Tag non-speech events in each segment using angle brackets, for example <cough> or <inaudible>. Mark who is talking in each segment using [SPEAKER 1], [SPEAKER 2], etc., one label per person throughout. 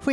[SPEAKER 1] 歡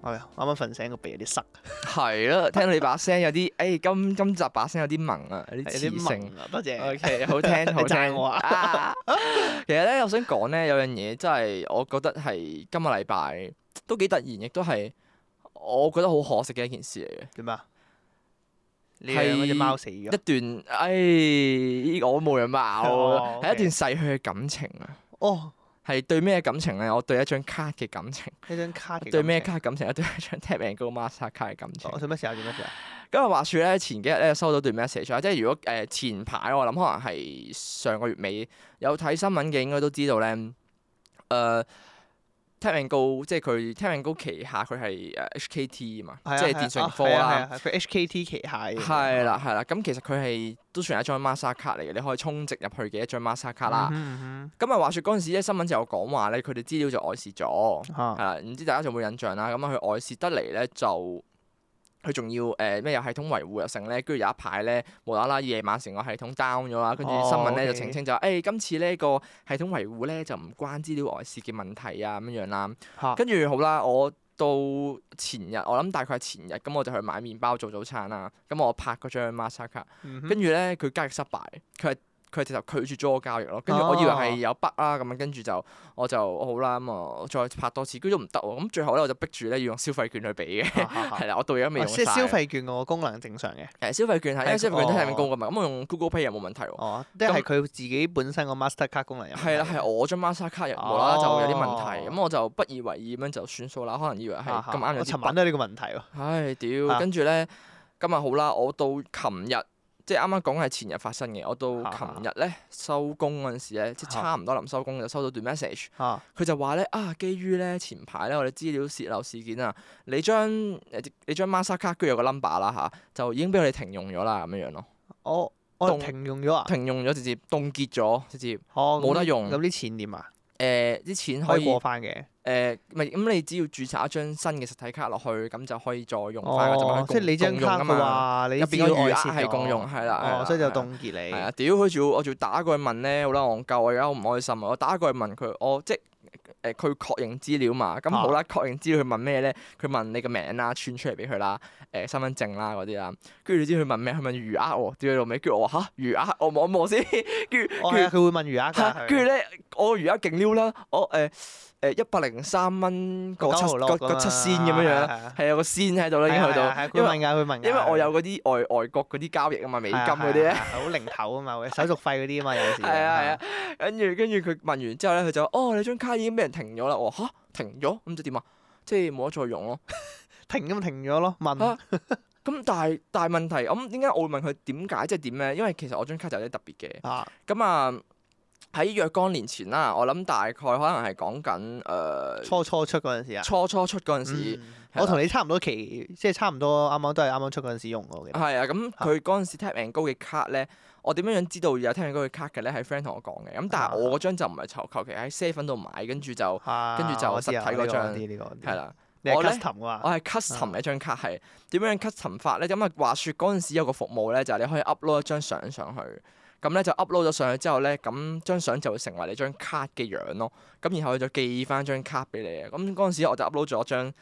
[SPEAKER 1] 我啱啱瞓醒個鼻有啲
[SPEAKER 2] <laughs>
[SPEAKER 1] 塞，
[SPEAKER 2] 係
[SPEAKER 1] <laughs>
[SPEAKER 2] 咯，聽到你把聲有啲，誒今今集把聲有啲萌啊，有
[SPEAKER 1] 有
[SPEAKER 2] 啲
[SPEAKER 1] 啲
[SPEAKER 2] 磁性。
[SPEAKER 1] 悶啊，多謝。
[SPEAKER 2] O
[SPEAKER 1] <laughs>
[SPEAKER 2] K，好聽好
[SPEAKER 1] 讚
[SPEAKER 2] 聽
[SPEAKER 1] 我
[SPEAKER 2] 啊！ <laughs> 其實咧，我想講咧，有樣嘢真係我覺得係今個禮拜都幾突然，亦都係我覺得好可惜嘅一件事嚟嘅。
[SPEAKER 1] 點啊？你養嗰隻貓死咗
[SPEAKER 2] 一？段，哎唉，我冇養貓，係、
[SPEAKER 1] 哦
[SPEAKER 2] 一段逝去嘅感情啊！
[SPEAKER 1] 哦，
[SPEAKER 2] 係對咩感情咧？我對一張卡嘅感情，
[SPEAKER 1] 呢張卡嘅
[SPEAKER 2] 對咩
[SPEAKER 1] 感情？
[SPEAKER 2] 卡嘅感情？我對一張 Tap and Go Master 卡嘅感情
[SPEAKER 1] 哦。我做乜事啊？做乜事啊？
[SPEAKER 2] 咁啊話説咧，前幾日咧收到段 message 啦，即係如果誒、呃前排我諗可能係上個月尾有睇新聞嘅，應該都知道咧，誒、呃、Tap and Go 即係佢 Tap and Go 旗下佢係誒
[SPEAKER 1] 係啊
[SPEAKER 2] HKT 啊嘛，即係電
[SPEAKER 1] 係
[SPEAKER 2] 信
[SPEAKER 1] 啊
[SPEAKER 2] 科
[SPEAKER 1] 係啊
[SPEAKER 2] 啦，
[SPEAKER 1] 係啊佢 HKT 旗下嘅
[SPEAKER 2] 係啦係啦，咁其實佢係都算係一張 Master 卡嚟嘅，你可以充值入去嘅一張 Master 卡啦。
[SPEAKER 1] 嗯
[SPEAKER 2] 咁啊話説嗰陣時咧，新聞就有講話咧，佢哋資料就外泄咗。
[SPEAKER 1] 哼嗯
[SPEAKER 2] 係啦，唔知大家仲有冇印象啦？咁啊，佢外泄得嚟咧就。佢仲要誒咩有系統維護又成咧，跟住有一排咧無啦啦夜晚成個系統 down 咗啦，跟住
[SPEAKER 1] 哦
[SPEAKER 2] 新聞咧
[SPEAKER 1] OK
[SPEAKER 2] 就澄清就話誒、今次呢個系統維護咧就唔關資料外泄嘅問題啊咁樣樣啦。
[SPEAKER 1] 嚇
[SPEAKER 2] 跟住好啦，我到前日我諗大概係前日咁我就去買麵包做早餐啦。咁我拍嗰張 Master 卡，
[SPEAKER 1] 嗯哼
[SPEAKER 2] 跟住咧佢交易失敗，佢係佢係直頭拒絕咗我交易咯。跟住
[SPEAKER 1] 哦
[SPEAKER 2] 我以為係有 bug 啦，咁樣跟住就我就哦好啦咁啊，我再拍多次，跟住都唔得喎。咁最後咧我就逼住咧要用消費券去
[SPEAKER 1] <laughs>
[SPEAKER 2] 俾嘅，
[SPEAKER 1] 嚇嚇嚇
[SPEAKER 2] <laughs> 係啦，我到而家未
[SPEAKER 1] 啊哦
[SPEAKER 2] 用
[SPEAKER 1] 即
[SPEAKER 2] 晒。
[SPEAKER 1] 係消費券個功能正常嘅，
[SPEAKER 2] 誒消費券係因
[SPEAKER 1] 係
[SPEAKER 2] 為消費券都係咁
[SPEAKER 1] 哦
[SPEAKER 2] 高噶嘛，咁我用 Google Pay 又冇問題喎。
[SPEAKER 1] 哦，即係佢自己本身個 Mastercard 功能有問題。
[SPEAKER 2] 係啦，係我張 Mastercard 又無啦啦就有啲問題，
[SPEAKER 1] 哦
[SPEAKER 2] 咁我就不以為意咁樣就算數啦。可能以為係
[SPEAKER 1] 嚇嚇
[SPEAKER 2] 咁啱有
[SPEAKER 1] 啊我
[SPEAKER 2] 啲
[SPEAKER 1] 尋
[SPEAKER 2] bug
[SPEAKER 1] 晚都有呢個問題喎。
[SPEAKER 2] 唉，
[SPEAKER 1] 啊
[SPEAKER 2] 屌！跟住咧，今日好啦，我到琴日，即係啱啱講係前日發生嘅。我到
[SPEAKER 1] 啊
[SPEAKER 2] 琴日咧收工嗰陣時咧，即係
[SPEAKER 1] 啊
[SPEAKER 2] 差唔多臨收工就收到段 message，
[SPEAKER 1] 嚇
[SPEAKER 2] 佢就話咧啊，基於咧前排咧我哋資料泄漏事件啊，你將誒你張 Master 卡居有個 number 啦吓，就已經俾我哋停用咗啦咁樣樣咯，
[SPEAKER 1] 我我
[SPEAKER 2] 凍
[SPEAKER 1] 停用咗啊！
[SPEAKER 2] 停用咗直接凍結咗，直接誒
[SPEAKER 1] 哦，咁
[SPEAKER 2] 冇得用
[SPEAKER 1] 咁啲錢點啊？
[SPEAKER 2] 啲錢
[SPEAKER 1] 可
[SPEAKER 2] 可
[SPEAKER 1] 以
[SPEAKER 2] 以
[SPEAKER 1] 過翻嘅。
[SPEAKER 2] 誒唔係咁你只要註冊一張新嘅實體卡落去，咁就可以再用翻嗰
[SPEAKER 1] 哦，
[SPEAKER 2] 嘛，
[SPEAKER 1] 即係你張
[SPEAKER 2] 共用
[SPEAKER 1] 卡
[SPEAKER 2] 㗎
[SPEAKER 1] 佢
[SPEAKER 2] 嘛。
[SPEAKER 1] 話你
[SPEAKER 2] 入邊個餘
[SPEAKER 1] 外
[SPEAKER 2] 額係共用，係啦，係
[SPEAKER 1] 哦
[SPEAKER 2] 啦，
[SPEAKER 1] 所以就
[SPEAKER 2] 係啦
[SPEAKER 1] 凍結你。
[SPEAKER 2] 係啊，屌佢仲要我仲要打過去問咧，好啦，戇鳩，我而家好唔開心啊！我打過去問佢，我即係誒佢確認資料嘛，咁
[SPEAKER 1] 啊
[SPEAKER 2] 好啦，確認資料佢問咩咧？佢問你個名啦，串出嚟俾佢啦，誒身份證啦嗰啲啦，跟住你知佢問咩？佢問餘額喎，屌你老味，跟住我話吓餘額，我望一望先，跟住
[SPEAKER 1] 哦，係啊
[SPEAKER 2] 跟
[SPEAKER 1] 佢
[SPEAKER 2] 住
[SPEAKER 1] 會問餘額
[SPEAKER 2] 嚇
[SPEAKER 1] 㗎。佢
[SPEAKER 2] 跟住咧我餘額勁撩啦，我誒誒一百零三蚊個七
[SPEAKER 1] 啊
[SPEAKER 2] 個個七仙咁樣樣，
[SPEAKER 1] 樣
[SPEAKER 2] 係有個仙喺度啦，已經去
[SPEAKER 1] 係啊係啊
[SPEAKER 2] 到，
[SPEAKER 1] 佢
[SPEAKER 2] 因為
[SPEAKER 1] 問㗎，佢問㗎。
[SPEAKER 2] 因為我有嗰啲外外國嗰啲交易啊嘛，美金
[SPEAKER 1] 係啊
[SPEAKER 2] 嗰啲
[SPEAKER 1] 係
[SPEAKER 2] 咧
[SPEAKER 1] 啊，係啊好零頭啊嘛，會手續費嗰啲啊嘛，有時
[SPEAKER 2] 係啊係啊，跟住跟住佢問完之後咧，佢就話哦，你張卡已經俾人停咗啦，我話嚇停咗，咁即係點啊？即係冇得再用咯。
[SPEAKER 1] 停咁停咗咯，問
[SPEAKER 2] 啊咁但係但係問題，咁點解我會問佢點解？即係點咧？因為其實我張卡就有啲特別嘅。
[SPEAKER 1] 啊
[SPEAKER 2] 咁啊喺若干年前啦，我諗大概可能係講緊誒
[SPEAKER 1] 初初出嗰陣時啊，
[SPEAKER 2] 初初出嗰陣時，
[SPEAKER 1] 嗯
[SPEAKER 2] 係啦
[SPEAKER 1] 我同你差唔多期，即係差唔多啱啱都係啱啱出嗰陣時用我記得。
[SPEAKER 2] 係啊，咁佢嗰陣時 Tap and Go 嘅卡咧，我點樣樣知道有 Tap and Go 嘅卡嘅咧？係 friend 同我講嘅。咁但係我嗰張就唔係求求其喺 Seven 度買，跟住就
[SPEAKER 1] 啊
[SPEAKER 2] 跟住就
[SPEAKER 1] 我知啊
[SPEAKER 2] 實體嗰張
[SPEAKER 1] 我知呢個我知呢個我
[SPEAKER 2] 係
[SPEAKER 1] 知，
[SPEAKER 2] 啦。
[SPEAKER 1] 你係
[SPEAKER 2] 我呢啊
[SPEAKER 1] custom 㗎
[SPEAKER 2] 我
[SPEAKER 1] 嘛？
[SPEAKER 2] 係 custom
[SPEAKER 1] 啊
[SPEAKER 2] 嘅一張卡係點樣 custom 法咧？咁啊話説嗰陣時有個服務咧，就係、你可以 upload 一張相上去，咁咧就 upload 咗上去之後咧，咁張相就會成為你張卡嘅樣咯。咁然後佢就寄翻張卡俾你嘅。咁嗰陣時我就 upload 咗張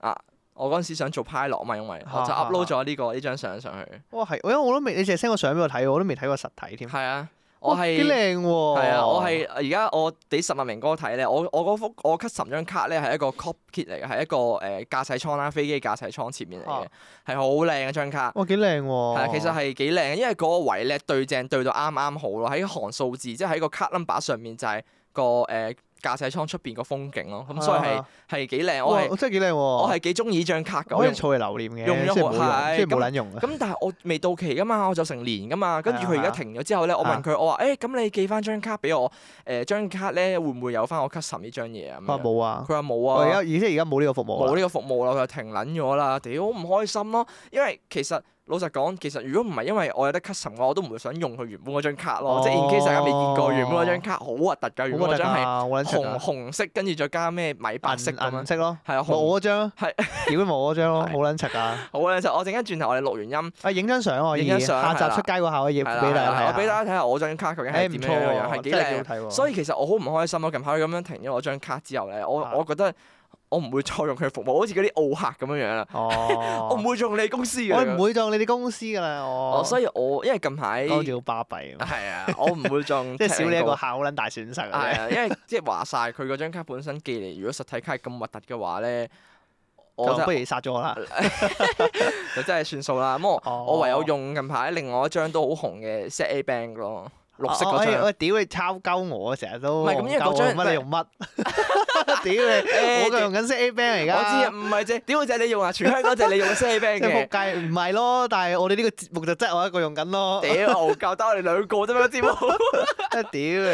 [SPEAKER 2] 啊，我嗰陣時想做 pilot 嘛，因為我就
[SPEAKER 1] 啊啊啊
[SPEAKER 2] upload 咗呢個呢張相上去。
[SPEAKER 1] 哇係，因為我都未，你淨係 send 個相俾我睇，我都未睇過實體添。
[SPEAKER 2] 係啊，我
[SPEAKER 1] 哇幾
[SPEAKER 2] 係。
[SPEAKER 1] 靚喎！
[SPEAKER 2] 係啊，我係而家我俾十萬明哥睇咧，我我嗰幅我 custom 張卡咧係一個 cop kit 嚟嘅，係一個誒、呃、駕駛艙啦，飛機駕駛艙前面嚟嘅
[SPEAKER 1] 啊，
[SPEAKER 2] 係好靚嘅張卡。
[SPEAKER 1] 哇幾靚喎！
[SPEAKER 2] 係啊，其實係幾靚，因為嗰個位咧對正對到啱啱好咯，喺行數字，即係喺個卡 number 上面就係個誒駕駛艙出邊個風景咯。咁所以係
[SPEAKER 1] 啊
[SPEAKER 2] 係幾靚，我
[SPEAKER 1] 哇
[SPEAKER 2] 係
[SPEAKER 1] 真係幾靚喎！
[SPEAKER 2] 我
[SPEAKER 1] 我
[SPEAKER 2] 係幾中意呢張卡
[SPEAKER 1] 可以
[SPEAKER 2] 嘅。
[SPEAKER 1] 儲嚟留念
[SPEAKER 2] 用咗
[SPEAKER 1] 嘅，即係冇
[SPEAKER 2] 好係
[SPEAKER 1] 用，即係冇
[SPEAKER 2] 咁
[SPEAKER 1] 撚用啊！
[SPEAKER 2] 咁但係我未到期噶嘛，我就成年噶嘛，跟住佢而
[SPEAKER 1] 係
[SPEAKER 2] 家
[SPEAKER 1] 啊
[SPEAKER 2] 停咗之後咧，我問佢，我話：誒咁你寄翻張卡俾我，誒張卡咧會唔會有翻我 custom 呢張嘢啊？咁
[SPEAKER 1] 話
[SPEAKER 2] 樣
[SPEAKER 1] 冇啊
[SPEAKER 2] 佢，話冇
[SPEAKER 1] 我而家
[SPEAKER 2] 啊，
[SPEAKER 1] 而即係而家冇呢個服務
[SPEAKER 2] 冇
[SPEAKER 1] 啦。
[SPEAKER 2] 呢個服務啦，佢就停撚咗啦，屌好唔開心咯，因為其實。老實講，其實如果唔係因為我有得 custom 嘅話，我都唔會想用佢原本嗰張卡咯。即係 in case 大家未見過原本嗰張卡好核突㗎，原
[SPEAKER 1] 哦好
[SPEAKER 2] 本
[SPEAKER 1] 核
[SPEAKER 2] 嗰
[SPEAKER 1] 突
[SPEAKER 2] 張係
[SPEAKER 1] 啊！我撚出
[SPEAKER 2] 紅
[SPEAKER 1] 啊
[SPEAKER 2] 紅色，跟住再加咩米白色咁
[SPEAKER 1] 銀銀
[SPEAKER 2] 樣，
[SPEAKER 1] 色咯，
[SPEAKER 2] 係啊
[SPEAKER 1] 咪
[SPEAKER 2] 紅。
[SPEAKER 1] 我嗰張
[SPEAKER 2] 係
[SPEAKER 1] 屌咪我嗰張咯，
[SPEAKER 2] <laughs> 係
[SPEAKER 1] 好撚柒啊！
[SPEAKER 2] 好咧，就我陣間轉頭我哋錄完音，
[SPEAKER 1] 啊，影張相我
[SPEAKER 2] 影
[SPEAKER 1] 而
[SPEAKER 2] 張相
[SPEAKER 1] 下
[SPEAKER 2] 係啦
[SPEAKER 1] 集出街嗰下可以
[SPEAKER 2] 係
[SPEAKER 1] 俾
[SPEAKER 2] 啦，
[SPEAKER 1] 大
[SPEAKER 2] 係
[SPEAKER 1] 家睇
[SPEAKER 2] 啦
[SPEAKER 1] 下。
[SPEAKER 2] 我俾大家睇下我張卡究竟係
[SPEAKER 1] 誒唔
[SPEAKER 2] 點
[SPEAKER 1] 錯
[SPEAKER 2] 樣樣，
[SPEAKER 1] 喎，
[SPEAKER 2] 係幾
[SPEAKER 1] 真係
[SPEAKER 2] 靚
[SPEAKER 1] 幾。好睇喎。
[SPEAKER 2] 所以其實我好唔開心咯，近排佢咁樣停咗我張卡之後咧，我
[SPEAKER 1] 啊
[SPEAKER 2] 我覺得我唔會再用佢服務，好似嗰啲奧客咁樣樣啦，
[SPEAKER 1] 哦，
[SPEAKER 2] <laughs> 我唔會用你公司嘅。
[SPEAKER 1] 我唔會當你哋公司㗎啦，我
[SPEAKER 2] 哦，所以我因為近排
[SPEAKER 1] 講住好巴
[SPEAKER 2] <laughs>
[SPEAKER 1] 閉喎，
[SPEAKER 2] 係啊，我唔會
[SPEAKER 1] <laughs>
[SPEAKER 2] 用
[SPEAKER 1] 即係少你一
[SPEAKER 2] technical
[SPEAKER 1] 個客好撚大損失啊！
[SPEAKER 2] 係啊，因為即係話晒佢嗰張卡本身寄嚟，如果實體卡係咁核突嘅話咧，我
[SPEAKER 1] 就
[SPEAKER 2] 就
[SPEAKER 1] 不如殺咗我啦。
[SPEAKER 2] <laughs> 就真係算數啦。咁我、
[SPEAKER 1] 哦
[SPEAKER 2] 我唯有用近排另外一張都好紅嘅 Set A Bank 咯，綠色
[SPEAKER 1] 哦
[SPEAKER 2] 嗰
[SPEAKER 1] 哎
[SPEAKER 2] 張。
[SPEAKER 1] 我屌你抄鳩我，成日都
[SPEAKER 2] 唔係咁因為
[SPEAKER 1] 戇鳩
[SPEAKER 2] 嗰張
[SPEAKER 1] 我乜你用
[SPEAKER 2] <laughs>
[SPEAKER 1] 乜？ <laughs> 屌
[SPEAKER 2] 誒
[SPEAKER 1] 你，我就用緊 set A band 嚟
[SPEAKER 2] 我知
[SPEAKER 1] 㗎。
[SPEAKER 2] 啊，唔係啫，屌就係你用啊，全香港就係你用 Set
[SPEAKER 1] <laughs>
[SPEAKER 2] A
[SPEAKER 1] 即
[SPEAKER 2] Bank
[SPEAKER 1] 係仆
[SPEAKER 2] 嘅。
[SPEAKER 1] 街，唔係咯？但係我哋呢個節目就真係我一個用緊咯。
[SPEAKER 2] <laughs> 屌，我教得我哋兩個啫
[SPEAKER 1] <laughs>
[SPEAKER 2] 嘛，知冇？
[SPEAKER 1] 屌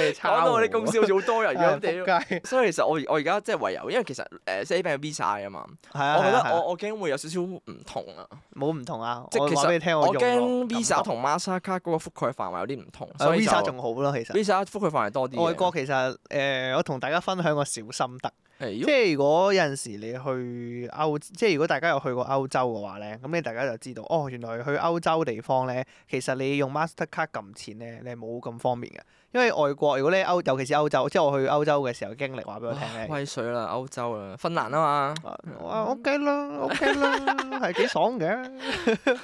[SPEAKER 1] 你抄
[SPEAKER 2] 講到我哋公司好似好多人咁，屌。
[SPEAKER 1] 仆街。
[SPEAKER 2] 所以其實我我而家即係唯有，因為其實誒 Set A Bank 有 Visa 啊嘛，
[SPEAKER 1] 係啊，
[SPEAKER 2] 我覺
[SPEAKER 1] 係啊
[SPEAKER 2] 得
[SPEAKER 1] 係啊
[SPEAKER 2] 我我驚會有少少唔同啊。
[SPEAKER 1] 冇唔同啊。
[SPEAKER 2] 即係
[SPEAKER 1] 我
[SPEAKER 2] 其實
[SPEAKER 1] 話俾你聽，
[SPEAKER 2] 我
[SPEAKER 1] 用
[SPEAKER 2] 驚
[SPEAKER 1] 驚
[SPEAKER 2] Visa 同 Mastercard 嗰個覆蓋範圍有啲唔同，所以就
[SPEAKER 1] 啊 Visa 仲好咯，其實。
[SPEAKER 2] Visa 覆蓋範圍多啲嘅。
[SPEAKER 1] 外國其實呃誒，我同大家分享個小心得。
[SPEAKER 2] 誒
[SPEAKER 1] 即係如果有陣時你去歐，即係如果大家有去過歐洲嘅話咧，咁你大家就知道，哦，原來去歐洲地方咧，其實你用 Mastercard 撳錢咧，你係冇咁方便嘅，因為外國如果你喺歐，尤其是歐洲，即係我去歐洲嘅時候經歷話俾我聽咧，
[SPEAKER 2] 啊威水啦，歐洲啦，芬蘭
[SPEAKER 1] <laughs>
[SPEAKER 2] 啊嘛，
[SPEAKER 1] 啊我話 OK 啦，OK
[SPEAKER 2] <laughs>
[SPEAKER 1] 啦，係幾爽嘅，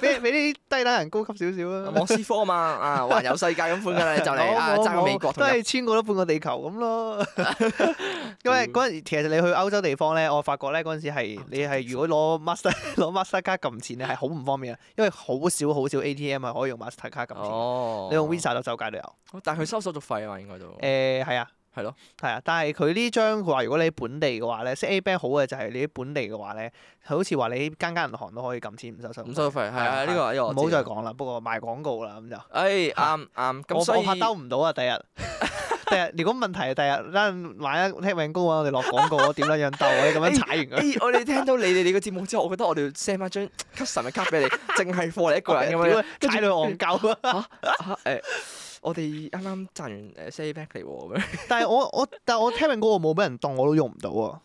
[SPEAKER 1] 俾俾啲低等人高級少少啊。
[SPEAKER 2] 莫斯科啊嘛，啊環遊世界咁款
[SPEAKER 1] <laughs>
[SPEAKER 2] 噶啦，就嚟啊
[SPEAKER 1] 冇
[SPEAKER 2] 爭
[SPEAKER 1] 冇
[SPEAKER 2] 個美國
[SPEAKER 1] 都
[SPEAKER 2] 同日
[SPEAKER 1] 係穿過咗半個地球咁
[SPEAKER 2] <laughs>
[SPEAKER 1] 咯。因
[SPEAKER 2] 嗯
[SPEAKER 1] 為嗰陣其實你去歐洲地方咧，我發覺咧嗰陣時係
[SPEAKER 2] 啊
[SPEAKER 1] 你係如果攞 master <laughs> 攞 master 卡撳錢咧係好唔方便啊，因為好少好少 ATM 啊係可以用 master 卡撳錢。
[SPEAKER 2] 哦，
[SPEAKER 1] 你用 Visa 就周街都有。
[SPEAKER 2] 但係佢收手續費啊嘛，應該都
[SPEAKER 1] 誒係啊。
[SPEAKER 2] 係咯，
[SPEAKER 1] 係啊，但係佢呢張佢話如果你喺本地嘅話咧，即係 A bank 好嘅就係你喺本地嘅話咧，佢好似話你間間銀行都可以撳錢唔收手續
[SPEAKER 2] 唔收費係
[SPEAKER 1] 係
[SPEAKER 2] 啊，
[SPEAKER 1] 啊
[SPEAKER 2] 呢個呢個
[SPEAKER 1] 唔
[SPEAKER 2] 我
[SPEAKER 1] 好
[SPEAKER 2] 知
[SPEAKER 1] 再
[SPEAKER 2] 啊。
[SPEAKER 1] 講啦，不過賣廣告啦咁就。
[SPEAKER 2] 誒啱啱
[SPEAKER 1] 我
[SPEAKER 2] 咁，所以
[SPEAKER 1] 我怕兜唔到啊！第
[SPEAKER 2] <laughs>
[SPEAKER 1] 日，第日如果問題第日咧萬一聽命高啊，我哋落廣告，我點樣樣兜？我哋咁樣踩完
[SPEAKER 2] <laughs>
[SPEAKER 1] 佢，
[SPEAKER 2] 誒哎我哋聽到你哋哋個節目之後，我覺得我哋要 send 翻張 custom 嘅卡俾你， <laughs> 淨係 for 你
[SPEAKER 1] 哎
[SPEAKER 2] 一個
[SPEAKER 1] <laughs>
[SPEAKER 2] 人咁樣。
[SPEAKER 1] 樣踩到戇鳩啊！
[SPEAKER 2] 啊誒，我哋啱啱賺完誒 say back 嚟喎咁樣。
[SPEAKER 1] <laughs>
[SPEAKER 2] <laughs>
[SPEAKER 1] 但係我我但係我聽命高，我冇俾人當，我都用唔到啊！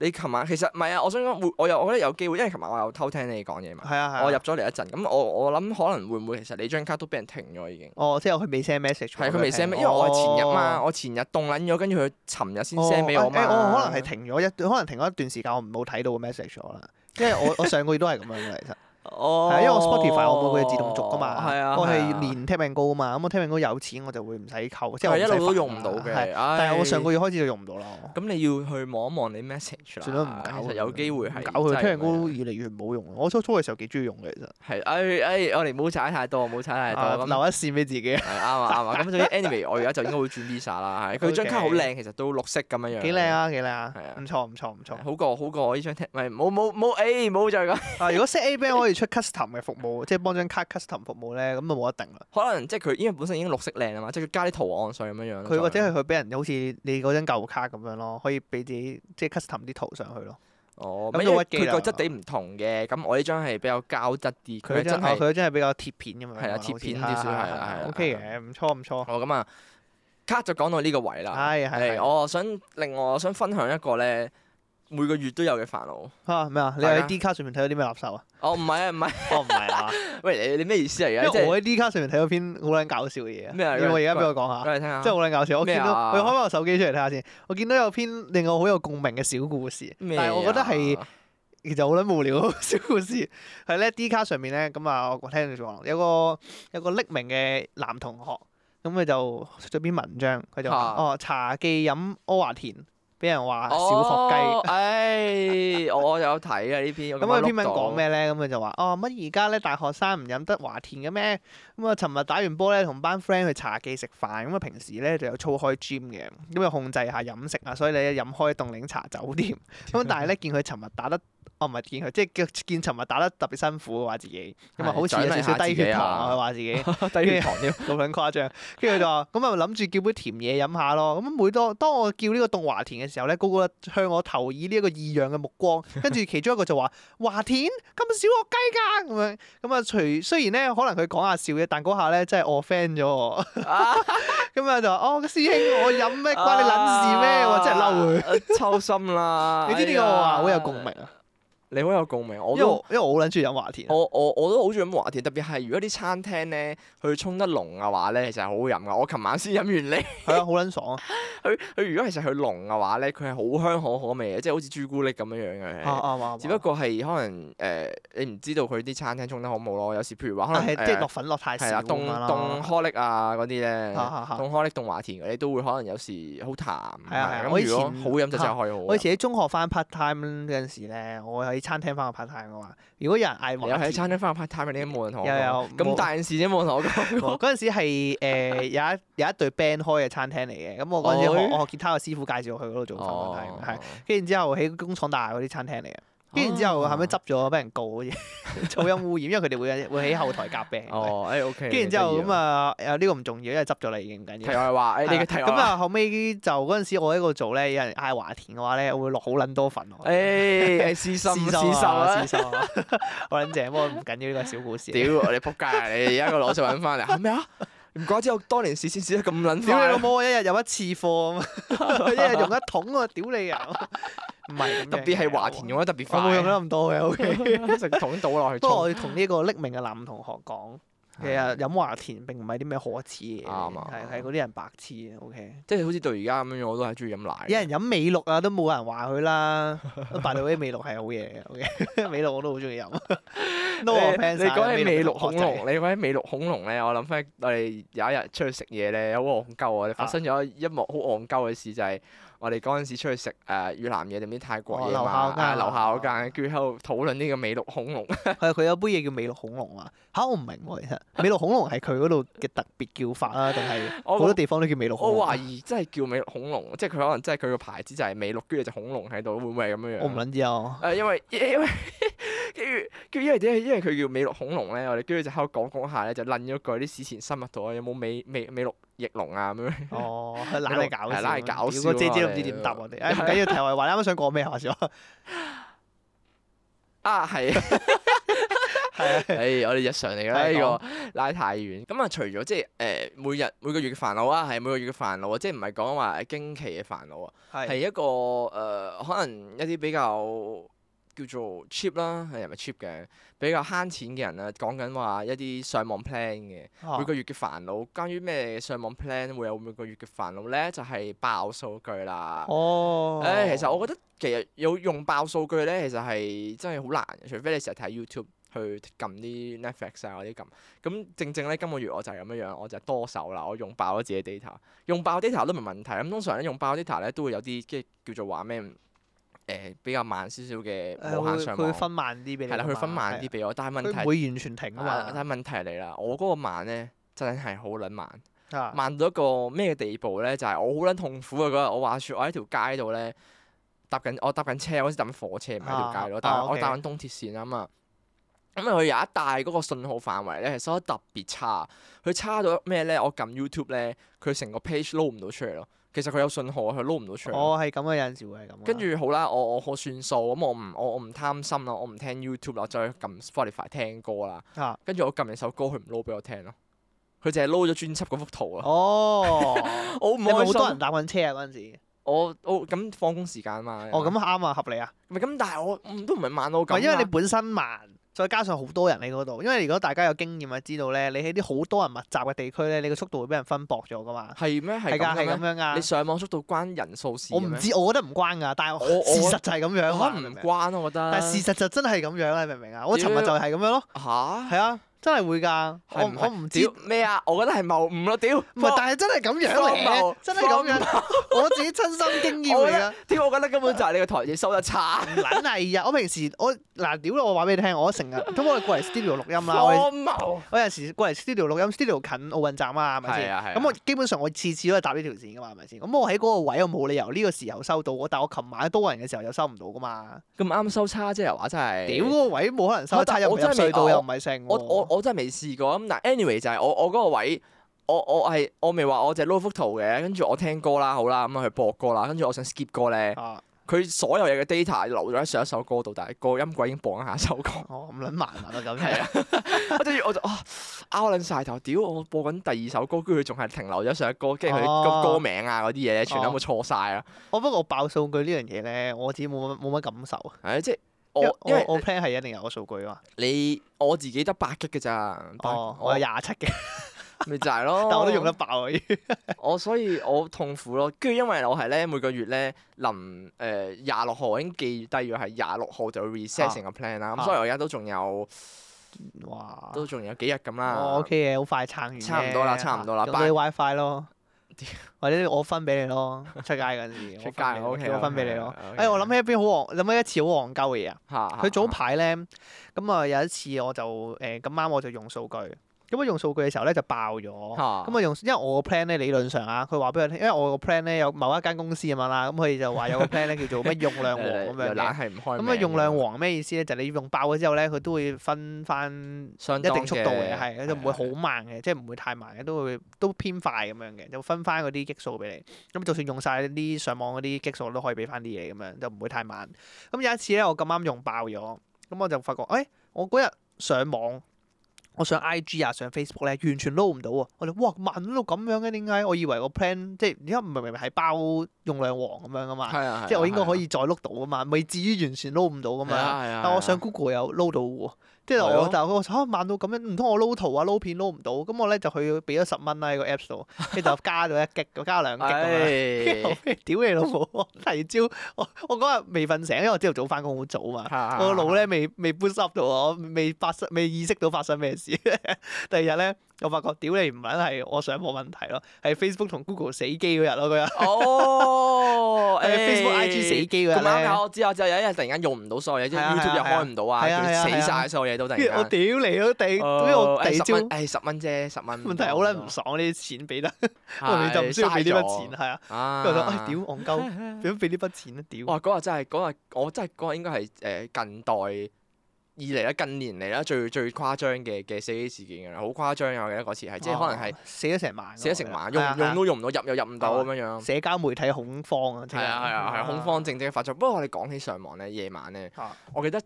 [SPEAKER 2] 你琴晚其實唔係啊，我想講會，我有我覺得有機會，因為琴晚我有偷聽你講嘢嘛。
[SPEAKER 1] 係啊係啊，
[SPEAKER 2] 我入咗嚟一陣，咁我我諗可能會唔會其實你張卡都俾人停咗已經。
[SPEAKER 1] 哦，即係佢未 send message，
[SPEAKER 2] 係佢未 send 咩？因為我係前日嘛，
[SPEAKER 1] 哦
[SPEAKER 2] 我前日凍撚咗，跟住佢尋日先
[SPEAKER 1] 哦
[SPEAKER 2] send 俾我
[SPEAKER 1] 誒
[SPEAKER 2] 嘛。
[SPEAKER 1] 誒我可能係停咗一，可能停咗一段時間，我冇睇到個 message 咗啦。因為我我上個月都係咁樣嘅，其實
[SPEAKER 2] 哦
[SPEAKER 1] 係啊因為我 Spotify 我每個月自動續噶嘛，
[SPEAKER 2] 係啊，
[SPEAKER 1] 我
[SPEAKER 2] 係
[SPEAKER 1] 係
[SPEAKER 2] 啊
[SPEAKER 1] 連 t a p i n 高啊嘛，咁我 t a p i n 高有錢我就會唔使扣，即係我唔
[SPEAKER 2] 係啊一
[SPEAKER 1] 使
[SPEAKER 2] 路都
[SPEAKER 1] 煩
[SPEAKER 2] 用唔到
[SPEAKER 1] 啦
[SPEAKER 2] 嘅。
[SPEAKER 1] 係但
[SPEAKER 2] 但
[SPEAKER 1] 係我上個月開始就用唔到啦。我
[SPEAKER 2] 咁你要去望一望你 message 啦。
[SPEAKER 1] 算啦，唔搞
[SPEAKER 2] 其
[SPEAKER 1] 佢
[SPEAKER 2] 實有機會
[SPEAKER 1] 唔
[SPEAKER 2] 係
[SPEAKER 1] 搞佢，聽
[SPEAKER 2] 真係
[SPEAKER 1] 人
[SPEAKER 2] 咁
[SPEAKER 1] 歌
[SPEAKER 2] 樣
[SPEAKER 1] 越嚟越唔好用。我初初嘅時候幾中意用嘅，其實
[SPEAKER 2] 係，哎哎，我哋唔好踩太多，唔好踩太
[SPEAKER 1] 啊
[SPEAKER 2] 多。
[SPEAKER 1] 留
[SPEAKER 2] 咁
[SPEAKER 1] 一線俾自己，幾
[SPEAKER 2] 係啱啊啱啊，
[SPEAKER 1] <laughs>
[SPEAKER 2] 咁所以 anyway，我而家就應該會轉 Visa 啦。係佢張卡好
[SPEAKER 1] OK
[SPEAKER 2] 靚，其實都綠色咁樣樣。
[SPEAKER 1] 靚！啊，幾靚
[SPEAKER 2] 係
[SPEAKER 1] 啊，
[SPEAKER 2] 啊
[SPEAKER 1] 唔錯唔錯唔錯。
[SPEAKER 2] 好過好過我呢張聽，唔係冇冇冇，誒冇再講。 <laughs>
[SPEAKER 1] 啊，如果 set A b a n 可以出 custom 嘅服務， <laughs> 即係幫張卡 custom 服務咧，咁就冇一定啦。
[SPEAKER 2] 可能即係佢因為本身已經綠色靚啊嘛，即係佢加啲圖案上去咁樣樣咯。
[SPEAKER 1] 佢或者
[SPEAKER 2] 再
[SPEAKER 1] 係佢俾人好似你嗰張舊卡咁樣咯，可以俾自己即係 custom 啲圖上去咯。
[SPEAKER 2] 哦，
[SPEAKER 1] 咁
[SPEAKER 2] 因
[SPEAKER 1] 都
[SPEAKER 2] 為
[SPEAKER 1] 屈機
[SPEAKER 2] 佢
[SPEAKER 1] 啦
[SPEAKER 2] 個質地唔同嘅，咁我呢張係比較膠質啲，
[SPEAKER 1] 啊佢
[SPEAKER 2] 佢
[SPEAKER 1] 張
[SPEAKER 2] 真
[SPEAKER 1] 啊佢
[SPEAKER 2] 係
[SPEAKER 1] 嗰張係比較貼片咁樣啊嘛，
[SPEAKER 2] 係啊
[SPEAKER 1] 好似
[SPEAKER 2] 貼片少少係啊係啊
[SPEAKER 1] ，OK 嘅，唔錯唔錯，
[SPEAKER 2] 哦咁啊。卡就講到呢個位啦，
[SPEAKER 1] 係係
[SPEAKER 2] 係
[SPEAKER 1] 係
[SPEAKER 2] 我想另外我想分享一個咧，每個月都有嘅煩惱。
[SPEAKER 1] 啊咩啊？你
[SPEAKER 2] 大
[SPEAKER 1] 喺
[SPEAKER 2] 家
[SPEAKER 1] D 卡上面睇到啲咩垃圾啊？
[SPEAKER 2] 哦，唔係啊，唔係，
[SPEAKER 1] 哦唔係 <laughs> 啊，
[SPEAKER 2] 喂，你你咩意思啊？
[SPEAKER 1] 因
[SPEAKER 2] 而家即
[SPEAKER 1] 為
[SPEAKER 2] 係
[SPEAKER 1] 我喺 D 卡上面睇到篇好撚搞笑嘅嘢啊，
[SPEAKER 2] 咩啊
[SPEAKER 1] 要唔要而家俾我講下？
[SPEAKER 2] 講嚟聽下，
[SPEAKER 1] 真係好撚搞笑！我
[SPEAKER 2] 咩
[SPEAKER 1] 見
[SPEAKER 2] 啊
[SPEAKER 1] 到我開翻個手機出嚟睇下先，我見到有篇令我好有共鳴嘅小故事，但
[SPEAKER 2] 咩
[SPEAKER 1] 係我覺得
[SPEAKER 2] 啊
[SPEAKER 1] 係其實好撚無聊 <laughs> 嘅小故事，係咧 D 卡上面咧咁啊，我聽住講有個有個匿名嘅男同學，咁佢就出咗篇文章，佢就話
[SPEAKER 2] 啊
[SPEAKER 1] 哦茶記飲阿華田俾人話小學雞。
[SPEAKER 2] 哦唉，我有睇啊呢篇。
[SPEAKER 1] 咁佢篇文講？咩咧？咁佢就話：哦，乜而家咧大學生唔飲得華田嘅咩？咁啊，尋日打完波咧，同班 friend 去茶記食飯。咁啊，平時咧就有操開 gym 嘅，咁啊控制下飲食啊，所以你飲開凍檸茶酒店。咁但係
[SPEAKER 2] <laughs>
[SPEAKER 1] 咧，見佢尋日打得，哦唔係見佢，即係見尋日打得特別辛苦，話自己咁啊，
[SPEAKER 2] 係
[SPEAKER 1] 好似有少少低血糖啊，佢話自己。
[SPEAKER 2] <laughs> 低血糖
[SPEAKER 1] <laughs>
[SPEAKER 2] 添。
[SPEAKER 1] 咁撚誇張，跟住佢就
[SPEAKER 2] <laughs>
[SPEAKER 1] 話：咁啊諗住叫杯甜嘢飲下咯。咁每當當我叫呢個凍華田嘅時候咧，個個向我投以呢一個異樣嘅目
[SPEAKER 2] <laughs>
[SPEAKER 1] 光，跟住其中一個就話：華田咁小學雞㗎咁樣。咁啊，除雖然咧可能佢講下笑嘅，但嗰下咧真係 offend 咗我。
[SPEAKER 2] <laughs> 啊
[SPEAKER 1] 咁啊就話：哦，師兄，我飲咩關你撚事
[SPEAKER 2] 啊
[SPEAKER 1] 咩？我真係嬲佢。
[SPEAKER 2] 佢，抽心啦！
[SPEAKER 1] <laughs>
[SPEAKER 2] 哎
[SPEAKER 1] 你知唔知我話好有共鳴，啊？
[SPEAKER 2] 你好有共鳴，我
[SPEAKER 1] 因為
[SPEAKER 2] 都
[SPEAKER 1] 我。因為我好撚中意飲華田。啊
[SPEAKER 2] 我我我都好中意飲華田，特別係如果啲餐廳咧佢沖得濃嘅話咧，其實係好好飲噶。我琴晚先飲完呢， <laughs>
[SPEAKER 1] 係啊，好撚爽啊！
[SPEAKER 2] 佢佢如果其實佢濃嘅話咧，佢係好香可可味嘅，即係好似朱古力咁樣樣嘅。
[SPEAKER 1] 啊啱啊！
[SPEAKER 2] 只不過係可能誒、呃你唔知道佢啲餐廳沖得好唔好咯。有時譬如話可能
[SPEAKER 1] 啊係即係
[SPEAKER 2] 誒
[SPEAKER 1] 落粉落太少
[SPEAKER 2] 係啦，
[SPEAKER 1] 咁
[SPEAKER 2] 凍
[SPEAKER 1] 樣啦
[SPEAKER 2] 凍可力啊嗰啲咧，
[SPEAKER 1] 啊啊啊
[SPEAKER 2] 凍可力凍華田嗰啲都會可能有時好淡。
[SPEAKER 1] 係啊係啊我
[SPEAKER 2] 咁
[SPEAKER 1] 以
[SPEAKER 2] 如果
[SPEAKER 1] 前啊
[SPEAKER 2] 好飲就真係可以好飲。
[SPEAKER 1] 我以前喺中學翻 part time 嗰陣時咧，我喺餐廳翻個 part time 嘅話，如果有人嗌
[SPEAKER 2] 你有
[SPEAKER 1] 華
[SPEAKER 2] 喺
[SPEAKER 1] 田，
[SPEAKER 2] 餐廳翻 part time 你都冇人同我
[SPEAKER 1] 有
[SPEAKER 2] 講。
[SPEAKER 1] 有冇
[SPEAKER 2] 咁大件事啫，冇人同我講過。
[SPEAKER 1] 我嗰陣時係誒有一有一隊 band 開嘅餐廳嚟嘅，咁我嗰陣時
[SPEAKER 2] 哦
[SPEAKER 1] 學我學吉他嘅師傅介紹我去嗰度做 part time，係跟住之後喺工廠大廈嗰啲餐廳
[SPEAKER 2] 哦
[SPEAKER 1] 嚟嘅，跟住之後後尾執咗，俾人告好似 <laughs> 噪音污染，因為佢哋會會喺後台夾 band，
[SPEAKER 2] 哦，誒 OK。
[SPEAKER 1] 跟住之後咁
[SPEAKER 2] 啊，
[SPEAKER 1] 啊誒呢個唔重要，因為執咗啦已經唔緊
[SPEAKER 2] 題
[SPEAKER 1] 要。
[SPEAKER 2] 外話，啊誒你嘅題外
[SPEAKER 1] 咁
[SPEAKER 2] 話。
[SPEAKER 1] 啊，後尾就嗰陣時我喺嗰度做咧，有人嗌華田嘅話咧，我會落好撚多份喎。
[SPEAKER 2] 誒
[SPEAKER 1] 哎
[SPEAKER 2] 誒，私心哎私心啊！
[SPEAKER 1] 私仇啊！我撚正，不過唔緊要，呢個係小故事。
[SPEAKER 2] 屌你仆街啊！你而家個攞就揾翻嚟 <laughs> 嚇咩啊？唔怪之我當年試先試得咁撚
[SPEAKER 1] 屌你老
[SPEAKER 2] 快，
[SPEAKER 1] 母！我一日有一次貨
[SPEAKER 2] <laughs>
[SPEAKER 1] 咁，一日用一桶啊！屌你啊！唔係咁樣嘅
[SPEAKER 2] 特別係華田用得特別
[SPEAKER 1] 我冇用
[SPEAKER 2] <laughs> 快，
[SPEAKER 1] 得咁多嘅。O K，
[SPEAKER 2] 成桶倒落去
[SPEAKER 1] 不過
[SPEAKER 2] 沖。
[SPEAKER 1] 我要同呢個匿名嘅男同學講，其實飲華田並唔係啲咩可恥嘅嘢，
[SPEAKER 2] 啱啊
[SPEAKER 1] 係係嗰啲人白痴嘅。O K，
[SPEAKER 2] 即係好似到而家咁樣，我都係中意飲奶。
[SPEAKER 1] 有人飲美露啊，都冇人話佢
[SPEAKER 2] <laughs>
[SPEAKER 1] 啦。白到啲美露係好嘢嘅。O K，美露我都好中意飲。No <laughs>
[SPEAKER 2] 你
[SPEAKER 1] offense 啊
[SPEAKER 2] 你講起美
[SPEAKER 1] 露
[SPEAKER 2] 陸恐龍，啊你講起美陸恐龍咧，我諗翻我哋有一日出去食嘢咧，好戇鳩啊！我哋發生咗一幕好戇鳩嘅事，就係我哋嗰陣時出去食誒越南嘢定唔知泰國嘢嘛，
[SPEAKER 1] 哦樓下嗰間
[SPEAKER 2] 啊樓下嗰間，跟住喺度討論呢個美陸恐龍。 <laughs>
[SPEAKER 1] 係啊佢有杯嘢叫美露恐龍啊！嚇我唔明喎，其實美露恐龍係佢嗰度嘅特別叫法啊，定係好
[SPEAKER 2] <laughs> 我
[SPEAKER 1] 多地方都叫美露恐龍？
[SPEAKER 2] 我懷疑真係叫美陸恐龍，即係佢可能真係佢個牌子就係美陸，跟住就恐龍喺度，會唔會係咁樣樣？
[SPEAKER 1] 我唔撚知啊！
[SPEAKER 2] 誒，因為因為 <laughs> 跟住跟住因為點解？因為佢叫美陸恐龍咧，我哋跟住就喺度講講下咧，就撚咗句啲史前生物度啊，有冇美美美陸翼龍啊咁樣。
[SPEAKER 1] 哦，
[SPEAKER 2] <laughs>
[SPEAKER 1] 懶係搞笑，
[SPEAKER 2] 係懶係搞笑
[SPEAKER 1] 屌
[SPEAKER 2] 啊
[SPEAKER 1] 個姐姐都唔知點答我
[SPEAKER 2] <laughs>
[SPEAKER 1] 哋。誒哎唔緊要，題外話，你啱啱想講咩話咗？
[SPEAKER 2] 啊，係， <laughs>
[SPEAKER 1] 係啊，
[SPEAKER 2] 誒，我哋日常嚟㗎啦，
[SPEAKER 1] 係
[SPEAKER 2] 呢個拉太遠。咁啊，除咗即係誒每日每個月嘅煩惱啊，係每個月嘅煩惱啊，即係唔係講話經期嘅煩惱啊，
[SPEAKER 1] <laughs>
[SPEAKER 2] 係
[SPEAKER 1] 係
[SPEAKER 2] 一個誒、呃可能一啲比較叫做 cheap 啦，係咪 cheap 嘅，比較慳錢嘅人啦，講緊話一啲上網 plan 嘅。
[SPEAKER 1] 哦
[SPEAKER 2] 每個月嘅煩惱，關於咩上網 plan 會有每個月嘅煩惱咧？就係、爆數據啦。
[SPEAKER 1] 哦
[SPEAKER 2] 誒、，其實我覺得其實有用爆數據咧，其實係真係好難嘅，除非你成日睇 YouTube 去撳啲 Netflix 啊嗰啲撳。咁正正咧，今個月我就係咁樣樣，我就係多手啦，我用爆咗自己 data，用爆 data 都唔係問題。咁通常咧用爆 data 咧都會有啲即係叫做話咩誒比較慢少少嘅
[SPEAKER 1] 誒
[SPEAKER 2] 無限
[SPEAKER 1] 會
[SPEAKER 2] 上
[SPEAKER 1] 佢會
[SPEAKER 2] 網，
[SPEAKER 1] 分慢啲俾你
[SPEAKER 2] 係
[SPEAKER 1] 㗎
[SPEAKER 2] 啦，
[SPEAKER 1] 嘛，
[SPEAKER 2] 佢分慢啲
[SPEAKER 1] 係
[SPEAKER 2] 俾我，但係問
[SPEAKER 1] 啊，佢唔
[SPEAKER 2] 題
[SPEAKER 1] 會完全停啊
[SPEAKER 2] 啊
[SPEAKER 1] 嘛
[SPEAKER 2] 但係問題嚟啦，我嗰個慢咧真係好撚慢。
[SPEAKER 1] 啊。
[SPEAKER 2] 慢到一個咩地步咧？就係、我好撚痛苦啊！嗰日我話説，我喺條街度咧搭緊，我搭緊車，我先搭緊火車，唔係喺條街
[SPEAKER 1] 啊
[SPEAKER 2] 度，但
[SPEAKER 1] 啊
[SPEAKER 2] 係我
[SPEAKER 1] ，OK
[SPEAKER 2] 搭緊東鐵線啊嘛。咁啊，佢有一帶嗰個信號範圍咧，係收得特別差。佢差到咩咧？我撳 YouTube 咧，佢成個 page 撈唔到出嚟咯。其實佢有信號啊，佢撈唔到出嚟咯。
[SPEAKER 1] 我哦係咁啊嘅，有陣時會係咁㗎。
[SPEAKER 2] 跟住好啦，我我好算數，咁我唔我我唔貪心啦，我唔聽 YouTube 啦，我再撳 Spotify 聽歌啦。
[SPEAKER 1] 啊，
[SPEAKER 2] 跟住我撳完首歌，佢唔撈俾我聽咯。佢淨係撈咗專輯嗰幅圖啊！
[SPEAKER 1] 哦，
[SPEAKER 2] 我 <laughs> 唔
[SPEAKER 1] 你咪好
[SPEAKER 2] 開心
[SPEAKER 1] 多。人搭緊車啊嗰陣時。
[SPEAKER 2] 我我咁放工時間嘛。
[SPEAKER 1] 哦，咁啱啊，合理啊。
[SPEAKER 2] 咪咁，但係我嗯都唔係慢到
[SPEAKER 1] 唔係
[SPEAKER 2] 咁。
[SPEAKER 1] 因為你本身慢，再加上好多人喺嗰度。因為如果大家有經驗啊，知道咧，你喺啲好多人密集嘅地區咧，你個速度會俾人分薄咗噶嘛。
[SPEAKER 2] 係咩？係
[SPEAKER 1] 係㗎，係
[SPEAKER 2] 咁嘅
[SPEAKER 1] 咁
[SPEAKER 2] 咩？
[SPEAKER 1] 樣
[SPEAKER 2] 你
[SPEAKER 1] 㗎。
[SPEAKER 2] 上網速度關人數事
[SPEAKER 1] 我
[SPEAKER 2] 嘅
[SPEAKER 1] 唔
[SPEAKER 2] 咩
[SPEAKER 1] 知，我覺得唔關㗎，但係
[SPEAKER 2] 我我
[SPEAKER 1] 事實就係咁樣啊
[SPEAKER 2] 可
[SPEAKER 1] 嘛。你
[SPEAKER 2] 能
[SPEAKER 1] 明
[SPEAKER 2] 唔
[SPEAKER 1] 唔明
[SPEAKER 2] 關咯，我覺得。
[SPEAKER 1] 啊但係事實就真係咁樣啦，你明唔明啊？我尋日就係咁樣咯，
[SPEAKER 2] 吓？
[SPEAKER 1] 係啊，真係會㗎。我
[SPEAKER 2] 係唔係
[SPEAKER 1] 我唔知，
[SPEAKER 2] 屌
[SPEAKER 1] 唔
[SPEAKER 2] 咩啊？我覺得係謬誤咯，屌！
[SPEAKER 1] 係，但係真係咁樣嚟
[SPEAKER 2] 荒
[SPEAKER 1] 嘅
[SPEAKER 2] 謬，
[SPEAKER 1] 真係咁樣，我自己親身經驗
[SPEAKER 2] 我
[SPEAKER 1] 嚟
[SPEAKER 2] 覺
[SPEAKER 1] 㗎
[SPEAKER 2] 得。屌，我覺得根本就係你個台嘢收
[SPEAKER 1] <laughs>
[SPEAKER 2] 得差，
[SPEAKER 1] 唔撚係啊！我平時我嗱屌啦，我話俾你聽，我
[SPEAKER 2] <laughs>
[SPEAKER 1] 成日咁我哋過嚟 studio 錄音啦，啊我哋
[SPEAKER 2] 荒謬。
[SPEAKER 1] 我有陣時過嚟 studio 錄音，studio 近奧運站啊，係咪
[SPEAKER 2] 係
[SPEAKER 1] 先
[SPEAKER 2] 啊係啊？
[SPEAKER 1] 咁我基本上我次次都係搭呢條線噶嘛，係咪先？咁我喺嗰個位我冇理由呢個時候收到，但我琴晚多人嘅時候又收唔到噶嘛。
[SPEAKER 2] 咁啱收差啫，又話真係。
[SPEAKER 1] 屌嗰個位冇可能收
[SPEAKER 2] 嚇但
[SPEAKER 1] 差，又唔
[SPEAKER 2] 我
[SPEAKER 1] 入
[SPEAKER 2] 真係未
[SPEAKER 1] 隧道
[SPEAKER 2] 我
[SPEAKER 1] 又唔係剩喎。
[SPEAKER 2] 我我我真係未試過咁，但 anyway 就係我我嗰個位，我我係我咪話我就係撈幅圖嘅，跟住我聽歌啦，好啦咁啊去播歌啦，跟住我想 skip 歌咧，
[SPEAKER 1] 啊，
[SPEAKER 2] 佢所有嘢嘅 data 留咗喺上一首歌度，但係個音軌已經播緊下一首歌，
[SPEAKER 1] 我咁撚麻煩啊咁
[SPEAKER 2] 係
[SPEAKER 1] 樣。
[SPEAKER 2] 啊，跟 <laughs> 住我就啊拗撚晒頭，屌我播緊第二首歌，跟住佢仲係停留咗上一歌，跟住佢
[SPEAKER 1] 哦
[SPEAKER 2] 個歌名啊嗰啲嘢全部錯晒啊！
[SPEAKER 1] 我不過我爆數據呢樣嘢咧，我自己冇乜冇乜感受啊。
[SPEAKER 2] 係即係
[SPEAKER 1] 因為
[SPEAKER 2] 我因為
[SPEAKER 1] 我我 plan 係一定有個數據啊
[SPEAKER 2] 你我自己得八 G 嘅咋，
[SPEAKER 1] 嘛。
[SPEAKER 2] 八
[SPEAKER 1] 哦，我有廿七嘅，
[SPEAKER 2] 咪就係咯，
[SPEAKER 1] 但我都用得爆啊。已經
[SPEAKER 2] 我所以我痛苦咯，跟住因為我係咧每個月咧臨誒廿六號我已經記低咗係廿六號就會 reset 成個 plan 啦，咁、
[SPEAKER 1] 啊
[SPEAKER 2] 所以我而家都仲有哦
[SPEAKER 1] 哇！
[SPEAKER 2] 都仲有幾日咁啦。
[SPEAKER 1] 哦，OK 嘅，好快撐完嘅。
[SPEAKER 2] 啊
[SPEAKER 1] 啊
[SPEAKER 2] 差唔多啦差唔多啦
[SPEAKER 1] 用
[SPEAKER 2] 拜
[SPEAKER 1] 你 WiFi 咯
[SPEAKER 2] 屌，
[SPEAKER 1] 或者我分俾你咯，出街嗰陣時，
[SPEAKER 2] <laughs> 出
[SPEAKER 1] 我
[SPEAKER 2] 街
[SPEAKER 1] 分俾你
[SPEAKER 2] OK，
[SPEAKER 1] 我分俾你咯。
[SPEAKER 2] OK，OK
[SPEAKER 1] 哎，我諗起一邊好戇，諗起一次好戇鳩嘅嘢啊！
[SPEAKER 2] 嚇
[SPEAKER 1] 佢早排咧，咁啊有一次我就誒咁啱我就用數據，咁我用數據嘅時候咧就爆咗，咁
[SPEAKER 2] 咁
[SPEAKER 1] 啊用，因為我個 plan 咧理論上啊，佢話俾我聽，因為我個 plan 咧有某一間公司咁樣啦，咁佢就話有個 plan 咧叫做咩用量王咁樣
[SPEAKER 2] <laughs>
[SPEAKER 1] 嘅
[SPEAKER 2] 又懶係唔開
[SPEAKER 1] 咁
[SPEAKER 2] 名
[SPEAKER 1] 啊
[SPEAKER 2] 嘅
[SPEAKER 1] 用量王咩意思咧？就係你用爆咗之後咧，佢都會分翻。
[SPEAKER 2] 相
[SPEAKER 1] 一
[SPEAKER 2] 當
[SPEAKER 1] 定速度嘅，
[SPEAKER 2] 係
[SPEAKER 1] 係就唔會好慢嘅，即係唔會太慢嘅，都會都偏快咁樣嘅，就分翻嗰啲激素俾你。咁就算用晒啲上網嗰啲激素，都可以俾翻啲嘢咁樣，就唔會太慢。咁有一次咧，我咁啱用爆咗，咁我就發覺，誒、哎我嗰日上網。我上 IG 啊，上 Facebook 咧，完全撈唔到啊！我哋哇慢到咁樣嘅，點解？我以為我 plan 即係而家唔係明明係包用量王咁樣噶嘛，
[SPEAKER 2] 係啊，
[SPEAKER 1] 即係我應該可以再碌到噶嘛，未至於完全撈唔到噶
[SPEAKER 2] 咁
[SPEAKER 1] 嘛。
[SPEAKER 2] 啊係啊。係啊
[SPEAKER 1] 但我上 Google 有撈到喎，即係
[SPEAKER 2] 係
[SPEAKER 1] 我
[SPEAKER 2] 咯
[SPEAKER 1] 但係我嚇慢到咁樣，唔通我撈圖啊撈片撈唔到，咁我咧就去俾咗十蚊啦喺個 Apps 度，跟住就加咗一擊，加兩擊咁樣。 <laughs> 跟
[SPEAKER 2] <laughs>
[SPEAKER 1] 住後
[SPEAKER 2] 唉
[SPEAKER 1] 尾屌你老母！我第二朝我我嗰日未瞓醒，因為我朝頭早翻工好早
[SPEAKER 2] 啊
[SPEAKER 1] 嘛，我個腦咧未未 boost up 到啊，我未發生未意識到發生咩事。 <laughs> 第二日咧，我發覺屌你唔撚係我上網問題咯，係 Facebook 同 Google 死機嗰日咯嗰日，
[SPEAKER 2] <laughs> 哦，
[SPEAKER 1] 係 <laughs> Facebook IG
[SPEAKER 2] 唉
[SPEAKER 1] 死機嗰
[SPEAKER 2] 咁
[SPEAKER 1] 日
[SPEAKER 2] 啱
[SPEAKER 1] 咧
[SPEAKER 2] 啊！。我知我就有一日突然間用唔到所有嘢，即係
[SPEAKER 1] 係啊係
[SPEAKER 2] YouTube
[SPEAKER 1] 啊
[SPEAKER 2] 又開唔到啊，
[SPEAKER 1] 係啊係啊
[SPEAKER 2] 佢
[SPEAKER 1] 係啊
[SPEAKER 2] 死晒所有嘢都突然
[SPEAKER 1] 跟住我
[SPEAKER 2] 間。哦哎
[SPEAKER 1] 屌你咯，第，因為我第二
[SPEAKER 2] 誒十
[SPEAKER 1] 朝
[SPEAKER 2] 蚊，誒十蚊啫，十蚊。
[SPEAKER 1] <laughs>
[SPEAKER 2] 哦
[SPEAKER 1] 問題係好撚唔爽呢啲錢俾得，
[SPEAKER 2] 係，
[SPEAKER 1] 我 <laughs> 哋就唔需要俾呢筆錢，
[SPEAKER 2] 嘥咗
[SPEAKER 1] 係啊。
[SPEAKER 2] 啊！
[SPEAKER 1] 跟住我就唉屌戇
[SPEAKER 2] <laughs>
[SPEAKER 1] 鳩，點樣俾呢筆錢啊屌！
[SPEAKER 2] 哇！嗰日真係嗰日，我真係嗰日應該係誒近代以嚟啦，近年嚟啦最最誇張嘅嘅死機事件㗎啦，好誇張啊！我記得嗰次係，即係可能係啊
[SPEAKER 1] 哦死咗成萬，
[SPEAKER 2] 死咗成晚，
[SPEAKER 1] 我
[SPEAKER 2] 用
[SPEAKER 1] 覺得啊
[SPEAKER 2] 用都用唔到，入又入唔到咁樣樣。
[SPEAKER 1] 社交媒體恐慌啊！
[SPEAKER 2] 啊係啊係啊係啊，恐慌症症發作。不過我哋講起上網咧，夜晚咧，
[SPEAKER 1] 慌。
[SPEAKER 2] 我記得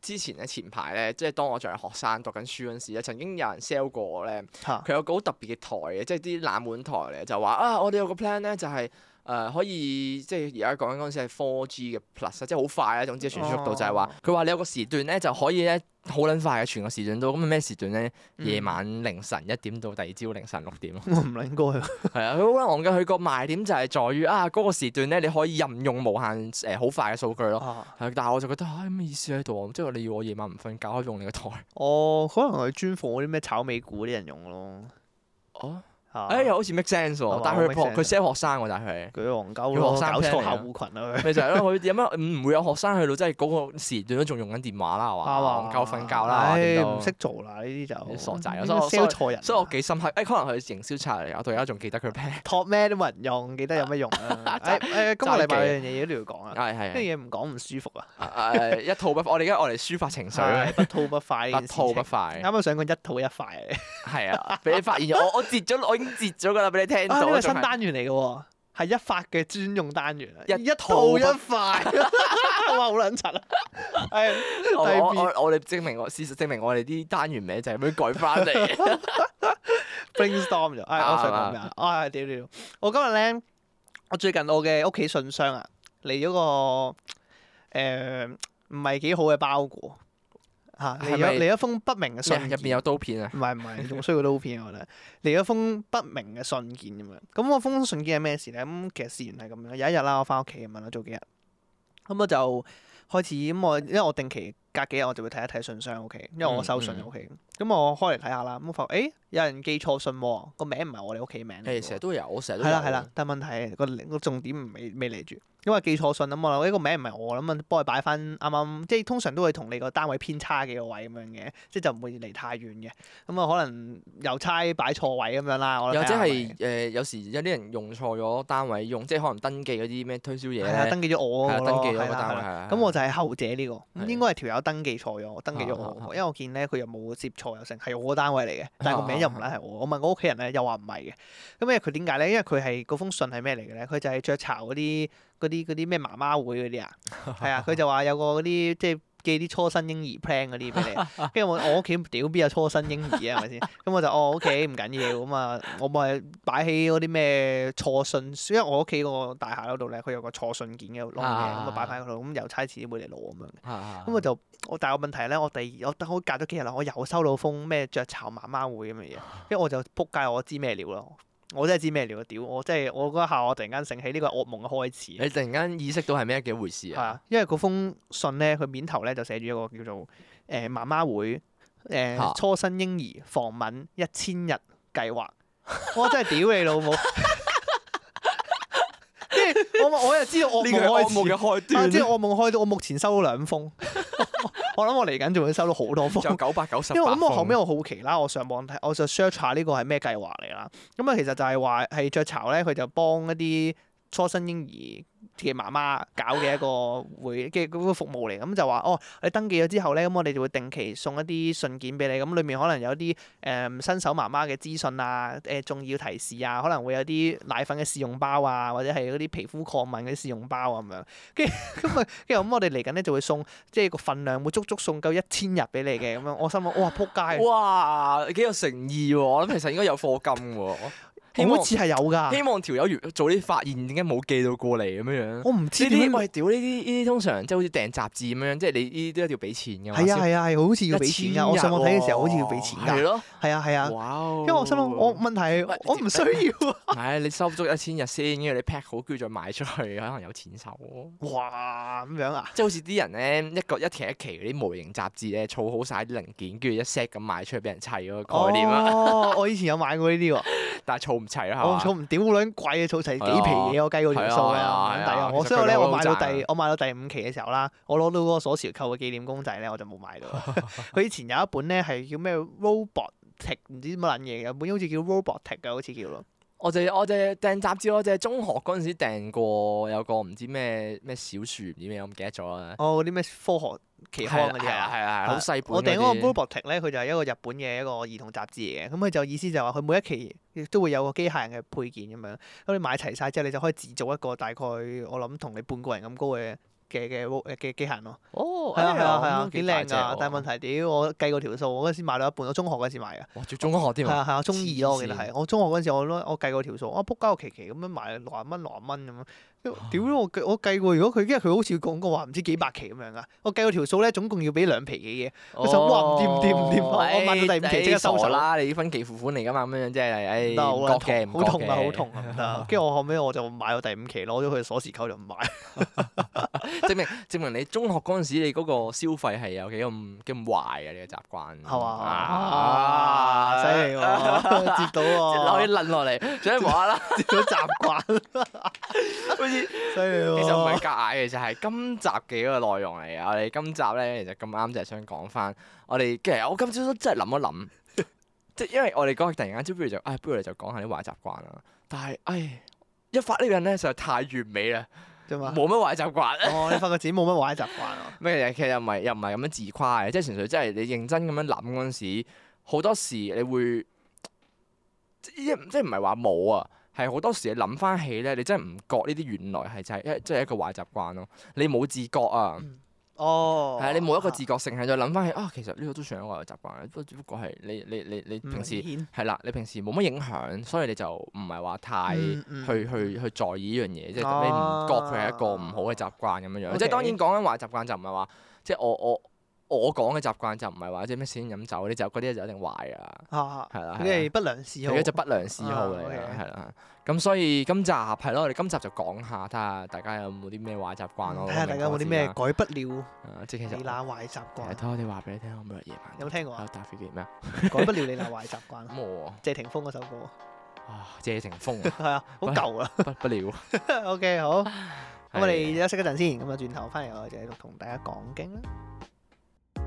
[SPEAKER 2] 之前咧前排咧，即係當我仲係學生讀緊書嗰陣時咧，曾經有人 sell 過我咧。
[SPEAKER 1] 嚇
[SPEAKER 2] 佢有個好特別嘅台嘅，即係啲冷門台嚟，就話啊，我哋有個 plan 咧，就係、誒、可以即係而家講緊嗰陣時係 4G 嘅 plus 啊即係好快啦。總之傳輸速度就係話
[SPEAKER 1] 哦，
[SPEAKER 2] 佢話、你有個時段咧就可以咧好撚快嘅全個時段都咁咩時段咧？
[SPEAKER 1] 嗯。
[SPEAKER 2] 夜晚凌晨一點到第二朝凌晨六點咯
[SPEAKER 1] <laughs> 我唔撚過
[SPEAKER 2] <laughs>
[SPEAKER 1] 去，
[SPEAKER 2] 係啊，佢好撚戇嘅。佢個賣點就係在於啊，嗰、個時段咧你可以任用無限呃誒好、快嘅數據咯。
[SPEAKER 1] 啊
[SPEAKER 2] 係，但係我就覺得嚇咩、意思喺度啊？即係你要我夜晚唔瞓覺可以用你個台。
[SPEAKER 1] 我哦可能係專貨嗰啲咩炒美股啲人用咯。
[SPEAKER 2] 哦，
[SPEAKER 1] 嚇
[SPEAKER 2] 誒又好似 make sense
[SPEAKER 1] 係嘛
[SPEAKER 2] 喎，但係佢
[SPEAKER 1] 好 make
[SPEAKER 2] 佢 sell 學生喎，但係佢。
[SPEAKER 1] 佢戇鳩
[SPEAKER 2] 要
[SPEAKER 1] 咯，
[SPEAKER 2] 學生
[SPEAKER 1] 搞錯
[SPEAKER 2] plan 嚟啊
[SPEAKER 1] 客戶群啊佢。
[SPEAKER 2] 咪就係咯，佢點解唔唔會有學生去到真係嗰個時段都仲用緊電話啦，係
[SPEAKER 1] <laughs> 啱
[SPEAKER 2] 嘛？
[SPEAKER 1] 啊！
[SPEAKER 2] 唔夠瞓覺啦，
[SPEAKER 1] 唉
[SPEAKER 2] 點都
[SPEAKER 1] 唔識。做啦呢啲就
[SPEAKER 2] 傻仔啊
[SPEAKER 1] 應
[SPEAKER 2] 所
[SPEAKER 1] 該
[SPEAKER 2] 以我
[SPEAKER 1] sell 錯人啊。
[SPEAKER 2] 所以我幾深刻，誒，可能佢營銷策略嚟，我到而家仲記得
[SPEAKER 1] <laughs>
[SPEAKER 2] 佢 plan。
[SPEAKER 1] 托咩都冇人用，記得有乜用
[SPEAKER 2] <laughs>
[SPEAKER 1] 啊？誒誒，今個禮拜有樣嘢都要講啊，
[SPEAKER 2] 係
[SPEAKER 1] 呢
[SPEAKER 2] 係
[SPEAKER 1] <laughs> 樣嘢唔講唔舒服啊，
[SPEAKER 2] 誒一吐不快，我哋而家我嚟抒發情緒
[SPEAKER 1] 係
[SPEAKER 2] 啊，
[SPEAKER 1] 不吐不快呢
[SPEAKER 2] 不
[SPEAKER 1] 件事
[SPEAKER 2] 吐
[SPEAKER 1] 情
[SPEAKER 2] 不快
[SPEAKER 1] 啱，啱想講一吐一快啊，
[SPEAKER 2] 係啊！俾你發現咗，我我截咗，我已經截咗㗎啦，俾你聽
[SPEAKER 1] 啊呢
[SPEAKER 2] 到。
[SPEAKER 1] 個
[SPEAKER 2] 仲
[SPEAKER 1] 新
[SPEAKER 2] 係
[SPEAKER 1] 單元嚟嘅喎，係一發嘅專用單元啊，
[SPEAKER 2] 一
[SPEAKER 1] 一
[SPEAKER 2] 吐
[SPEAKER 1] 吐
[SPEAKER 2] 不
[SPEAKER 1] 一快， <laughs> 哇好撚柒啊！係
[SPEAKER 2] 我
[SPEAKER 1] 第二
[SPEAKER 2] 我我我哋證明我事實證明我哋啲單元名就係咁樣改翻嚟。
[SPEAKER 1] brainstorm 咗，唉，我想講咩啊？唉，屌屌，我今日咧，我最近我嘅屋企信箱啊嚟咗個誒唔係幾好嘅包裹嚇，嚟
[SPEAKER 2] 係咪
[SPEAKER 1] 咗嚟一封不明嘅 <laughs> 信
[SPEAKER 2] 咩入邊
[SPEAKER 1] 件
[SPEAKER 2] 有刀片啊！
[SPEAKER 1] 唔係唔係，仲衰過刀片，我覺得嚟咗封不明嘅信件咁樣。咁我封信件係咩事咧？咁其實事緣係咁樣，有一日啦，我翻屋企咁樣啦，早幾日，咁我就開始咁我因為我定期隔幾日我就會睇一睇信箱屋企，因為我收信
[SPEAKER 2] 嗯嗯
[SPEAKER 1] 屋企。咁我開嚟睇下啦，咁我發覺誒有人記錯信喎，個名唔係我哋屋企名嚟嘅
[SPEAKER 2] 誒，
[SPEAKER 1] 喎
[SPEAKER 2] 成日都有，我成日都
[SPEAKER 1] 係
[SPEAKER 2] 有
[SPEAKER 1] 啦係啦，但問題係個個重點唔未未嚟住，因為記錯信咁我諗呢個名唔係我啦，咁啊幫佢擺翻啱啱，即係通常都會同你個單位偏差幾個位咁樣嘅，即係就唔會離太遠嘅。咁啊可能郵差擺錯位咁樣啦，我
[SPEAKER 2] 又
[SPEAKER 1] 諗
[SPEAKER 2] 或者
[SPEAKER 1] 睇下咪
[SPEAKER 2] 係誒，有時有啲人用錯咗單位用，即係可能登記嗰啲咩推銷嘢
[SPEAKER 1] 係啊
[SPEAKER 2] 咧，
[SPEAKER 1] 登記咗我
[SPEAKER 2] 係
[SPEAKER 1] 嗰
[SPEAKER 2] 啊
[SPEAKER 1] 個咯
[SPEAKER 2] 登記咗
[SPEAKER 1] 係
[SPEAKER 2] 個
[SPEAKER 1] 啦係
[SPEAKER 2] 單位
[SPEAKER 1] 啦
[SPEAKER 2] 係啊。
[SPEAKER 1] 咁我就係後者呢個，咁
[SPEAKER 2] 係
[SPEAKER 1] 應該係條友登記錯咗，我登記咗我
[SPEAKER 2] 啊啊啊
[SPEAKER 1] 嗰個，因為我見咧佢又冇接錯又成，係我個單位
[SPEAKER 2] <laughs>
[SPEAKER 1] 嚟嘅，但係個名又唔撚係我。我問我屋企人咧，又話唔係嘅。咁因為佢點解咧？因為佢係嗰封信係咩嚟嘅咧？佢就係雀巢嗰啲嗰啲嗰啲咩媽媽會嗰
[SPEAKER 2] <laughs>
[SPEAKER 1] 啲啊，係啊，佢就話有個嗰啲即係。寄啲初生嬰兒 plan 嗰啲俾你，啊跟住我我屋企屌邊有初生嬰兒啊，係咪先？咁我就哦 OK 唔緊要咁啊，我咪擺起嗰啲咩錯信，因為我屋企個大廈嗰度咧，佢有個錯信件嘅窿嘅，咁啊擺翻喺嗰度，咁郵差遲啲會嚟攞咁樣。咁
[SPEAKER 2] 咁
[SPEAKER 1] 我就我但係個問題咧，我第二我我隔咗幾日啦，我又收到封咩雀巢媽媽會咁嘅嘢，跟住我就撲街，我知咩料啦，我真係知咩料啊！屌，我真係我嗰下我突然間醒起呢個係噩夢嘅開始啊
[SPEAKER 2] 你突然間意識到係咩嘅回事
[SPEAKER 1] 係
[SPEAKER 2] 啊？
[SPEAKER 1] 啊，因為嗰封信咧，佢面頭咧就寫住一個叫做誒、呃、媽媽會誒、呃
[SPEAKER 2] 嚇
[SPEAKER 1] 初生嬰兒防敏一千日計
[SPEAKER 2] <laughs>
[SPEAKER 1] 劃，我真係屌你老母！跟住我我又知道
[SPEAKER 2] 呢
[SPEAKER 1] 噩
[SPEAKER 2] 個係
[SPEAKER 1] 夢
[SPEAKER 2] 噩
[SPEAKER 1] 開
[SPEAKER 2] 夢嘅
[SPEAKER 1] 始，
[SPEAKER 2] 開
[SPEAKER 1] 啊
[SPEAKER 2] 端，
[SPEAKER 1] 知道噩夢開到，我目前收到兩封， <laughs> 我諗我嚟緊仲會收到好多封
[SPEAKER 2] 就。九百九十
[SPEAKER 1] 因為
[SPEAKER 2] 八
[SPEAKER 1] 咁我後尾我好奇啦，我上網睇，我就 search 下呢個係咩計劃嚟啦。咁啊，其實就係話係雀巢咧，佢就幫一啲初生嬰兒嘅媽媽搞嘅一個會嘅嗰個服務嚟。咁就話哦，你登記咗之後咧，咁我哋就會定期送一啲信件俾你。咁裡面可能有啲誒、新手媽媽嘅資訊啊，誒、重要提示啊，可能會有啲奶粉嘅試用包啊，或者係嗰啲皮膚抗敏嘅試用包啊咁樣。跟
[SPEAKER 2] <laughs>
[SPEAKER 1] 住咁啊，跟住咁我哋嚟緊咧就會送，即係個份量會足足送夠一千日俾你嘅咁樣。我心諗哇，撲街！
[SPEAKER 2] 哇，幾有誠意喎！我諗其實應該有課金喎。希
[SPEAKER 1] 好
[SPEAKER 2] 望
[SPEAKER 1] 似係啊有㗎，
[SPEAKER 2] 希望條友如早啲發現點解冇寄到過嚟咁樣樣。
[SPEAKER 1] 我唔知
[SPEAKER 2] 呢
[SPEAKER 1] 點
[SPEAKER 2] 啲
[SPEAKER 1] 解。
[SPEAKER 2] 喂屌呢啲呢啲通常即係好似訂雜誌咁樣，即係你呢啲都一定要俾錢㗎嘛。
[SPEAKER 1] 係啊係啊係，好似要俾錢㗎。我上網睇嘅時候好似要俾錢
[SPEAKER 2] 係
[SPEAKER 1] 㗎。
[SPEAKER 2] 咯，
[SPEAKER 1] 係啊係啊，
[SPEAKER 2] 哇！
[SPEAKER 1] 因為我心諗我
[SPEAKER 2] <laughs>
[SPEAKER 1] 問題係
[SPEAKER 2] 喂
[SPEAKER 1] 我唔需要啊。
[SPEAKER 2] 係你收足一千日先，跟住你 pack 好，跟住再賣出去，可能有錢收。
[SPEAKER 1] 哇咁樣啊？
[SPEAKER 2] 即係好似啲人咧，一個一期一期嗰啲模型雜誌咧，儲好晒啲零件，跟住一 set 咁賣出去俾人砌嗰個概念啦。
[SPEAKER 1] 哦，我以前有買過呢啲喎，
[SPEAKER 2] <laughs> 但係儲唔齊 <laughs> 啦，係
[SPEAKER 1] 我
[SPEAKER 2] 嘛
[SPEAKER 1] 儲唔屌好撚貴啊，儲齊幾皮嘢我計嗰條數
[SPEAKER 2] 係啊
[SPEAKER 1] 啊，咁
[SPEAKER 2] 係啊
[SPEAKER 1] 抵
[SPEAKER 2] 係啊
[SPEAKER 1] 啊！我
[SPEAKER 2] 其
[SPEAKER 1] 所
[SPEAKER 2] 實
[SPEAKER 1] 以我咧，
[SPEAKER 2] 佢
[SPEAKER 1] 我
[SPEAKER 2] 好
[SPEAKER 1] 買到
[SPEAKER 2] 賺
[SPEAKER 1] 第我買到第五期嘅時候啦，我攞到嗰個鎖匙扣嘅紀念公仔咧，我就冇買
[SPEAKER 2] <laughs>
[SPEAKER 1] 到。佢以前有一本咧係叫咩 Robot。唔知乜撚嘢嘅，有本好似叫 Robotic 嘅，好似叫咯。
[SPEAKER 2] 我就我就訂雜誌，我就中學嗰陣時訂過有個唔知咩咩小樹唔知咩，我唔記得咗啊啦。
[SPEAKER 1] 哦，嗰啲咩科學期刊嗰啲
[SPEAKER 2] 係啊
[SPEAKER 1] 啊。
[SPEAKER 2] 係啊，
[SPEAKER 1] 好
[SPEAKER 2] 好細本
[SPEAKER 1] 我訂嗰個
[SPEAKER 2] 嗰啲。
[SPEAKER 1] Robotic 咧，佢就係一個日本嘅一個兒童雜誌嚟嘅。咁佢就意思就係話佢每一期亦都會有個機械人嘅配件咁樣。咁你買齊晒之後，你就可以自組一個大概我諗同你半個人咁高嘅。嘅嘅 ro- 嘅機械人咯，
[SPEAKER 2] 哦，
[SPEAKER 1] 係啊係啊係啊，幾靚
[SPEAKER 2] 㗎
[SPEAKER 1] 㗎！但係問題屌，我計過條數，我嗰時買到一半，我中學嗰時買嘅，
[SPEAKER 2] 哇，做中學添
[SPEAKER 1] 係
[SPEAKER 2] 啊！
[SPEAKER 1] 啊係啊，中二咯，我記得係
[SPEAKER 2] 黐，
[SPEAKER 1] 我中學嗰時我攞我計過條數，我啊仆街我期期咁樣買六十蚊六十蚊咁樣，跟
[SPEAKER 2] 啊
[SPEAKER 1] 住屌我計我計過，如果佢因為佢好似講過話唔知幾百期咁樣㗎，我計過條數咧，總共要俾兩皮幾嘅。我想哇唔掂唔掂唔掂我
[SPEAKER 2] 哎
[SPEAKER 1] 買到第五期即刻收手
[SPEAKER 2] 哎傻啦！你分期付款嚟㗎嘛，咁樣即係唉，
[SPEAKER 1] 唔得
[SPEAKER 2] 唔覺嘅，唔
[SPEAKER 1] 好痛
[SPEAKER 2] 覺
[SPEAKER 1] 啊，
[SPEAKER 2] 嘅
[SPEAKER 1] 好！痛啊，唔
[SPEAKER 2] <laughs>
[SPEAKER 1] 得。跟住我後尾我就買咗第五期，攞咗佢鎖匙扣就唔買。
[SPEAKER 2] 證明證明你中學嗰陣時，你嗰個消費係有幾咁幾咁壞嘅啊你嘅習慣，
[SPEAKER 1] 係嘛？
[SPEAKER 2] 嗯啊
[SPEAKER 1] 啊，犀利
[SPEAKER 2] <laughs>
[SPEAKER 1] 喎，接到
[SPEAKER 2] 可
[SPEAKER 1] 喎，
[SPEAKER 2] 以攆落嚟，想無啦啦，
[SPEAKER 1] 接到習慣，
[SPEAKER 2] 好似〜
[SPEAKER 1] 犀利
[SPEAKER 2] 其實唔係
[SPEAKER 1] 喎。
[SPEAKER 2] 夾硬嘅，就係今集嘅一個內容嚟嘅。我哋今集咧，其實咁啱就係想講翻我哋，其實我今朝都真係諗一諗，即係因為我哋嗰日突然間，即不如就，唉，不如你就講下啲壞習慣啦。但係，唉，一發呢個人咧實在太完美啦，
[SPEAKER 1] 啫嘛。
[SPEAKER 2] 冇乜壞習慣。啊
[SPEAKER 1] 哦，你發覺自己冇乜壞習慣啊？
[SPEAKER 2] 咩嘢？其實又唔係又唔係咁樣自誇嘅，即係純粹真係你認真咁樣諗嗰陣時，好多時你會即即即唔係話冇啊，係好多時你諗翻起咧，你真係唔覺呢啲原來係就係一即係一個壞習慣咯，你冇自覺啊。
[SPEAKER 1] 哦，
[SPEAKER 2] 係啊，你冇一個自覺性，係再諗翻起啊，其實呢個都算係一個習慣，不過只不過係你你你你
[SPEAKER 1] 唔
[SPEAKER 2] 平時
[SPEAKER 1] 嗯顯
[SPEAKER 2] 係啦，你平時冇乜影響，所以你就唔係話太去
[SPEAKER 1] 嗯嗯
[SPEAKER 2] 去去在意呢樣嘢，即係你唔
[SPEAKER 1] 啊
[SPEAKER 2] 覺佢係一個唔好嘅習慣咁樣樣。即係當然
[SPEAKER 1] OK
[SPEAKER 2] 講緊壞習慣就唔係話即係我我我講嘅習慣就唔係話即係咩先飲酒嗰啲，就嗰啲就一定壞㗎啦。
[SPEAKER 1] 啊，
[SPEAKER 2] 係啦，
[SPEAKER 1] 佢
[SPEAKER 2] 係
[SPEAKER 1] 哋
[SPEAKER 2] 啦
[SPEAKER 1] 不良嗜好
[SPEAKER 2] 佢一隻不良嗜好嚟㗎，
[SPEAKER 1] 啊，OK
[SPEAKER 2] 係啦。咁所以今集係咯，我哋今集就講下，睇下大家有冇啲咩壞習慣咯。
[SPEAKER 1] 嗯睇下大家有冇啲咩改不了
[SPEAKER 2] 啊即係其
[SPEAKER 1] 你
[SPEAKER 2] 實
[SPEAKER 1] 那壞習慣
[SPEAKER 2] 係，睇我哋話俾你聽，我每日夜晚
[SPEAKER 1] 有冇聽過啊
[SPEAKER 2] 喺？度打飛機咩啊？
[SPEAKER 1] 改不了你那壞習慣，
[SPEAKER 2] 咁我
[SPEAKER 1] 謝霆鋒嗰首歌
[SPEAKER 2] 啊謝霆
[SPEAKER 1] <laughs>
[SPEAKER 2] 鋒啊，
[SPEAKER 1] 係啊，好舊
[SPEAKER 2] <laughs>
[SPEAKER 1] 啊。
[SPEAKER 2] 不不了。
[SPEAKER 1] OK，好，咁
[SPEAKER 2] 係
[SPEAKER 1] 我哋休息一陣先，咁啊轉頭翻嚟我哋繼續同大家講經啦。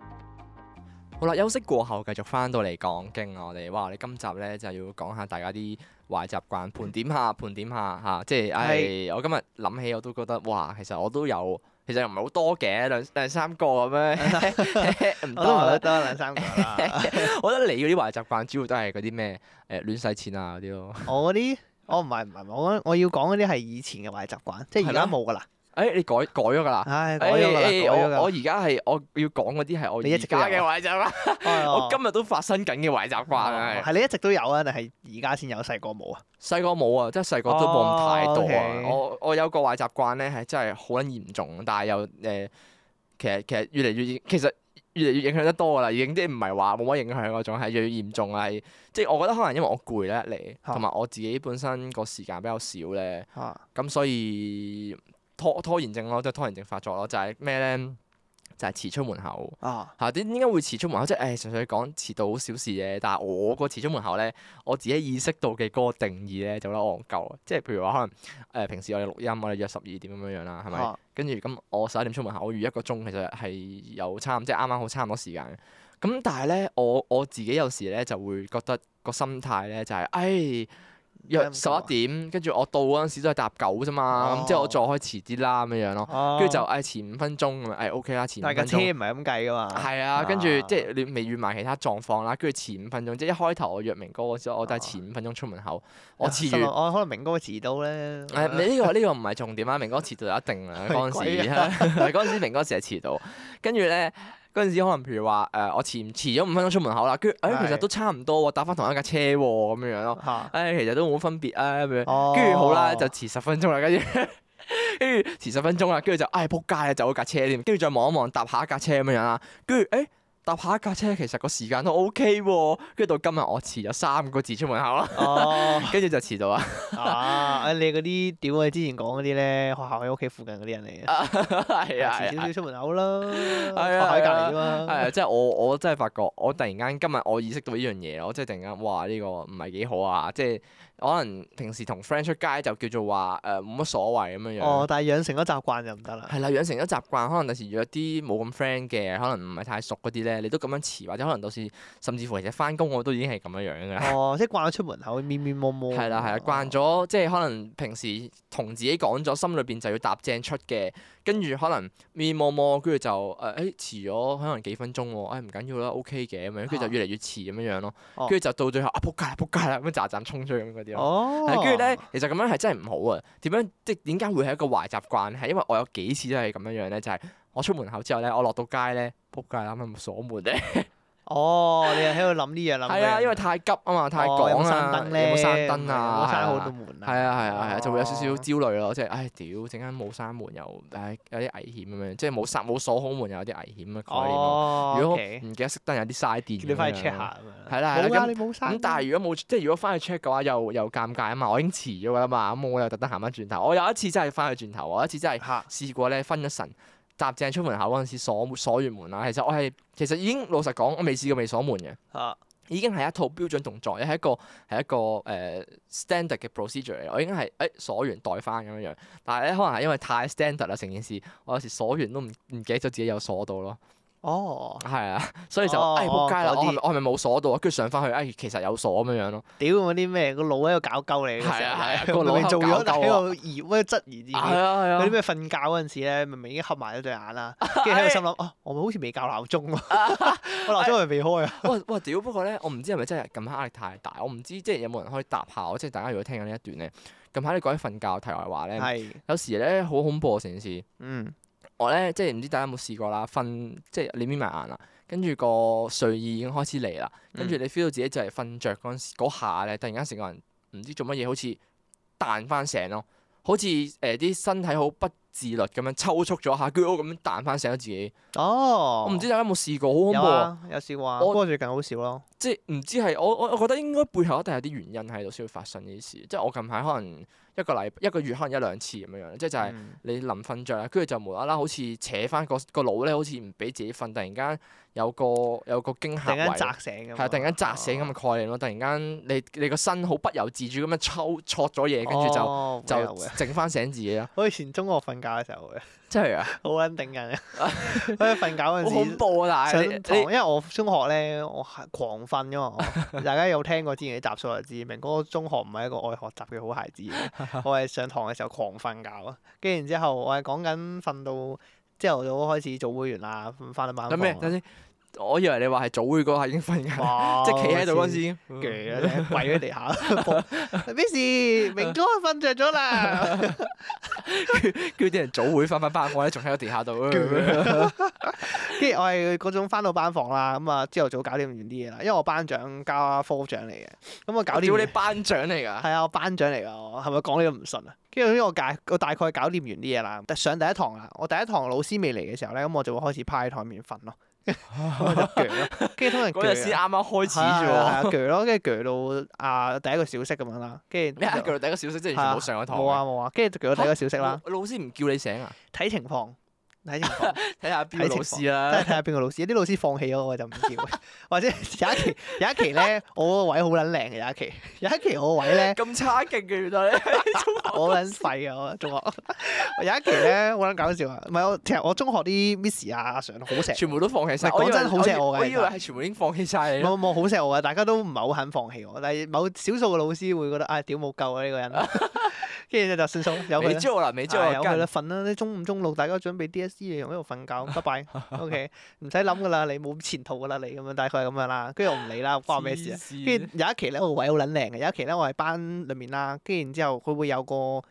[SPEAKER 2] 好啦，休息過後繼續翻到嚟講經啊！我哋哇，你今集咧就要講下大家啲壞習慣，盤點下，
[SPEAKER 1] 嗯
[SPEAKER 2] 盤點下嚇、即係唉，我今日諗起我都覺得哇，其實我都有，其實又唔係好多嘅，兩兩三個咁
[SPEAKER 1] <laughs>
[SPEAKER 2] 樣， <laughs> 唔
[SPEAKER 1] 我都唔
[SPEAKER 2] 得啊
[SPEAKER 1] 係。得兩三個啦，
[SPEAKER 2] 我覺得你嗰啲壞習慣主要都係嗰啲咩誒亂使錢啊嗰啲咯。
[SPEAKER 1] <laughs>
[SPEAKER 2] <laughs>
[SPEAKER 1] 我嗰啲我唔係唔係，我我要講嗰啲係以前嘅壞習慣，即係而
[SPEAKER 2] 係
[SPEAKER 1] 家
[SPEAKER 2] 咩
[SPEAKER 1] 冇噶啦，
[SPEAKER 2] 誒、哎你改改咗㗎啦。
[SPEAKER 1] 唉， <laughs> 改
[SPEAKER 2] 誒
[SPEAKER 1] 咗噶啦，改
[SPEAKER 2] 誒
[SPEAKER 1] 咗噶
[SPEAKER 2] 我我而家係我要講嗰啲係我
[SPEAKER 1] 你一
[SPEAKER 2] 而
[SPEAKER 1] 直都有
[SPEAKER 2] 家嘅壞習慣，
[SPEAKER 1] 啦，
[SPEAKER 2] 我
[SPEAKER 1] 日
[SPEAKER 2] 今日都發生緊嘅壞習慣啊！係
[SPEAKER 1] 哦係你一直都有啊，定係而家先有，細個冇啊？
[SPEAKER 2] 細個冇啊，即係細個都冇咁太多啊。
[SPEAKER 1] 哦，OK
[SPEAKER 2] 我我有個壞習慣咧，係真係好撚嚴重，但係又誒、呃其實其實越嚟越影其實越嚟越影響得多噶啦，已經即係唔係話冇乜影響嗰種，係越嚟越嚴重啊。係即係我覺得可能因為我攰咧嚟，
[SPEAKER 1] 嚇
[SPEAKER 2] 同埋我自己本身個時間比較少咧，
[SPEAKER 1] 啊，
[SPEAKER 2] 咁所以拖拖延症咯，即係拖延症發作咯，就係咩咧？就係遲出門口。
[SPEAKER 1] 啊，
[SPEAKER 2] 嚇點點解會遲出門口？即係誒純粹講遲到好小事啫。但係我個遲出門口咧，我自己意識到嘅嗰個定義咧就覺得戇鳩啊。即係譬如話可能誒、呃平時我哋錄音，我哋約十二點咁樣樣啦，係咪？
[SPEAKER 1] 啊
[SPEAKER 2] 跟住咁我十一點出門口，我預一個鐘其實係有差唔，即係啱啱好差唔多時間嘅。咁但係咧，我我自己有時咧就會覺得個心態咧就係、唉約十一點，跟住我到嗰陣時都係搭九啫嘛，咁、
[SPEAKER 1] 哦
[SPEAKER 2] 即係我再開遲啲啦咁樣樣咯。
[SPEAKER 1] 哦
[SPEAKER 2] 跟住就誒前五分鐘咁樣，誒 OK 啦，前五
[SPEAKER 1] 但係架
[SPEAKER 2] 分
[SPEAKER 1] 車
[SPEAKER 2] 鐘。
[SPEAKER 1] 唔係咁計噶嘛，
[SPEAKER 2] 係啊，跟住
[SPEAKER 1] 啊
[SPEAKER 2] 即係你未遇埋其他狀況啦，跟住前五分鐘，即係一開頭我約明哥嗰時，我都係前五分鐘出門
[SPEAKER 1] <laughs>
[SPEAKER 2] 口，我遲
[SPEAKER 1] 啊心諗
[SPEAKER 2] 完。
[SPEAKER 1] 我哦可能明哥會遲到咧，
[SPEAKER 2] 誒，你呢個呢個唔係重點啊！明哥遲到就一定啦，嗰陣時
[SPEAKER 1] <laughs> 鬼
[SPEAKER 2] <laughs>
[SPEAKER 1] 啊
[SPEAKER 2] 係嗰陣時明哥成日遲到，跟住咧嗰陣時可能譬如話誒，我前遲咗五分鐘出門口啦，跟住誒
[SPEAKER 1] 係啊
[SPEAKER 2] 其實都差唔多喎，搭翻同一架車喎咁樣樣咯，
[SPEAKER 1] 嚇，
[SPEAKER 2] 誒其實都冇乜分別啊咁樣，
[SPEAKER 1] 哦
[SPEAKER 2] <laughs> 跟住好啦就遲十分鐘啦，跟住 <laughs> 跟住遲十分鐘啦，跟住就唉仆街啊，走咗架車添，跟住再望一望搭下一架車咁樣樣啦，跟住誒搭下一架車其實個時間都 OK 喎，跟住到今日我遲咗三個字出門 <laughs> 口啦，
[SPEAKER 1] 哦。
[SPEAKER 2] 跟住就遲到啦，
[SPEAKER 1] 啊！你嗰啲屌我哋之前講嗰啲咧，學校喺屋企附近嗰啲人嚟嘅，
[SPEAKER 2] <laughs> 係啊
[SPEAKER 1] 遲
[SPEAKER 2] 係
[SPEAKER 1] 少
[SPEAKER 2] 啊。
[SPEAKER 1] 少出門口啦，
[SPEAKER 2] 啊
[SPEAKER 1] 學校喺隔離啫嘛。
[SPEAKER 2] 係啊，即係我我真係發覺，我突然間今日我意識到呢樣嘢咯，即係突然間，哇呢、個唔係幾好啊！即係可能平時同 friend 出街就叫做話誒冇乜所謂咁樣樣。
[SPEAKER 1] 哦，但係養成咗習慣就唔得啦。
[SPEAKER 2] 係啦，養成咗習慣，可能第時約啲冇咁 friend 嘅，可能唔係太熟嗰啲咧，你都咁樣遲，或者可能到時甚至乎其實翻工我都已經係咁樣樣㗎啦。
[SPEAKER 1] 哦，即係慣咗出門口，面面摸摸。
[SPEAKER 2] 係啦係啦，慣
[SPEAKER 1] 咗。
[SPEAKER 2] 咗即係可能平時同自己講咗，心裏邊就要搭正出嘅，跟住可能咪摸摸，跟住就誒誒遲咗可能幾分鐘喎，誒哎唔緊要啦，OK 嘅咁樣，跟住就
[SPEAKER 1] 啊
[SPEAKER 2] 越嚟越遲咁樣樣咯
[SPEAKER 1] 哦，
[SPEAKER 2] 跟住就到最後啊仆街啦仆街啦咁樣喳喳衝出去咁嗰啲咯。
[SPEAKER 1] 哦
[SPEAKER 2] 係，跟住咧，其實咁樣係真係唔好啊！點樣即係點解會係一個壞習慣咧？係因為我有幾次都係咁樣樣咧，就係、我出門口之後咧，我落到街咧，仆街啦，啱啱鎖
[SPEAKER 1] <laughs>
[SPEAKER 2] 門咧，
[SPEAKER 1] 哦，你又喺度諗呢樣諗嗰樣。
[SPEAKER 2] 係啊，因為太急啊嘛，太
[SPEAKER 1] 哦有
[SPEAKER 2] 趕
[SPEAKER 1] 冇
[SPEAKER 2] 啦，
[SPEAKER 1] 閂燈
[SPEAKER 2] 有
[SPEAKER 1] 咧？
[SPEAKER 2] 冇閂燈
[SPEAKER 1] 有
[SPEAKER 2] 啊？
[SPEAKER 1] 冇
[SPEAKER 2] 係
[SPEAKER 1] 閂好
[SPEAKER 2] 啊
[SPEAKER 1] 道門啊？
[SPEAKER 2] 係啊係啊係啊，就會有少少
[SPEAKER 1] 哦
[SPEAKER 2] 焦慮咯，即係唉屌，陣間冇閂門又唉有啲危險咁樣，即係冇閂冇鎖好門又有啲危險嘅概念咯。
[SPEAKER 1] 哦，
[SPEAKER 2] 如果
[SPEAKER 1] OK
[SPEAKER 2] 唔記得熄燈有啲嘥電咁樣。
[SPEAKER 1] 叫你翻去 check 下咁樣。
[SPEAKER 2] 係啦係啦
[SPEAKER 1] 冇啊，
[SPEAKER 2] 咁
[SPEAKER 1] 你冇閂。
[SPEAKER 2] 咁但係如果冇即係如果翻去 check 嘅話，又又尷尬啊嘛！我已經遲咗㗎啦嘛，咁我又特登行翻轉頭。我有一次真係翻去轉頭，我有一次真係
[SPEAKER 1] 嚇
[SPEAKER 2] 試過咧分咗神，搭正出門口嗰陣時鎖鎖完門啦。其實我係其實已經老實講，我未試過未鎖門嘅，
[SPEAKER 1] 嚇
[SPEAKER 2] 已經係一套標準動作，係一個係一個誒、呃 standard 嘅 procedure 嚟。我已經係誒鎖完袋翻咁樣樣，但係咧可能係因為太 standard 啦成件事，我有時鎖完都唔唔記得咗自己有鎖到咯。
[SPEAKER 1] 哦，
[SPEAKER 2] 係啊，所以就
[SPEAKER 1] 哦
[SPEAKER 2] 唉仆街啦！
[SPEAKER 1] 嗰
[SPEAKER 2] 我
[SPEAKER 1] 啲
[SPEAKER 2] 係咪我係咪冇鎖到啊？跟住上翻去，唉，其實有鎖咁樣樣咯。
[SPEAKER 1] 屌嗰啲咩個腦喺度搞鳩你嘅時候
[SPEAKER 2] 係啊係啊
[SPEAKER 1] 咧
[SPEAKER 2] 個腦
[SPEAKER 1] 明明
[SPEAKER 2] 喺
[SPEAKER 1] 做
[SPEAKER 2] 度
[SPEAKER 1] 咗
[SPEAKER 2] 搞鳩
[SPEAKER 1] 喺度疑乜質疑自己。
[SPEAKER 2] 係啊係
[SPEAKER 1] 嗰啲
[SPEAKER 2] 啊，
[SPEAKER 1] 咩瞓覺嗰陣時咧，明明已經合埋咗對眼啦，跟住喺度心諗，哦，我咪好似未校鬧鐘喎，我鬧鐘咪未開啊，
[SPEAKER 2] 哇哇屌！不過咧，我唔知係咪真係近排壓力太大，我唔知即係有冇人可以答下我。即係大家如果聽緊呢一段咧，近排你講起瞓覺題外話咧，
[SPEAKER 1] 係，
[SPEAKER 2] 有時咧好恐怖啊成件事。
[SPEAKER 1] 嗯，
[SPEAKER 2] 我咧即係唔知大家有冇試過啦，瞓即係你眯埋眼啦，跟住個睡意已經開始嚟啦，跟住你 feel 到自己就係瞓着嗰陣時嗰下咧，突然間成個人唔知做乜嘢，好似彈翻醒咯，好似誒啲身體好不自律咁樣抽搐咗下，跟住我哦咁樣彈翻醒咗自己。
[SPEAKER 1] 哦，
[SPEAKER 2] 我唔知大家有冇試過，好恐
[SPEAKER 1] 有
[SPEAKER 2] 怖啊！
[SPEAKER 1] 啊，有試過啊，
[SPEAKER 2] 我
[SPEAKER 1] 不過最近好少咯，
[SPEAKER 2] 即係唔知係我我我覺得應該背後一定有啲原因喺度先會發生呢啲事。即係我近排可能一個禮一個月可能一兩次咁樣樣，即係就係、
[SPEAKER 1] 嗯
[SPEAKER 2] 你臨瞓着啦，跟住就無啦啦好似扯翻個個腦咧，好似唔俾自己瞓，突然間有個有個驚
[SPEAKER 1] 突
[SPEAKER 2] 嚇
[SPEAKER 1] 然
[SPEAKER 2] 位，
[SPEAKER 1] 間
[SPEAKER 2] 係
[SPEAKER 1] 扎
[SPEAKER 2] 啊
[SPEAKER 1] 醒咁，啊哦
[SPEAKER 2] 突然間扎醒咁啊嘅概念咯，突然間你你個身好不由自主咁樣抽戳咗嘢，跟住就、
[SPEAKER 1] 哦會有嘅
[SPEAKER 2] 就整翻醒自己
[SPEAKER 1] <laughs>
[SPEAKER 2] 咯，
[SPEAKER 1] 我以前中學瞓覺嘅時候會，
[SPEAKER 2] 真係啊，
[SPEAKER 1] 好撚頂人啊，喺度瞓覺嗰陣時上堂，
[SPEAKER 2] <laughs> 好恐。怖啊！但係你
[SPEAKER 1] 因為我中學咧，我係狂瞓噶嘛
[SPEAKER 2] <laughs>
[SPEAKER 1] 我。大家有聽過之前啲集數就知，明哥中學唔係一個愛學習嘅好孩子嚟嘅
[SPEAKER 2] <laughs>
[SPEAKER 1] 我係上堂嘅時候狂瞓覺啊，跟住然之後我係講緊瞓到朝頭早開始做會員啦，瞓翻到晚
[SPEAKER 2] 你等咩？
[SPEAKER 1] 房啊。
[SPEAKER 2] 等先，我以為你話係早會嗰下已經瞓緊，
[SPEAKER 1] 哇！
[SPEAKER 2] <laughs> 即係企喺度嗰陣時已經嗯
[SPEAKER 1] 我先，攰啦，真係跪喺地下。
[SPEAKER 2] <laughs>
[SPEAKER 1] 咩事？明哥瞓着咗啦。
[SPEAKER 2] 叫啲人早會翻返班，我咧仲喺個地
[SPEAKER 1] <laughs>
[SPEAKER 2] 下度。 <laughs>
[SPEAKER 1] 跟住我係嗰種翻到班房啦，咁啊朝頭早搞掂完啲嘢啦，因為我班長加科長嚟嘅，咁啊搞掂
[SPEAKER 2] 屌
[SPEAKER 1] 完
[SPEAKER 2] 你班長嚟㗎！
[SPEAKER 1] 係啊，我班長嚟㗎，我係咪講你都唔信啊？跟住呢，我大我大概搞掂完啲嘢啦，但上第一堂啦，我第一堂老師未嚟嘅時候咧，咁我就會開始趴喺台面瞓咯，咁我就鋸咯，跟住通常
[SPEAKER 2] 嗰日先
[SPEAKER 1] 鋸啊
[SPEAKER 2] 啱啱開始
[SPEAKER 1] 係啊
[SPEAKER 2] 啫
[SPEAKER 1] 係
[SPEAKER 2] 喎
[SPEAKER 1] 啊。係啊鋸咯，跟住鋸到啊第一個小息咁樣啦，跟住
[SPEAKER 2] 你一個第一個小息即係完全冇上過堂嘅。
[SPEAKER 1] 冇啊冇啊，跟住就鋸到第一個小息啦，
[SPEAKER 2] 老師唔叫你醒啊？
[SPEAKER 1] 睇情況，睇情況。
[SPEAKER 2] 睇下邊個老師
[SPEAKER 1] 睇
[SPEAKER 2] 啦。
[SPEAKER 1] 下邊個老師，有啲老師放棄咗我就唔叫，或者有一期有一期咧，我個位好撚靚嘅，有一期有一期我個位咧，
[SPEAKER 2] 咁差勁嘅原來你，
[SPEAKER 1] <laughs> 我好撚廢嘅我中學， <laughs> 我有一期咧好撚搞笑啊，唔係我其實我中學啲 miss 啊阿 Sir 好錫
[SPEAKER 2] 全部都放棄晒。
[SPEAKER 1] 唔係
[SPEAKER 2] 以為
[SPEAKER 1] 講真好錫我㗎
[SPEAKER 2] 我以為係全部已經放棄晒你
[SPEAKER 1] 我，
[SPEAKER 2] 啦。
[SPEAKER 1] 冇冇好錫我嘅，啊大家都唔係好肯放棄我，但係某少數嘅老師會覺得啊屌冇救啊呢個
[SPEAKER 2] <laughs>
[SPEAKER 1] 人，跟住就算數有佢
[SPEAKER 2] 未
[SPEAKER 1] 啦。啊
[SPEAKER 2] 招啦，未招
[SPEAKER 1] 係有佢啦，
[SPEAKER 2] 啦。
[SPEAKER 1] 瞓啦！你中五中六大家準備 DSE，你仲喺度瞓覺，拜
[SPEAKER 2] <laughs>
[SPEAKER 1] 拜。OK，唔使諗噶啦，你冇前途噶啦，你咁樣大概係咁樣啦。跟住我唔理啦，關我咩事啊？
[SPEAKER 2] 黐
[SPEAKER 1] 跟
[SPEAKER 2] 線？
[SPEAKER 1] 住有一期咧，我個位好撚靚嘅，有一期咧我喺班裏面啦，跟住然之後佢會有個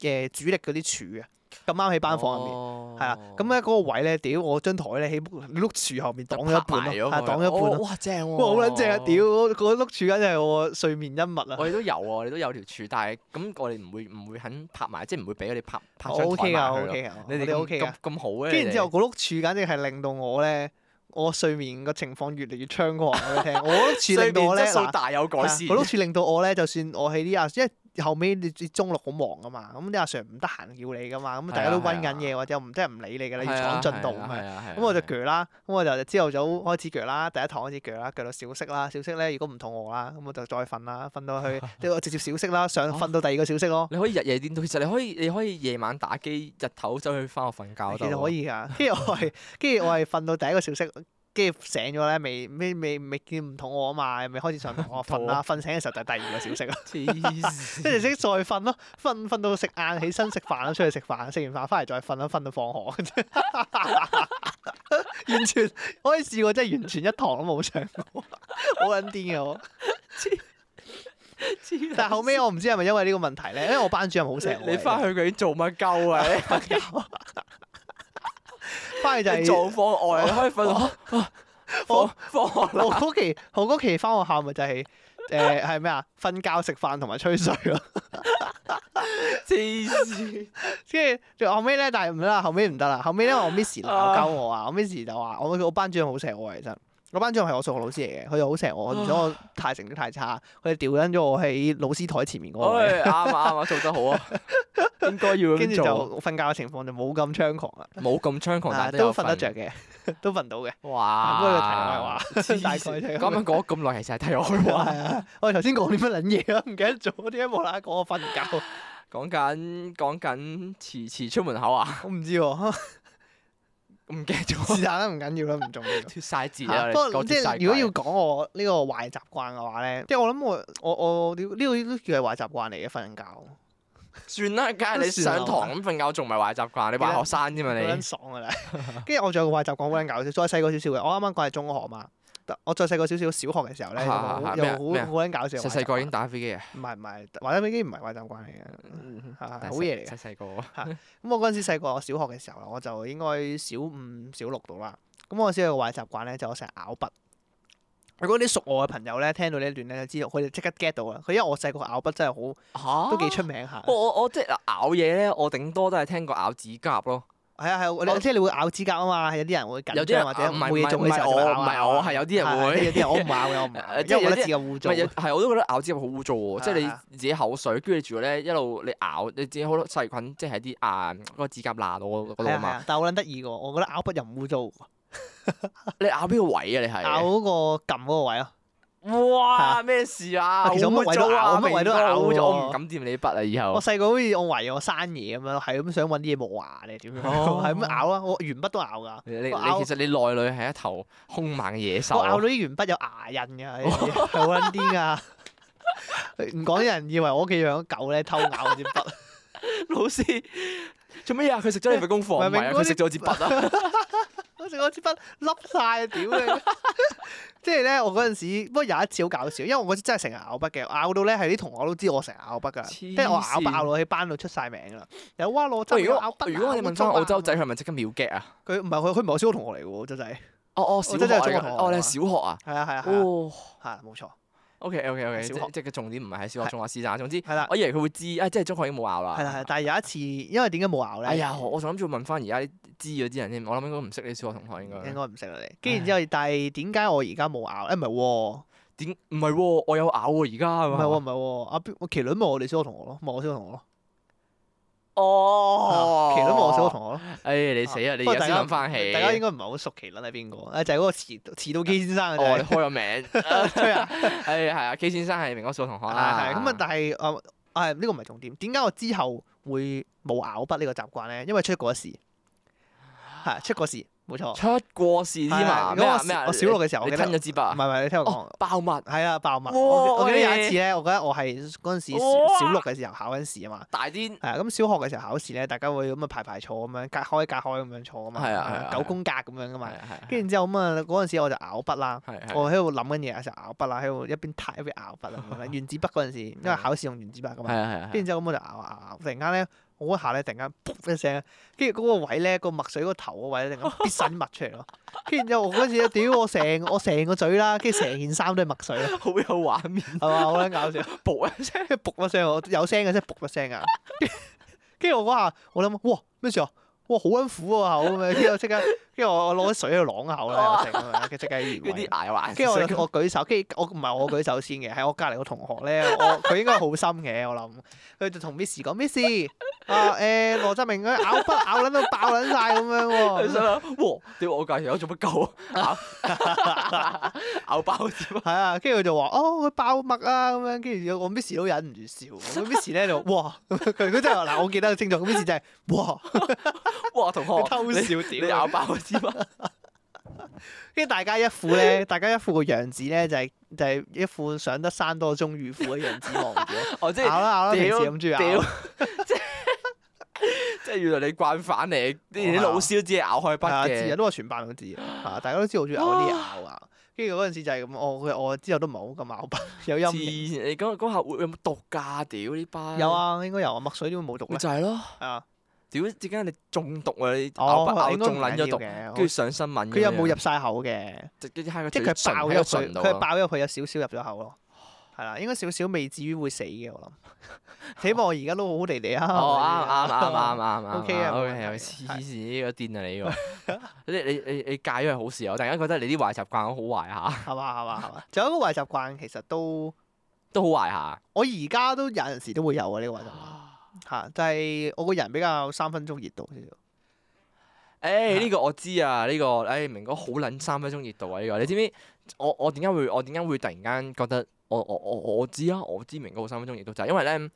[SPEAKER 1] 嘅主力嗰啲柱啊，咁啱喺班房入面。
[SPEAKER 2] 面
[SPEAKER 1] 係啊，咁咧嗰個位咧，屌我張台咧喺碌柱後面擋咗一半
[SPEAKER 2] 哦
[SPEAKER 1] 咯，係擋咗一半咯。
[SPEAKER 2] 哇，正喎！
[SPEAKER 1] 哇，好撚正啊！屌，嗰碌柱簡直係我睡眠恩物啊！
[SPEAKER 2] 我哋都有喎，我哋都有條柱，但係咁我哋唔會唔會肯拍埋，即係唔會俾佢哋拍 <laughs> 拍
[SPEAKER 1] 我
[SPEAKER 2] 張
[SPEAKER 1] OK
[SPEAKER 2] 台
[SPEAKER 1] 噶
[SPEAKER 2] 埋去咯。
[SPEAKER 1] ，OK 噶，
[SPEAKER 2] 你
[SPEAKER 1] 啊我
[SPEAKER 2] 哋
[SPEAKER 1] 哋
[SPEAKER 2] 咁
[SPEAKER 1] 哦 OK 噶
[SPEAKER 2] 咁。咁好嘅。
[SPEAKER 1] 跟住之後
[SPEAKER 2] 你哋
[SPEAKER 1] 嗰碌柱簡直係令到我咧，我睡眠個情況越嚟越猖狂。我聽，我碌柱
[SPEAKER 2] <laughs> 睡
[SPEAKER 1] 令到
[SPEAKER 2] 眠
[SPEAKER 1] 我咧，
[SPEAKER 2] 質素
[SPEAKER 1] 嗱，
[SPEAKER 2] 大有改
[SPEAKER 1] 係啊
[SPEAKER 2] 善。
[SPEAKER 1] 嗰碌柱令到我咧，就算我喺啲阿，因為後尾你知中六好忙噶嘛，咁啲阿 Sir 唔得閒叫你噶嘛，咁大家都
[SPEAKER 2] 係啊
[SPEAKER 1] 温
[SPEAKER 2] 係啊
[SPEAKER 1] 緊嘢或者唔真係唔理你噶啦，
[SPEAKER 2] 係
[SPEAKER 1] 要
[SPEAKER 2] 啊
[SPEAKER 1] 趕進度咁
[SPEAKER 2] 係
[SPEAKER 1] 樣。
[SPEAKER 2] 啊係啊
[SPEAKER 1] 咁我就
[SPEAKER 2] 係啊
[SPEAKER 1] 鋸啦，咁我就朝頭早開始鋸啦，第一堂開始鋸啦，鋸到小息啦，小息咧如果唔肚餓啦，咁我就再瞓啦，瞓到
[SPEAKER 2] <laughs>
[SPEAKER 1] 去即係我直接小息啦，上瞓到第二個小息咯。
[SPEAKER 2] 哦你可以日夜顛倒，其實你可以你可以夜晚打機，日頭走去翻學瞓覺
[SPEAKER 1] 其實可
[SPEAKER 2] 以。
[SPEAKER 1] 以㗎，跟住我
[SPEAKER 2] <laughs>
[SPEAKER 1] 係，跟住我係瞓到第一個小息，跟住醒咗咧，未未未未見唔肚餓啊嘛，咪開始上堂我瞓啦，瞓醒嘅時候就係第二個小息啦，
[SPEAKER 2] 黐
[SPEAKER 1] 跟住
[SPEAKER 2] 線！
[SPEAKER 1] 即再瞓咯，瞓瞓到食晏，起身食飯啦，出去食飯，食完飯翻嚟再瞓啦，瞓到放學， <laughs> 完全我係試過真係完全一堂都冇上過，好撚癲嘅我。但係後尾我唔知係咪因為呢個問題咧，因為我班主任好錫我
[SPEAKER 2] 你翻
[SPEAKER 1] 去
[SPEAKER 2] 去究竟做乜
[SPEAKER 1] <laughs>
[SPEAKER 2] 鳩啊？你
[SPEAKER 1] 翻去就係哦
[SPEAKER 2] 你狀況外，你可以瞓落哦
[SPEAKER 1] 我
[SPEAKER 2] 放放學啦。
[SPEAKER 1] 我嗰期我嗰期翻學校咪就係誒係咩啊？瞓覺、食飯同埋吹水咯。
[SPEAKER 2] 黐線！
[SPEAKER 1] 跟住最後尾咧，但係唔得啦，後尾唔得啦。後尾咧，我 miss 鬧交我啊，我 miss 就話我我班主任好錫我啊，其實。我班主任係我數學老師嚟嘅，佢又好錫我，唔想我太成績太差，佢調緊咗我喺老師台前面嗰個位，
[SPEAKER 2] 唉，啱啊啱啊，做得好
[SPEAKER 1] <laughs>
[SPEAKER 2] 啊！應該要
[SPEAKER 1] 跟
[SPEAKER 2] 咁
[SPEAKER 1] 住就
[SPEAKER 2] 做，
[SPEAKER 1] 瞓覺嘅情況就冇咁猖狂啦，
[SPEAKER 2] 冇咁猖狂，
[SPEAKER 1] 啊
[SPEAKER 2] 但係
[SPEAKER 1] 都
[SPEAKER 2] 有
[SPEAKER 1] 瞓得着。嘅， <laughs> 都瞓到嘅。
[SPEAKER 2] 哇！
[SPEAKER 1] 不過個題外話
[SPEAKER 2] 啊黐
[SPEAKER 1] 大概就係咁
[SPEAKER 2] 線啱啱講咗咁耐，其實係題外話。
[SPEAKER 1] 係啊，我哋頭先講啲乜撚嘢啊？唔記得咗，點解無啦啦講我瞓覺？
[SPEAKER 2] 講緊講緊遲遲出門口啊！ <laughs>
[SPEAKER 1] 我唔知喎，
[SPEAKER 2] 唔記得
[SPEAKER 1] <laughs> 是
[SPEAKER 2] 咗，
[SPEAKER 1] 但啦，唔緊要啦，唔重要。
[SPEAKER 2] 脱晒節
[SPEAKER 1] 嚇
[SPEAKER 2] 啊！
[SPEAKER 1] 不過
[SPEAKER 2] 過
[SPEAKER 1] 即
[SPEAKER 2] 脱曬
[SPEAKER 1] 係如果要講我呢個壞習慣嘅話咧，即係我諗我我我呢呢個都叫係壞習慣嚟嘅，瞓覺
[SPEAKER 2] 算啦，梗係你上
[SPEAKER 1] 都算啦
[SPEAKER 2] 堂咁瞓覺仲唔係壞習慣，你
[SPEAKER 1] 幾
[SPEAKER 2] 壞
[SPEAKER 1] 撚
[SPEAKER 2] 學生啫
[SPEAKER 1] 好
[SPEAKER 2] 嘛
[SPEAKER 1] 撚
[SPEAKER 2] 你。
[SPEAKER 1] 爽㗎
[SPEAKER 2] <laughs>
[SPEAKER 1] 啦。 <laughs> 跟住我仲有個壞習慣好撚搞笑，再細個少少嘅，我啱啱講係中學嘛，得我再細個少少小學嘅時候咧，有個好
[SPEAKER 2] 嚇嚇
[SPEAKER 1] 有個
[SPEAKER 2] 咩啊咩
[SPEAKER 1] 好
[SPEAKER 2] 啊
[SPEAKER 1] 好撚搞笑嘅壞習
[SPEAKER 2] 細
[SPEAKER 1] 慣。
[SPEAKER 2] 細個已經打飛機啊，
[SPEAKER 1] 唔係唔係，玩打飛機唔係壞習慣嚟嘅，嚇好
[SPEAKER 2] 嗯但係
[SPEAKER 1] 嘢嚟嘅。
[SPEAKER 2] 細細個
[SPEAKER 1] 咁我嗰陣時細個，我小學嘅時候啦，我就應該小五、小六度啦。咁我先有個壞習慣咧，就我成日咬筆。如果啲熟我嘅朋友咧，聽到呢一段咧，就知道佢哋即刻 get 到啦。佢因為我細個咬筆真係好
[SPEAKER 2] 嚇
[SPEAKER 1] 都幾出。名下。
[SPEAKER 2] 我我我即係咬嘢咧，我頂多都係聽過咬指甲咯。
[SPEAKER 1] 係啊係啊，
[SPEAKER 2] 我
[SPEAKER 1] 你即係你會咬指甲啊嘛，有啲人會緊
[SPEAKER 2] 有啲人
[SPEAKER 1] 張或者
[SPEAKER 2] 啊唔係
[SPEAKER 1] 冇嘢做嘅時候就
[SPEAKER 2] 唔係我
[SPEAKER 1] 咬啊
[SPEAKER 2] 唔係我係有啲人
[SPEAKER 1] 係
[SPEAKER 2] 會
[SPEAKER 1] 有啲人我唔咬嘅，我唔咬嘅，
[SPEAKER 2] <laughs> 誒即
[SPEAKER 1] 因為我覺
[SPEAKER 2] 係有
[SPEAKER 1] 得
[SPEAKER 2] 啲
[SPEAKER 1] 自己污糟
[SPEAKER 2] 唔。係有係我都覺得咬指甲好污糟喎，即係
[SPEAKER 1] 啊
[SPEAKER 2] 你自己口水，跟住住咧一路你咬，你自己好多細菌，即係喺啲啊嗰個指甲罅度嗰度
[SPEAKER 1] 係
[SPEAKER 2] 啊
[SPEAKER 1] 啊係
[SPEAKER 2] 嘛。
[SPEAKER 1] 啊，但係好撚得意嘅喎，我覺得咬筆又唔污糟，
[SPEAKER 2] 你咬邊個位啊？你
[SPEAKER 1] 咬
[SPEAKER 2] 係
[SPEAKER 1] 嗰個撳嗰個位咯。
[SPEAKER 2] 哇咩事啊？
[SPEAKER 1] 啊其實我乜位都
[SPEAKER 2] 好污糟啊
[SPEAKER 1] 咬乜位都咬
[SPEAKER 2] 明哥
[SPEAKER 1] 喎
[SPEAKER 2] 我唔敢掂你筆啦，以後
[SPEAKER 1] 我。細個好似我懷疑我生嘢咁樣，係咁想揾啲嘢磨牙你點樣，
[SPEAKER 2] 哦
[SPEAKER 1] <laughs> 係咁咬啊！我鉛筆都咬㗎，
[SPEAKER 2] 你你你
[SPEAKER 1] 我咬
[SPEAKER 2] 其實你內裏係一頭兇猛嘅野獸
[SPEAKER 1] 我咬
[SPEAKER 2] 啊。
[SPEAKER 1] 到啲鉛筆有牙印㗎，係係好撚癲㗎。 <laughs> 唔講啲人以為我屋企養狗咧偷咬我支筆， <laughs>
[SPEAKER 2] 老師做咩啊？佢食咗你份功課
[SPEAKER 1] 唔係
[SPEAKER 2] 唔係啊？
[SPEAKER 1] 明哥
[SPEAKER 2] 佢食咗我支筆啊！
[SPEAKER 1] 我成我支筆笠晒，屌你！ <laughs> 即係咧，我嗰陣時，不過有一次好搞笑，因為我嗰時真係成日咬筆嘅，咬到咧係啲同學都知我成日咬筆㗎，即係我咬爆我喺班度出晒名㗎啦。有哇我真
[SPEAKER 2] 喂
[SPEAKER 1] 係
[SPEAKER 2] 如
[SPEAKER 1] 咬
[SPEAKER 2] 果
[SPEAKER 1] 筆啊。
[SPEAKER 2] 如果
[SPEAKER 1] 好
[SPEAKER 2] 你問翻
[SPEAKER 1] 糟啊
[SPEAKER 2] 澳洲仔，佢係咪即刻秒 get 啊？
[SPEAKER 1] 佢唔係佢，佢唔係我小學同學嚟㗎喎，真係。
[SPEAKER 2] 哦哦，小
[SPEAKER 1] 真
[SPEAKER 2] 學
[SPEAKER 1] 係
[SPEAKER 2] 啊
[SPEAKER 1] 中學
[SPEAKER 2] 咁哦，你係
[SPEAKER 1] 同
[SPEAKER 2] 小學啊？
[SPEAKER 1] 係啊係啊係啊
[SPEAKER 2] 哦。
[SPEAKER 1] 係啊，冇錯。
[SPEAKER 2] OK OK OK，
[SPEAKER 1] 小
[SPEAKER 2] 即
[SPEAKER 1] 學
[SPEAKER 2] 即嘅重點唔係喺小
[SPEAKER 1] 係
[SPEAKER 2] 學、中學、師生，總之
[SPEAKER 1] 係啦
[SPEAKER 2] 我以為佢會知，啊，即係中學已經冇咬啦。
[SPEAKER 1] 係啦係啦，但係有一次，因為點解冇咬咧？
[SPEAKER 2] 哎呀，我我仲諗住問翻而家啲知嗰啲人添，我諗應該唔識你小學同學應
[SPEAKER 1] 應
[SPEAKER 2] 該。
[SPEAKER 1] 該唔識啦你。跟住之後，但係點解我而家冇咬？誒唔係喎，
[SPEAKER 2] 點唔係喎？我有咬喎，而家
[SPEAKER 1] 唔係
[SPEAKER 2] 係
[SPEAKER 1] 喎，唔
[SPEAKER 2] 嘛？
[SPEAKER 1] 係喎，阿邊麒麟咪我哋小學同學咯，咪我小學同學咯，
[SPEAKER 2] 哦
[SPEAKER 1] 啊，麒麟咪我小學同學咯。
[SPEAKER 2] 哎，你死啊！
[SPEAKER 1] 不
[SPEAKER 2] 你
[SPEAKER 1] 過
[SPEAKER 2] 而家
[SPEAKER 1] 大家
[SPEAKER 2] 先諗翻起，
[SPEAKER 1] 大家應該唔係好熟麒麟係邊個？啊就係嗰個遲遲到基先生
[SPEAKER 2] 哦，
[SPEAKER 1] 嘅
[SPEAKER 2] 你
[SPEAKER 1] 啫。
[SPEAKER 2] 開個名，
[SPEAKER 1] <laughs> 吹啊！
[SPEAKER 2] 哎係啊，K 先生係明哥小學同學
[SPEAKER 1] 係
[SPEAKER 2] 啦。
[SPEAKER 1] 係咁啊，但係啊啊呢個唔係重點。點解我之後會冇咬筆呢個習慣咧？因為出過
[SPEAKER 2] <laughs>
[SPEAKER 1] 事，係出過事，冇錯。
[SPEAKER 2] 出過事添
[SPEAKER 1] 係
[SPEAKER 2] 啊！
[SPEAKER 1] 如
[SPEAKER 2] 咩
[SPEAKER 1] 果
[SPEAKER 2] 啊咩啊
[SPEAKER 1] 我我小六嘅時候，我記
[SPEAKER 2] 你
[SPEAKER 1] 得
[SPEAKER 2] 吞
[SPEAKER 1] 唔係
[SPEAKER 2] 咗支筆
[SPEAKER 1] 唔
[SPEAKER 2] 啊？
[SPEAKER 1] 係，你聽我講
[SPEAKER 2] 哦，。爆物
[SPEAKER 1] 係啊，爆物！
[SPEAKER 2] 哇
[SPEAKER 1] 我我記得有
[SPEAKER 2] 你
[SPEAKER 1] 一次咧，我覺得我係嗰陣時
[SPEAKER 2] 哇
[SPEAKER 1] 小小六嘅時候考緊試啊嘛。
[SPEAKER 2] 大啲，
[SPEAKER 1] 係啊，咁小學嘅時候考試咧，大家會咁啊排排坐咁樣，隔開隔開咁樣坐啊嘛，
[SPEAKER 2] 係啊係啊
[SPEAKER 1] 九宮格咁樣噶嘛
[SPEAKER 2] 係。係
[SPEAKER 1] 跟住之後咁啊，嗰陣時我就咬筆啦，
[SPEAKER 2] 係啊係
[SPEAKER 1] 我喺度諗緊嘢，有時候咬筆啦，喺度一邊揩一邊咬筆啦啊
[SPEAKER 2] <laughs>
[SPEAKER 1] 咁樣啦。原子筆嗰陣時，因為考試用原子筆噶
[SPEAKER 2] 啊係
[SPEAKER 1] 嘛。
[SPEAKER 2] 啊係啊
[SPEAKER 1] 跟住之後咁我就咬咬咬，突然間咧，我嗰下咧突然間噗一聲，跟住嗰個位咧個墨水個頭嗰位咧突然間必曬啲墨出嚟咯。跟住之後我嗰陣時咧，屌我成我成個嘴啦，跟住成件衫都係墨水咯，
[SPEAKER 2] 係，好有畫面，
[SPEAKER 1] 係嘛？好撚搞
[SPEAKER 2] <laughs>
[SPEAKER 1] 笑。
[SPEAKER 2] 噗一聲。
[SPEAKER 1] 跟住噗一聲，我有聲嘅，即係噗一聲啊！ <laughs> 跟住我嗰下，我諗哇咩事啊？哇好辛苦喎口咁樣，跟住我即刻，跟住我我攞啲水喺度啷下口啦，我成咁樣，跟住即刻移
[SPEAKER 2] 哦嗰啲
[SPEAKER 1] 位。
[SPEAKER 2] 牙環，
[SPEAKER 1] 跟住我就我舉手，跟住我唔係我舉手先嘅，係我隔離個同學咧，我佢應該好心嘅，我諗佢就同 Miss 講 Miss 啊誒、羅澤明佢咬筆咬撚到爆撚晒咁樣
[SPEAKER 2] 佢
[SPEAKER 1] 喎，
[SPEAKER 2] 想話哇！屌我隔條友做乜鳩啊？ <laughs> 咬咬爆添啊！
[SPEAKER 1] 係啊，跟住佢就話哦佢爆墨啊咁樣，跟住我 Miss 都忍唔住笑，我 Miss 咧
[SPEAKER 2] <laughs>
[SPEAKER 1] 就哇佢佢真係話嗱我記得清楚，咁 Miss 就係、哇。
[SPEAKER 2] 哇！同學，
[SPEAKER 1] 佢偷
[SPEAKER 2] 你
[SPEAKER 1] 笑
[SPEAKER 2] 你
[SPEAKER 1] 屌
[SPEAKER 2] 咬
[SPEAKER 1] 佢，
[SPEAKER 2] 爆我添啊！
[SPEAKER 1] 跟住大家一副咧，大家一副個樣子咧，就係、就係、一副上得山多終遇虎嘅樣子望住我，啊
[SPEAKER 2] <laughs> 哦我即
[SPEAKER 1] 咬
[SPEAKER 2] 係
[SPEAKER 1] 啦咬啦，平時
[SPEAKER 2] 屌
[SPEAKER 1] 咁中意啊
[SPEAKER 2] 屌
[SPEAKER 1] <laughs> 咬，，
[SPEAKER 2] 即係 <laughs> 即係原來你慣犯嚟，啲老師都知你咬開
[SPEAKER 1] 啊係啊，
[SPEAKER 2] 筆
[SPEAKER 1] 自
[SPEAKER 2] 嘅
[SPEAKER 1] 人。都話全班都知嘅，啊，大家都知道我中意咬啲咬啊。跟住嗰陣時就係咁，我佢我之後都唔係好咁咬筆，有
[SPEAKER 2] 黐
[SPEAKER 1] 陰影。
[SPEAKER 2] 線！你嗰嗰下會有冇毒㗎？屌呢班
[SPEAKER 1] 有，啊，應該有啊，墨水點會冇毒
[SPEAKER 2] 咪
[SPEAKER 1] 咧？
[SPEAKER 2] 就係咯！
[SPEAKER 1] 係啊，
[SPEAKER 2] 屌，點解你中毒啊？你咬
[SPEAKER 1] 哦，
[SPEAKER 2] 筆咬
[SPEAKER 1] 應該唔
[SPEAKER 2] 中撚
[SPEAKER 1] 緊
[SPEAKER 2] 咗
[SPEAKER 1] 要
[SPEAKER 2] 毒，
[SPEAKER 1] 嘅。
[SPEAKER 2] 跟住上新聞咁樣。
[SPEAKER 1] 佢又冇入晒口嘅，
[SPEAKER 2] 直接喺個
[SPEAKER 1] 即係
[SPEAKER 2] 嘴
[SPEAKER 1] 佢
[SPEAKER 2] 唇
[SPEAKER 1] 爆
[SPEAKER 2] 喺
[SPEAKER 1] 咗
[SPEAKER 2] 個
[SPEAKER 1] 佢，
[SPEAKER 2] 唇度
[SPEAKER 1] 佢
[SPEAKER 2] 啊。
[SPEAKER 1] 爆咗佢有少少入咗口咯。係啦，應該少少未至於會死嘅，我
[SPEAKER 2] <laughs>
[SPEAKER 1] 諗。起碼我而家都好好地地啊。
[SPEAKER 2] 哦，
[SPEAKER 1] 係咪先
[SPEAKER 2] 啱啱啱啱啱啱
[SPEAKER 1] OK 啊冇問題
[SPEAKER 2] OK
[SPEAKER 1] 啊
[SPEAKER 2] 啊，黐線呢個癲啊你呢
[SPEAKER 1] <laughs>
[SPEAKER 2] 個，你你你你戒咗係好事啊！我突然間覺得你啲壞習慣好壞下，
[SPEAKER 1] 係嘛係嘛係嘛，仲有一個壞習慣，其實都
[SPEAKER 2] 都好壞
[SPEAKER 1] <laughs>
[SPEAKER 2] 下。
[SPEAKER 1] 我而家都有陣時都會有啊嘅呢、個壞習
[SPEAKER 2] 啊
[SPEAKER 1] 慣嚇，就係我個人比較三分鐘熱度少少。
[SPEAKER 2] 誒呢個我知啊，呢個誒明哥好撚三分鐘熱度啊！呢個你知唔知我我點解會我點解會突然間覺得我我我我知啊我知明哥好三分鐘熱度就係因為咧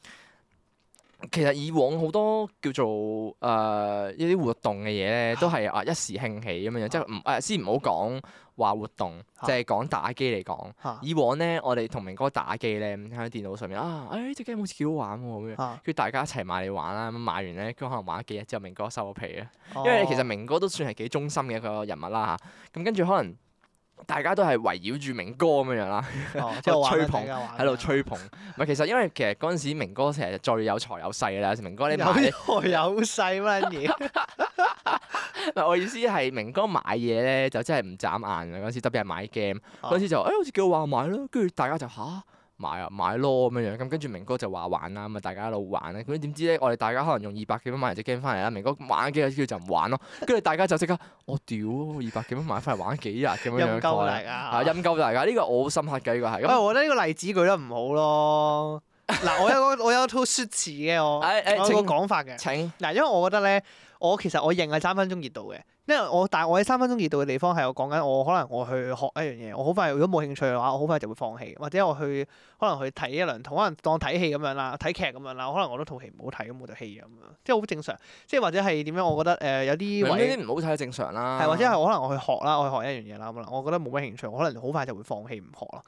[SPEAKER 2] 其實以往好多叫做誒、呃、一啲活動嘅嘢咧，都係啊一時興起咁樣樣，即係唔誒先唔好講話活動，
[SPEAKER 1] 嚇
[SPEAKER 2] 就係講打機嚟講。
[SPEAKER 1] 嚇
[SPEAKER 2] 以往咧，我哋同明哥打機咧，喺電腦上面啊，誒呢只 game 好似幾好玩喎咁樣，
[SPEAKER 1] 嚇，
[SPEAKER 2] 跟住大家一齊買嚟玩啦。咁買完咧，跟住可能玩咗幾日之後，明哥收咗皮啦。啊
[SPEAKER 1] 哦
[SPEAKER 2] 因為其實明哥都算係幾忠心嘅一個人物啦嚇。咁跟住可能大家都係圍繞住明哥咁樣樣啦， <laughs>
[SPEAKER 1] 哦即係我玩
[SPEAKER 2] 吹
[SPEAKER 1] 緊
[SPEAKER 2] 捧
[SPEAKER 1] 大家玩
[SPEAKER 2] 喺度
[SPEAKER 1] 緊
[SPEAKER 2] 吹捧。唔係其實因為其實嗰陣時明哥成日最有財有勢啦，有時明哥你買
[SPEAKER 1] 有財有勢乜
[SPEAKER 2] <laughs>
[SPEAKER 1] 嘢？
[SPEAKER 2] 唔係我意思係明哥買嘢咧就真係唔眨眼啊！嗰陣時特別係買 game，嗰陣
[SPEAKER 1] 啊
[SPEAKER 2] 時就誒、哎好似幾好玩買咯，跟住大家就吓，買啊買咯咁樣樣，咁跟住明哥就話玩啦，咁啊大家一路玩咧，咁點知咧我哋大家可能用二百幾蚊買完隻 game 翻嚟啦，明哥玩咗幾日跟住就唔玩咯，跟住大家就即刻我屌二百幾蚊買翻嚟玩幾日咁樣樣
[SPEAKER 1] 陰
[SPEAKER 2] 過
[SPEAKER 1] 鳩
[SPEAKER 2] 啦，
[SPEAKER 1] 嚟
[SPEAKER 2] 啊
[SPEAKER 1] 啊！
[SPEAKER 2] 陰鳩大家呢個我好深刻嘅呢個係
[SPEAKER 1] 喂，
[SPEAKER 2] 咁。
[SPEAKER 1] 我覺得呢個例子舉得唔好咯。嗱，我有個我有一套説辭嘅
[SPEAKER 2] <laughs>
[SPEAKER 1] 我，
[SPEAKER 2] 誒誒
[SPEAKER 1] 我
[SPEAKER 2] 哎請
[SPEAKER 1] 有個講法嘅。
[SPEAKER 2] 請
[SPEAKER 1] 嗱，因為我覺得咧，我其實我認係三分鐘熱度嘅，因為我但係我喺三分鐘熱度嘅地方係我講緊我可能我去學一樣嘢，我好快如果冇興趣嘅話，我好快就會放棄，或者我去可能去睇一兩套，可能當睇戲咁樣啦，睇劇咁樣啦，可能我都套戲唔好睇咁我就棄咁樣，即係好正常，即係或者係點樣？我覺得誒、呃有
[SPEAKER 2] 呢
[SPEAKER 1] 啲位
[SPEAKER 2] 啲唔好睇係正啊常啦，
[SPEAKER 1] 係或者係我可能我去學啦，我去學一樣嘢啦，可能我覺得冇乜興趣，我可能好快就會放棄唔學咯。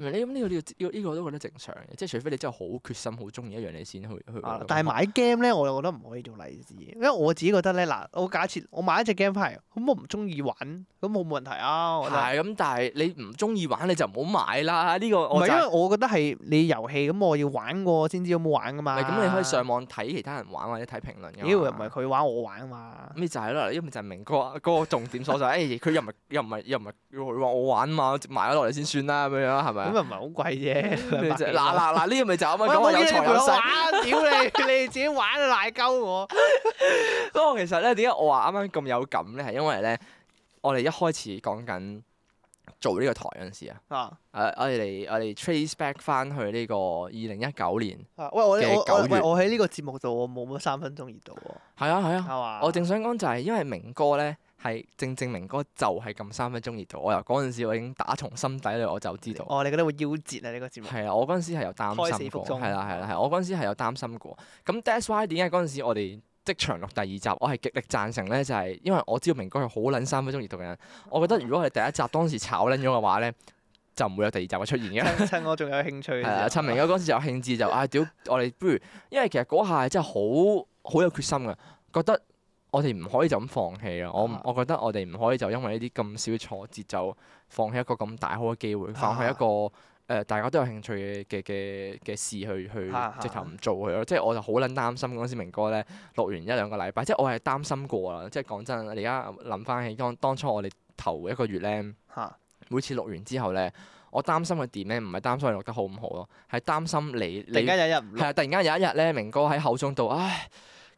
[SPEAKER 2] 呢呢個呢個呢個呢個我都覺得正常嘅，即係除非你真係好決心好中意一樣嘢先去去
[SPEAKER 1] 啊
[SPEAKER 2] <laughs> 去。
[SPEAKER 1] 但係買 game 咧，我又覺得唔可以做例子，因為我自己覺得咧，嗱，我假設我買一隻 game 翻嚟，咁我唔中意玩，咁冇冇問題啊，我覺得。
[SPEAKER 2] 係咁，但係你唔中意玩你就唔好買啦。呢、個
[SPEAKER 1] 唔
[SPEAKER 2] 我
[SPEAKER 1] 係
[SPEAKER 2] 就
[SPEAKER 1] 因
[SPEAKER 2] 係
[SPEAKER 1] 為我覺得係你遊戲咁，我要玩過先知有冇玩噶
[SPEAKER 2] 唔
[SPEAKER 1] 嘛。
[SPEAKER 2] 係咁，你可以上網睇其他人玩或者睇評論嘅。
[SPEAKER 1] 屌，又唔係佢玩我玩啊嘛。
[SPEAKER 2] 咁咪就係啦，因為就係明哥啊 <laughs> 嗰個重點所
[SPEAKER 1] <laughs>
[SPEAKER 2] 在。誒、佢又唔係又唔係又唔係佢話我玩嘛，買咗落嚟先算啦咁樣樣係
[SPEAKER 1] 咁
[SPEAKER 2] 咪啊？
[SPEAKER 1] 又唔係好貴啫，
[SPEAKER 2] <laughs> 咪
[SPEAKER 1] 兩百
[SPEAKER 2] 就
[SPEAKER 1] 幾
[SPEAKER 2] 係嗱
[SPEAKER 1] 蚊
[SPEAKER 2] 嗱嗱，呢個咪就係我咪
[SPEAKER 1] 喂
[SPEAKER 2] 講
[SPEAKER 1] 冇
[SPEAKER 2] 我有
[SPEAKER 1] 嘢
[SPEAKER 2] 財
[SPEAKER 1] 你陪
[SPEAKER 2] 有
[SPEAKER 1] 我
[SPEAKER 2] 勢。
[SPEAKER 1] 玩，屌你，你自己玩啊賴鳩我。
[SPEAKER 2] 不過其實咧，點解我話啱啱咁有感咧？係因為咧，我哋一開始講緊做呢個台嗰陣時啊，
[SPEAKER 1] 啊
[SPEAKER 2] 誒、我哋我哋 trace back 翻去呢個二零一九年，
[SPEAKER 1] 啊喂，我
[SPEAKER 2] 嘅
[SPEAKER 1] 我我
[SPEAKER 2] 九月
[SPEAKER 1] 喂我喺呢個節目度，我冇乜三分鐘熱度喎，
[SPEAKER 2] 係啊係啊
[SPEAKER 1] 係。嘛？
[SPEAKER 2] 我正想講就係因為明哥咧係正正明哥就係咁三分鐘熱度，我由嗰陣時我已經打從心底裏我就知道，
[SPEAKER 1] 哦，你覺得會夭折啊？呢個節目
[SPEAKER 2] 係啊，我嗰陣時係有擔
[SPEAKER 1] 胎
[SPEAKER 2] 心
[SPEAKER 1] 死腹
[SPEAKER 2] 過，
[SPEAKER 1] 中
[SPEAKER 2] 係啦係啦係，我嗰陣時係有擔心過。咁 that's why 點解嗰陣時我哋即場錄第二集，我係極力贊成咧，就係、因為我知道明哥係好撚三分鐘熱度嘅人，我覺得如果我哋第一集當時炒撚咗嘅話咧，就唔會有第二集嘅出現嘅。
[SPEAKER 1] 趁趁我仲有興趣嘅時
[SPEAKER 2] 啊係啊，
[SPEAKER 1] 候，
[SPEAKER 2] 陳明嗰陣時就有興致
[SPEAKER 1] <laughs>
[SPEAKER 2] 就，唉、屌，我哋不如，因為其實嗰下係真係好好有決心嘅，覺得我哋唔可以就咁放棄啊！我唔
[SPEAKER 1] 啊
[SPEAKER 2] 我覺得我哋唔可以就因為呢啲咁少嘅挫折就放棄一個咁大好嘅機會，放
[SPEAKER 1] 啊
[SPEAKER 2] 棄一個誒、呃大家都有興趣嘅嘅嘅嘅事去去
[SPEAKER 1] 啊
[SPEAKER 2] 直頭唔做佢咯。即係我就好撚擔心嗰陣時明哥咧錄完一兩個禮拜，即係我係擔心過啦。即係講真，你而家諗翻起當當初我哋頭一個月咧。
[SPEAKER 1] 嚇
[SPEAKER 2] 每次錄完之後咧，我擔心嘅點咧，唔係擔心你錄得好唔好咯，係擔心你
[SPEAKER 1] 突然
[SPEAKER 2] 你
[SPEAKER 1] 間有一日唔
[SPEAKER 2] 係
[SPEAKER 1] 錄，
[SPEAKER 2] 啊！突然間有一日咧，明哥喺口中度，唉，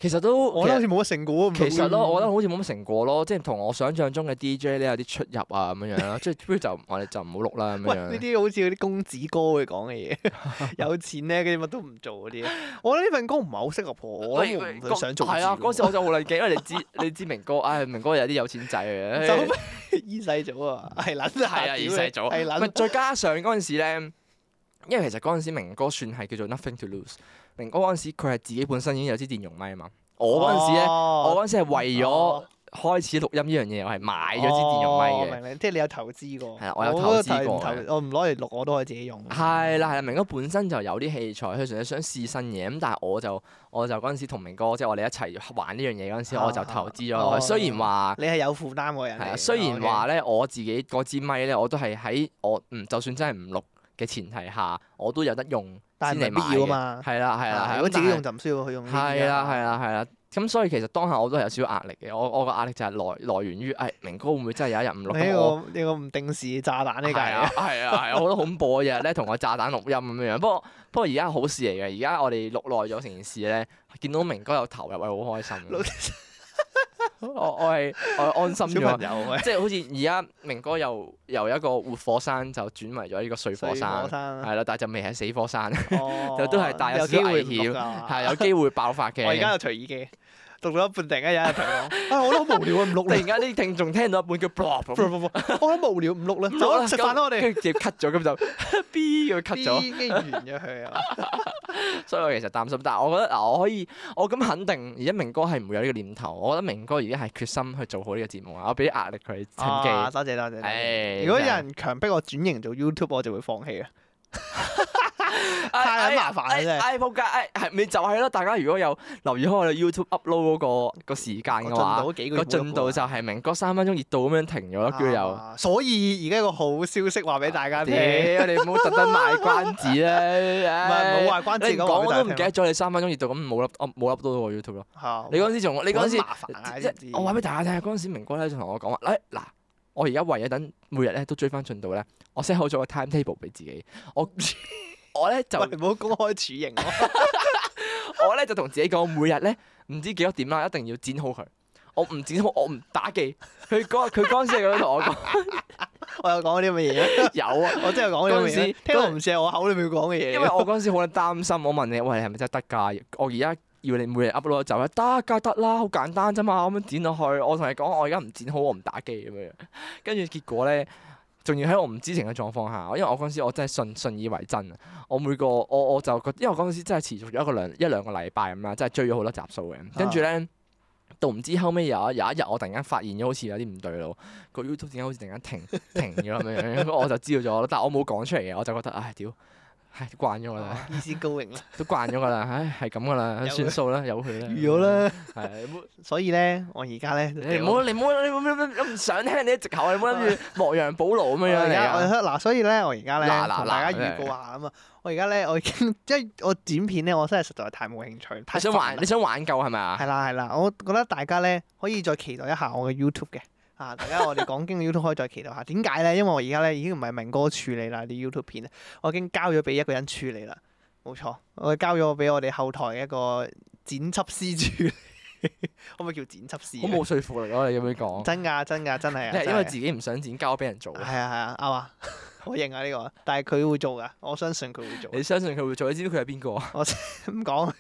[SPEAKER 2] 其實都
[SPEAKER 1] 我覺得好似冇乜成果咁。
[SPEAKER 2] 其實其實咯，我覺得好似冇乜成果咯，即係同我想象中嘅 DJ 咧有啲出入啊咁樣樣啦，即係不如就我哋就唔好錄啦咁
[SPEAKER 1] 喂，
[SPEAKER 2] 樣
[SPEAKER 1] 呢
[SPEAKER 2] 樣。
[SPEAKER 1] 啲好似嗰啲公子哥會講嘅
[SPEAKER 2] <laughs>
[SPEAKER 1] 嘢，有錢咧，跟住乜都唔做嗰啲。我覺得呢份工唔係好適合我，我
[SPEAKER 2] 喂
[SPEAKER 1] 都
[SPEAKER 2] 喂
[SPEAKER 1] 唔想做住。
[SPEAKER 2] 係啊！
[SPEAKER 1] <laughs>
[SPEAKER 2] 嗰時我就好撚驚，因為你知你知明哥，唉，明哥有啲有錢仔嚟
[SPEAKER 1] 走
[SPEAKER 2] 嘅，
[SPEAKER 1] 伊世祖啊，係撚下
[SPEAKER 2] 係啊，二世祖。
[SPEAKER 1] 係
[SPEAKER 2] 咪
[SPEAKER 1] 撚。
[SPEAKER 2] 再加上嗰陣時咧，因為其實嗰陣時明哥算係叫做 nothing to lose。明哥嗰陣時佢係自己本身已經有支電容咪啊嘛。
[SPEAKER 1] 哦
[SPEAKER 2] 我嗰陣時咧，我
[SPEAKER 1] 我
[SPEAKER 2] 嗰陣時係為咗開始錄音呢樣嘢，我係買咗支電容咪嘅。
[SPEAKER 1] 哦明你，即係你有投資過。
[SPEAKER 2] 係啊我有
[SPEAKER 1] 覺
[SPEAKER 2] 投
[SPEAKER 1] 得
[SPEAKER 2] 資過
[SPEAKER 1] 唔投
[SPEAKER 2] 嘅
[SPEAKER 1] 我唔攞嚟錄，我都可以自己用。
[SPEAKER 2] 係啦係啦，明哥本身就有啲器材，佢純粹想試新嘢咁，但係我就我就嗰陣時同明哥即係我哋一齊玩呢樣嘢嗰陣時，
[SPEAKER 1] 啊
[SPEAKER 2] 我就投資咗落
[SPEAKER 1] 哦
[SPEAKER 2] 去。雖然話
[SPEAKER 1] 你係有負擔嘅人
[SPEAKER 2] 係
[SPEAKER 1] 嚟
[SPEAKER 2] 啊，
[SPEAKER 1] 嘅。
[SPEAKER 2] 雖然
[SPEAKER 1] OK
[SPEAKER 2] 話咧我自己嗰支咪咧，我都係喺我唔就算真係唔錄嘅前提下，我都有得用
[SPEAKER 1] 但係
[SPEAKER 2] 先嚟
[SPEAKER 1] 唔
[SPEAKER 2] 買
[SPEAKER 1] 係必要啊
[SPEAKER 2] 嘅。
[SPEAKER 1] 嘛。
[SPEAKER 2] 係啦係啦，
[SPEAKER 1] 啊
[SPEAKER 2] 係咁
[SPEAKER 1] 如果自己
[SPEAKER 2] 但係
[SPEAKER 1] 用就唔需要去用呢啲啊。
[SPEAKER 2] 係啦係啦係啦，咁所以其實當下我都係有少少壓力嘅，我我個壓力就係來來源於，誒明哥會唔會真係有一日唔錄
[SPEAKER 1] 你
[SPEAKER 2] 咁
[SPEAKER 1] 呢 <laughs>
[SPEAKER 2] 我？
[SPEAKER 1] 個呢個唔定時炸彈呢個
[SPEAKER 2] 係
[SPEAKER 1] 係
[SPEAKER 2] 啊係啊係啊，好多恐怖嘅日咧，同我炸彈錄音咁樣。不過不過而家好事嚟嘅，而家我哋錄耐咗成件事咧，見到明哥有投入，我好開心
[SPEAKER 1] <laughs> 老
[SPEAKER 2] 嘅。 <laughs> 我我係我係安心
[SPEAKER 1] 小朋
[SPEAKER 2] 咗。
[SPEAKER 1] 友啊喂，
[SPEAKER 2] 即係好似而家明哥由由一個活火山就轉為咗呢個睡火山，
[SPEAKER 1] 生
[SPEAKER 2] 係啦，但係就未係死火
[SPEAKER 1] <laughs>
[SPEAKER 2] 山，
[SPEAKER 1] 啊哦
[SPEAKER 2] 就都係帶有
[SPEAKER 1] 有
[SPEAKER 2] 少
[SPEAKER 1] 機
[SPEAKER 2] 少
[SPEAKER 1] 會
[SPEAKER 2] 危
[SPEAKER 1] 唔錄
[SPEAKER 2] 險
[SPEAKER 1] 㗎嘛 <laughs>
[SPEAKER 2] 係有機會爆發嘅。
[SPEAKER 1] 我而家就除耳機，讀到一半，突然間有人同我
[SPEAKER 2] <laughs>
[SPEAKER 1] 講：啊，我都好無聊啊，唔錄
[SPEAKER 2] 突 <laughs>
[SPEAKER 1] 啦
[SPEAKER 2] 然。間啲聽眾聽到一半叫 blog
[SPEAKER 1] 不不不不我好無聊，唔錄啦，
[SPEAKER 2] 啊
[SPEAKER 1] 走啦，食飯啦，我哋。
[SPEAKER 2] 跟住直接 cut 咗，咁就 B 咁 cut 咗。
[SPEAKER 1] 已經完咗佢啊！
[SPEAKER 2] 所以我其實擔心，但係我覺得嗱，我可以，我咁肯定，而家明哥係唔會有呢個念頭。我覺得明哥而家係決心去做好呢個節目啊！我俾啲壓力佢 <laughs> 趁
[SPEAKER 1] 啊，
[SPEAKER 2] 機。
[SPEAKER 1] 多謝多謝多謝。
[SPEAKER 2] 唉
[SPEAKER 1] 如果有
[SPEAKER 2] 真係
[SPEAKER 1] 人強迫我轉型做 YouTube，我就會放棄啊！
[SPEAKER 2] 哎
[SPEAKER 1] 太撚麻煩啦
[SPEAKER 2] 哎
[SPEAKER 1] 真係
[SPEAKER 2] 哎仆街！哎係咪就係啦？大家如果有留意開我哋 YouTube upload 嗰個個時間
[SPEAKER 1] 我
[SPEAKER 2] 嘅
[SPEAKER 1] 進
[SPEAKER 2] 話，
[SPEAKER 1] 到幾個
[SPEAKER 2] 啊個
[SPEAKER 1] 月
[SPEAKER 2] 進度就係明哥三分鐘熱度咁樣停咗，跟住又。
[SPEAKER 1] 啊所以而家有個好消息話俾大家聽，唔
[SPEAKER 2] 屌，你唔好特登賣關子啦！
[SPEAKER 1] 係
[SPEAKER 2] 唉
[SPEAKER 1] 冇話關
[SPEAKER 2] 你
[SPEAKER 1] 節
[SPEAKER 2] 唔
[SPEAKER 1] 咁
[SPEAKER 2] 講
[SPEAKER 1] 話
[SPEAKER 2] 我
[SPEAKER 1] 俾
[SPEAKER 2] 都
[SPEAKER 1] 大
[SPEAKER 2] 唔
[SPEAKER 1] 家
[SPEAKER 2] 記
[SPEAKER 1] 聽
[SPEAKER 2] 得咗你三分鐘熱度咁冇笠，我冇笠到我 YouTube 咯。
[SPEAKER 1] 嚇
[SPEAKER 2] 你嗰陣時仲，你嗰陣時
[SPEAKER 1] 好麻煩啊！
[SPEAKER 2] 即
[SPEAKER 1] 呢
[SPEAKER 2] 係我話
[SPEAKER 1] 啲
[SPEAKER 2] 俾大家聽，嗰陣時明哥咧就同我講話，誒嗱，我而家為咗等每日咧都追翻進度咧，我 set 好咗個 timetable 俾自己，
[SPEAKER 1] <laughs>
[SPEAKER 2] 我我咧就
[SPEAKER 1] 喂唔好公開處刑我。 <laughs>
[SPEAKER 2] 我咧就同自己講，每日咧唔知幾多點啦，一定要剪好佢。我唔剪好，我唔打記。佢嗰佢嗰陣時係咁樣同我講，
[SPEAKER 1] 我有講啲咁嘅嘢，
[SPEAKER 2] 有啊，
[SPEAKER 1] 我真係有講啲咁
[SPEAKER 2] 嗰陣
[SPEAKER 1] 嘅
[SPEAKER 2] 時
[SPEAKER 1] 嘢，聽落唔似係我口裏面講嘅嘢。
[SPEAKER 2] 因為我嗰陣時好撚擔心，我問你，喂，你係咪真係得㗎？我而家要你每日 upload 就係得㗎，得啦，好簡單啫嘛，咁樣剪落去。我同你講，我而家唔剪好，我唔打機咁樣。跟住結果咧，仲要喺我唔知情嘅狀況下，因為我嗰陣時我真係信信以為真啊。我每個我我就覺，因為我嗰陣時真係持續咗一個兩一兩個禮拜咁啦，真係追咗好多集數嘅。跟住咧。到唔知後尾有一有一日，我突然間發現咗好似有啲唔對路，個 YouTube 點解好似突然間停停咗咁樣樣，我就知道咗啦。但我冇講出嚟嘅，我就覺得唉屌，唉慣咗啦。
[SPEAKER 1] <laughs> 意思高榮啦，
[SPEAKER 2] 都慣咗㗎啦，唉，係咁㗎啦，
[SPEAKER 1] 有
[SPEAKER 2] 算數啦，由佢啦，
[SPEAKER 1] 預咗，啦。
[SPEAKER 2] 係唔好
[SPEAKER 1] 所以咧，我而家咧，
[SPEAKER 2] 嗯你唔好，你唔好，你唔好你唔想聽你啲藉口，你唔好諗住亡羊補牢
[SPEAKER 1] 我
[SPEAKER 2] 咁樣
[SPEAKER 1] 而
[SPEAKER 2] 嚟
[SPEAKER 1] 家我
[SPEAKER 2] 啊！
[SPEAKER 1] 嗱，所以咧，我而家咧
[SPEAKER 2] 嗱嗱
[SPEAKER 1] 同大家
[SPEAKER 2] 嗱
[SPEAKER 1] 預告下啊嘛。我而家咧，我已經 <laughs> 即係我剪片咧，我真係實在太冇興趣，太
[SPEAKER 2] 你想
[SPEAKER 1] 煩
[SPEAKER 2] 挽，
[SPEAKER 1] 啦
[SPEAKER 2] 你想挽救係咪啊？
[SPEAKER 1] 係啦係啦，我覺得大家咧可以再期待一下我嘅 YouTube 嘅。啊！大家我哋講經
[SPEAKER 2] <laughs>
[SPEAKER 1] 嘅 YouTube 可以再期待下，點解咧？因為我而家咧已經唔係明哥處理啦啲 YouTube 片，啊我已經交咗俾一個人處理啦。冇錯，我交咗俾我哋後台嘅一個剪輯師處理， <laughs> 可唔可以叫剪輯師
[SPEAKER 2] 好
[SPEAKER 1] 啊？
[SPEAKER 2] 冇說服力咯，你咁樣講，
[SPEAKER 1] 真㗎真㗎真係啊！
[SPEAKER 2] 你
[SPEAKER 1] 真
[SPEAKER 2] 係因為
[SPEAKER 1] 係啊
[SPEAKER 2] 自己唔想剪交俾人做，
[SPEAKER 1] 係啊係啊，啱啊， <laughs> 我認啊呢個，但係佢會做噶，我相信佢會做。
[SPEAKER 2] 你相信佢會做，你知唔知佢係邊個啊？
[SPEAKER 1] 咁講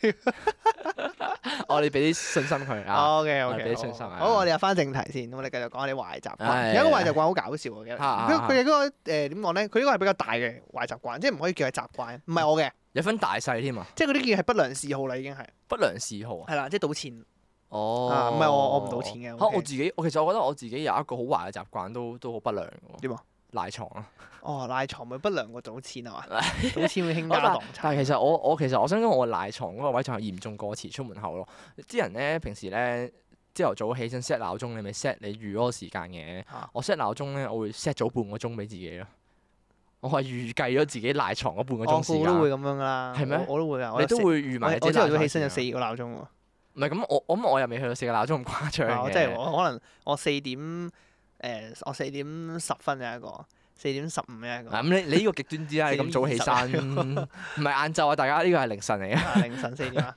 [SPEAKER 2] 我哋俾啲信心佢啊！
[SPEAKER 1] ，OK
[SPEAKER 2] 我哋俾
[SPEAKER 1] OK，
[SPEAKER 2] 啲信心啊
[SPEAKER 1] 好，我哋入翻正題先，咁我哋繼續講下啲壞習慣。
[SPEAKER 2] 係
[SPEAKER 1] 有一個壞習慣好搞笑嘅，
[SPEAKER 2] 啊啊
[SPEAKER 1] 佢佢哋嗰個誒呃點講咧？佢呢個係比較大嘅壞習慣，即係唔可以叫係習慣，唔係我
[SPEAKER 2] <laughs>
[SPEAKER 1] 嘅，
[SPEAKER 2] 有分大細添啊，
[SPEAKER 1] 即係嗰啲叫係不良嗜好啦，已經係
[SPEAKER 2] 不良嗜好啊。
[SPEAKER 1] 係啦，即係賭錢。啊
[SPEAKER 2] 哦，
[SPEAKER 1] 唔係我我唔賭錢嘅
[SPEAKER 2] 嚇
[SPEAKER 1] OK
[SPEAKER 2] 我自己，我其實我覺得我自己有一個好壞嘅習慣，都都好不良嘅喎。
[SPEAKER 1] 點啊？
[SPEAKER 2] 賴床啊！
[SPEAKER 1] 哦，賴床咪不良過賭錢係啊嘛？
[SPEAKER 2] <laughs>
[SPEAKER 1] 賭錢會傾家蕩產。
[SPEAKER 2] 但係其實我我其實我想講我賴床嗰個位就係嚴重過遲出門口咯。啲人咧平時咧朝頭早起身 set 鬧鐘，你咪 set 你預嗰個時間嘅。
[SPEAKER 1] 嚇
[SPEAKER 2] 我 set 鬧鐘咧，我會 set 早半個鐘俾自己咯。我係預計咗自己賴床嗰半個
[SPEAKER 1] 我
[SPEAKER 2] 鐘時
[SPEAKER 1] 估都會
[SPEAKER 2] 間。
[SPEAKER 1] 咁樣噶啦，
[SPEAKER 2] 啊係咩
[SPEAKER 1] 我我都會㗎，我
[SPEAKER 2] 你
[SPEAKER 1] 有
[SPEAKER 2] 都
[SPEAKER 1] 四
[SPEAKER 2] 會預埋
[SPEAKER 1] 我
[SPEAKER 2] 你自
[SPEAKER 1] 我
[SPEAKER 2] 己
[SPEAKER 1] 朝頭早
[SPEAKER 2] 賴床啊
[SPEAKER 1] 起身有
[SPEAKER 2] 時
[SPEAKER 1] 四
[SPEAKER 2] 間
[SPEAKER 1] 個鬧鐘
[SPEAKER 2] <laughs>
[SPEAKER 1] 喎。
[SPEAKER 2] 唔係咁，我我咁我又未去到四個鬧鐘咁誇張
[SPEAKER 1] 啊
[SPEAKER 2] 嘅。
[SPEAKER 1] 我真係我可能我四點誒、我四點十分有一個，四點十五有一個，啊
[SPEAKER 2] 嗱咁你你呢個
[SPEAKER 1] <laughs>
[SPEAKER 2] 極端啲啦，你咁早起身，唔係晏晝啊，大家呢個係凌晨嚟嘅。 <laughs>
[SPEAKER 1] 啊凌晨四點啊，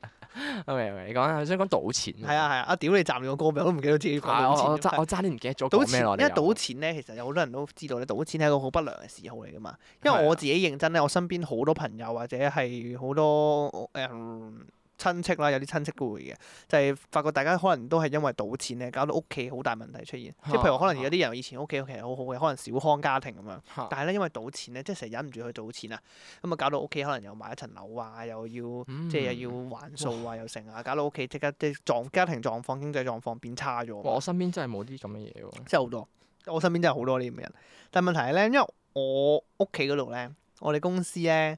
[SPEAKER 2] OK OK，你講啊，我想講賭錢。
[SPEAKER 1] 係啊係啊，啊屌你暫咗歌名，我都唔記得自己講
[SPEAKER 2] 啊，我
[SPEAKER 1] 賭
[SPEAKER 2] 我
[SPEAKER 1] 錢
[SPEAKER 2] 爭
[SPEAKER 1] 咗。
[SPEAKER 2] 我爭啲唔記得
[SPEAKER 1] 賭
[SPEAKER 2] 咗講
[SPEAKER 1] 錢，
[SPEAKER 2] 咩咯。
[SPEAKER 1] 因為
[SPEAKER 2] 為
[SPEAKER 1] 賭錢咧，其實有好多人都知道咧，賭錢係一個好不良嘅嗜好嚟噶嘛。因
[SPEAKER 2] 係啊
[SPEAKER 1] 為我自己認真咧，我身邊好多朋友或者係好多誒、嗯親戚啦，有啲親戚都會嘅，就係、發覺大家可能都係因為賭錢咧，搞到屋企好大問題出現。即係譬如可能有啲人以前屋企其實好好嘅，可能小康家庭咁啊樣。
[SPEAKER 2] 嚇
[SPEAKER 1] 但係咧，因為賭錢咧，即係成日忍唔住去賭錢啊，咁啊搞到屋企可能又買一層樓啊，又要
[SPEAKER 2] 嗯
[SPEAKER 1] 即係又要還數啊，又成啊，搞到屋企即刻即係狀家庭狀況、經濟狀況變差咗
[SPEAKER 2] 哇！我
[SPEAKER 1] 啊，
[SPEAKER 2] 身邊真係冇啲咁嘅嘢喎。
[SPEAKER 1] 真係好多。我身邊真係好多呢啲咁嘅人，但係問題係咧，因為我屋企嗰度咧，我哋公司咧，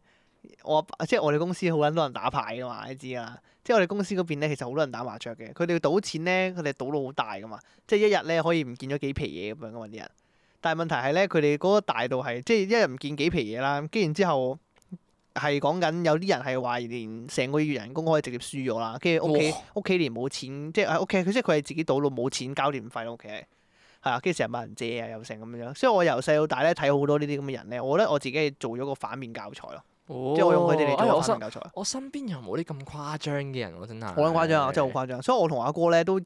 [SPEAKER 1] 我阿爸即係我哋公司好撚多人打牌噶嘛，你知㗎啦。即係我哋公司嗰邊咧，其實好多人打麻雀嘅，佢哋賭錢咧，佢哋賭到好大噶嘛，即係一日咧可以唔見咗幾皮嘢咁樣噶嘛啲人。但係問題係咧，佢哋嗰個大到係即係一日唔見幾皮嘢啦，跟住然之後係講緊有啲人係話連成個月人工可以直接輸咗啦，跟住屋企
[SPEAKER 2] 哇
[SPEAKER 1] 屋企連冇錢，即係喺屋企佢即係佢係自己賭到冇錢交電費咯，屋企係。係啊，跟住成日問人借啊，又成咁樣，所以我由細到大咧睇好多呢啲咁嘅人咧，我覺得我自己係做咗個反面教材咯，
[SPEAKER 2] 即
[SPEAKER 1] 即哦哎係我用佢哋嚟做
[SPEAKER 2] 哦哎
[SPEAKER 1] 個
[SPEAKER 2] 我
[SPEAKER 1] 反
[SPEAKER 2] 身
[SPEAKER 1] 面教材。
[SPEAKER 2] 我身邊又冇啲咁誇張嘅人喎，真係
[SPEAKER 1] 啊好撚誇張啊！真係好誇張，所以我同阿哥咧都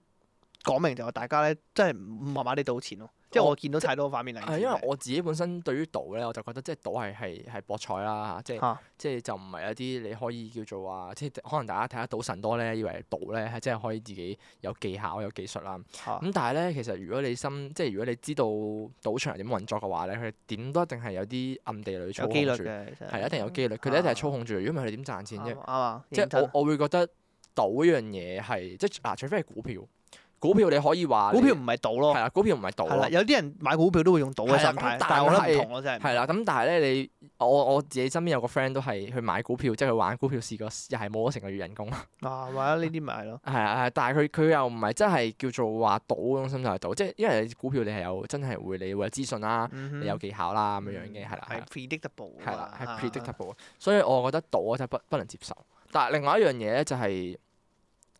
[SPEAKER 1] 講明就話大家咧真係唔麻麻地賭錢咯，即係
[SPEAKER 2] 我
[SPEAKER 1] 我見到太多反面例
[SPEAKER 2] 係
[SPEAKER 1] 子。
[SPEAKER 2] 因為我自己本身對於賭咧，我就覺得即係賭係係係博彩啦，即係
[SPEAKER 1] 嗯嚇
[SPEAKER 2] 即係就唔係一啲你可以叫做話，即係可能大家睇下賭神多咧，以為賭咧係真係可以自己有技巧有技術啊啦。
[SPEAKER 1] 嚇
[SPEAKER 2] 咁但係咧，其實如果你心即係如果你知道賭場係點運作嘅話咧，佢點都一定係有啲暗地裏操
[SPEAKER 1] 有
[SPEAKER 2] 控
[SPEAKER 1] 機率
[SPEAKER 2] 住，
[SPEAKER 1] 嘅，其實
[SPEAKER 2] 係一定有機率，佢哋一定係
[SPEAKER 1] 啊
[SPEAKER 2] 操控住，如果唔係佢哋點賺錢啫？
[SPEAKER 1] 啱啱啊，
[SPEAKER 2] 即
[SPEAKER 1] 認
[SPEAKER 2] 係
[SPEAKER 1] 真
[SPEAKER 2] 我我會覺得賭呢樣嘢係即係嗱，除非係股票，股票你可以話
[SPEAKER 1] 股票
[SPEAKER 2] 唔
[SPEAKER 1] 唔係賭咯
[SPEAKER 2] 係，啦，股票唔係賭
[SPEAKER 1] 係啦，
[SPEAKER 2] 咯，
[SPEAKER 1] 有啲人買股票都會用賭嘅
[SPEAKER 2] 係啦
[SPEAKER 1] 心態
[SPEAKER 2] 咁，
[SPEAKER 1] 但係我覺
[SPEAKER 2] 但
[SPEAKER 1] 得
[SPEAKER 2] 係
[SPEAKER 1] 唔同咯，真係。
[SPEAKER 2] 係啦。咁但係咧，你我我自己身邊有個 friend 都係去買股票，即係佢玩股票試過，又係冇咗成個月人工。 <laughs>
[SPEAKER 1] 啊，或者呢啲咪係咯，
[SPEAKER 2] 係啊，係但係佢佢又唔係真係叫做話賭嗰種心態去賭，即係因為你股票你係有真係會你會有資訊啦，
[SPEAKER 1] 你
[SPEAKER 2] 你有技巧啦咁樣樣嘅，係啦，
[SPEAKER 1] 嗯
[SPEAKER 2] 係
[SPEAKER 1] 係
[SPEAKER 2] 啦
[SPEAKER 1] predictable
[SPEAKER 2] 係啦，
[SPEAKER 1] 啊嘛
[SPEAKER 2] 係 predictable，所以我覺得賭我真係不不能接受。但係另外一樣嘢咧就係、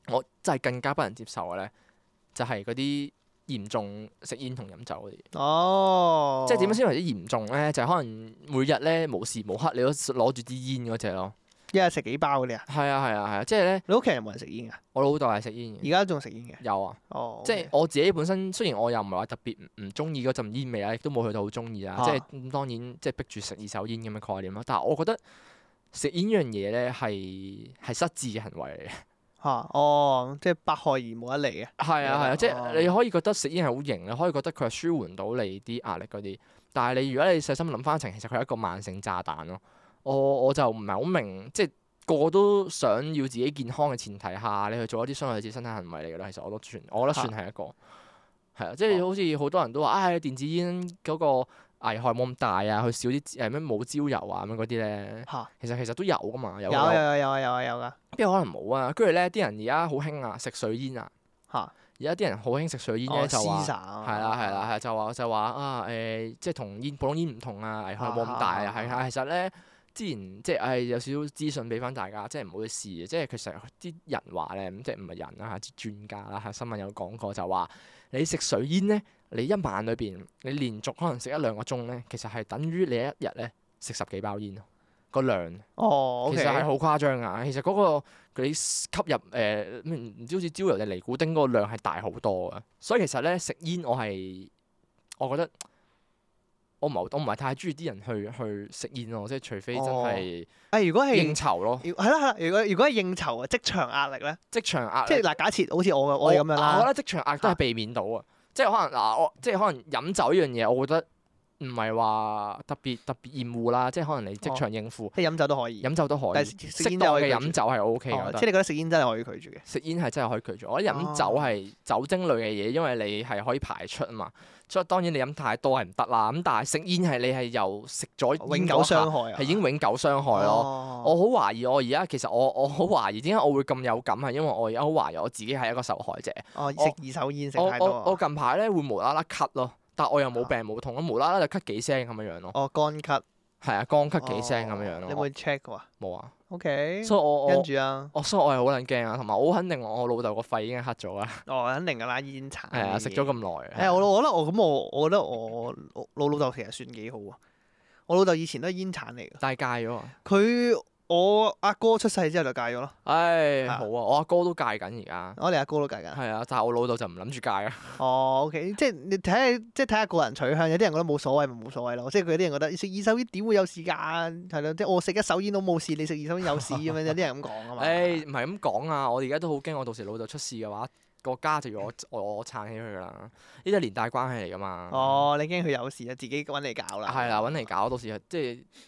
[SPEAKER 2] 我真係更加不能接受嘅咧，就係嗰啲嚴重食煙同飲酒嗰啲。
[SPEAKER 1] 哦，
[SPEAKER 2] 即係點樣先為之嚴重咧？就係、可能每日咧無時無刻你都攞住支煙嗰只咯。
[SPEAKER 1] 一日食幾包嗰啲啊？
[SPEAKER 2] 係啊係啊係啊！即係咧，
[SPEAKER 1] 你屋企人有冇人食煙啊？
[SPEAKER 2] 我老豆係食煙
[SPEAKER 1] 而
[SPEAKER 2] 嘅，
[SPEAKER 1] 家仲食煙嘅？
[SPEAKER 2] 有啊。
[SPEAKER 1] 哦，
[SPEAKER 2] 嗯即係
[SPEAKER 1] OK
[SPEAKER 2] 我自己本身，雖然我又唔係話特別唔唔中意嗰陣煙味啊啦，亦都冇去到好中意啦。
[SPEAKER 1] 啊
[SPEAKER 2] 即係嗯當然，即係逼住食二手煙咁嘅概念啦。但係我覺得食煙呢樣嘢咧係係失智嘅行為嚟嘅。
[SPEAKER 1] 嚇哦，即係百害而無一利嘅。
[SPEAKER 2] 係啊係啊，即係
[SPEAKER 1] 哦
[SPEAKER 2] 你可以覺得食煙係好型，你可以覺得佢係舒緩到你啲壓力嗰啲。但係你如果你細心諗翻程，其實佢係一個慢性炸彈咯。我我就唔係好明，即係個個都想要自己健康嘅前提下，你去做一啲傷害自己身體行為嚟嘅啦。其實我都算，我覺得算係一個係啊，即
[SPEAKER 1] 哦
[SPEAKER 2] 係好似好多人都話，唉、電子煙嗰個危害冇咁大啊，佢少啲誒咩冇焦油啊咁樣嗰啲咧。
[SPEAKER 1] 嚇
[SPEAKER 2] 其實其實都有噶嘛，
[SPEAKER 1] 有
[SPEAKER 2] 有
[SPEAKER 1] 有有有啊有啊有噶
[SPEAKER 2] 邊有可能冇啊？跟住咧，啲人而家好興啊，食水煙啊。
[SPEAKER 1] 嚇，
[SPEAKER 2] 而家啲人好興食水煙
[SPEAKER 1] 哦
[SPEAKER 2] 咧，就話
[SPEAKER 1] Caesar
[SPEAKER 2] 係
[SPEAKER 1] 啊
[SPEAKER 2] 啦係啦，係就話就話啊誒，即係同煙普通煙唔同啊，危害冇咁大啊，係
[SPEAKER 1] 啊
[SPEAKER 2] 啊，其實咧。之前即係誒有少少資訊俾翻大家，即係唔好去試啊嘅。即係其實啲人話咧，即係唔係人啦嚇，啲專家啦嚇，新聞有講過就話，你食水煙咧，你一晚裏邊你連續可能食一兩個鐘咧，其實係等於你一日咧食十幾包煙咯，個量。
[SPEAKER 1] 哦，
[SPEAKER 2] 其實係好誇張㗎，其實嗰、個佢吸入誒咩唔知好似焦油定尼古丁嗰個量係大好多㗎，所以其實咧食煙我係我覺得我唔係好我唔係太中意啲人去去食煙咯，即係除非真係
[SPEAKER 1] 誒哎如果
[SPEAKER 2] 應
[SPEAKER 1] 哦係。
[SPEAKER 2] 酬咯，
[SPEAKER 1] 如係啦係啦，如果如果係應酬啊，職場壓力咧，
[SPEAKER 2] 職場壓
[SPEAKER 1] 即係
[SPEAKER 2] 力
[SPEAKER 1] 嗱，假設好似我我哋咁樣
[SPEAKER 2] 我
[SPEAKER 1] 啦，
[SPEAKER 2] 覺得職場壓力都係避免到啊，即係可能嗱我即係可能飲酒呢樣嘢，我覺得唔係話特別特別厭惡啦，即係可能你職場應付
[SPEAKER 1] 即係飲酒都可以，
[SPEAKER 2] 飲酒都可
[SPEAKER 1] 哦但
[SPEAKER 2] 以，
[SPEAKER 1] 係食食
[SPEAKER 2] 適
[SPEAKER 1] 煙真
[SPEAKER 2] 當
[SPEAKER 1] 係可
[SPEAKER 2] 嘅
[SPEAKER 1] 以
[SPEAKER 2] 飲
[SPEAKER 1] 拒絕
[SPEAKER 2] 酒係 O K
[SPEAKER 1] 哦
[SPEAKER 2] 嘅，
[SPEAKER 1] 即係你覺得食煙真係可以拒絕嘅。
[SPEAKER 2] 食煙係真係可以拒絕，我覺得飲酒
[SPEAKER 1] 哦
[SPEAKER 2] 係酒精類嘅嘢，因為你係可以排出啊嘛。所以當然你飲太多係唔得啦。咁但係食煙係你係由食咗
[SPEAKER 1] 永
[SPEAKER 2] 煙
[SPEAKER 1] 久
[SPEAKER 2] 嗰下
[SPEAKER 1] 傷害啊，
[SPEAKER 2] 係已經永久傷害咯。
[SPEAKER 1] 哦
[SPEAKER 2] 我好懷疑我而家其實我我好懷疑點解我會咁有感係因為我而家好懷疑我自己係一個受害者。
[SPEAKER 1] 哦，
[SPEAKER 2] 我
[SPEAKER 1] 食二手煙食
[SPEAKER 2] 我
[SPEAKER 1] 太多
[SPEAKER 2] 我我
[SPEAKER 1] 啊，
[SPEAKER 2] 近排咧會無啦啦咳咯，但我又冇
[SPEAKER 1] 啊
[SPEAKER 2] 病冇痛，咁無啦啦就咳幾聲咁樣樣咯。
[SPEAKER 1] 我哦乾咳，
[SPEAKER 2] 係啊，乾咳幾聲咁樣樣
[SPEAKER 1] 哦
[SPEAKER 2] 咯。
[SPEAKER 1] 你會 check 㗎
[SPEAKER 2] 我冇啊？
[SPEAKER 1] ？O K，
[SPEAKER 2] 所以我
[SPEAKER 1] 跟
[SPEAKER 2] 我
[SPEAKER 1] 住啊，
[SPEAKER 2] 我所以我係好撚驚啊，同埋我好肯定我老豆個肺已經黑咗啦。
[SPEAKER 1] 哦，肯定㗎啦，煙殘。
[SPEAKER 2] 係啊，食咗。咁耐。係啊
[SPEAKER 1] 誒，我我覺得我咁我我覺得我我老老豆其實算幾好啊。我老豆以前都係煙殘嚟㗎，
[SPEAKER 2] 但係戒咗啊！
[SPEAKER 1] 佢我阿哥出世之後就戒咗咯，
[SPEAKER 2] 唉，
[SPEAKER 1] 啊
[SPEAKER 2] 好啊，我阿哥都戒緊而家，
[SPEAKER 1] 我哋阿哥都戒緊。
[SPEAKER 2] 係啊，但係我老豆就唔諗住戒啊。
[SPEAKER 1] 哦，OK，即係你睇下，即係睇下個人取向，有啲人覺得冇所謂咪冇所謂咯，即係佢有啲人覺得食二手煙點會有事㗎？係咯，即係我食一手煙都冇事，你食二手煙有事咁樣，有啲人咁講啊嘛。
[SPEAKER 2] 唉，唔係咁講啊，我而家都好驚，我到時老豆出事嘅話，個家就要
[SPEAKER 1] 嗯
[SPEAKER 2] 我我我撐起佢㗎啦。呢啲係連帶關係嚟㗎嘛。，
[SPEAKER 1] 哦，你驚佢有事啊，自己揾你搞啦。
[SPEAKER 2] 係啦，揾嚟搞，到時即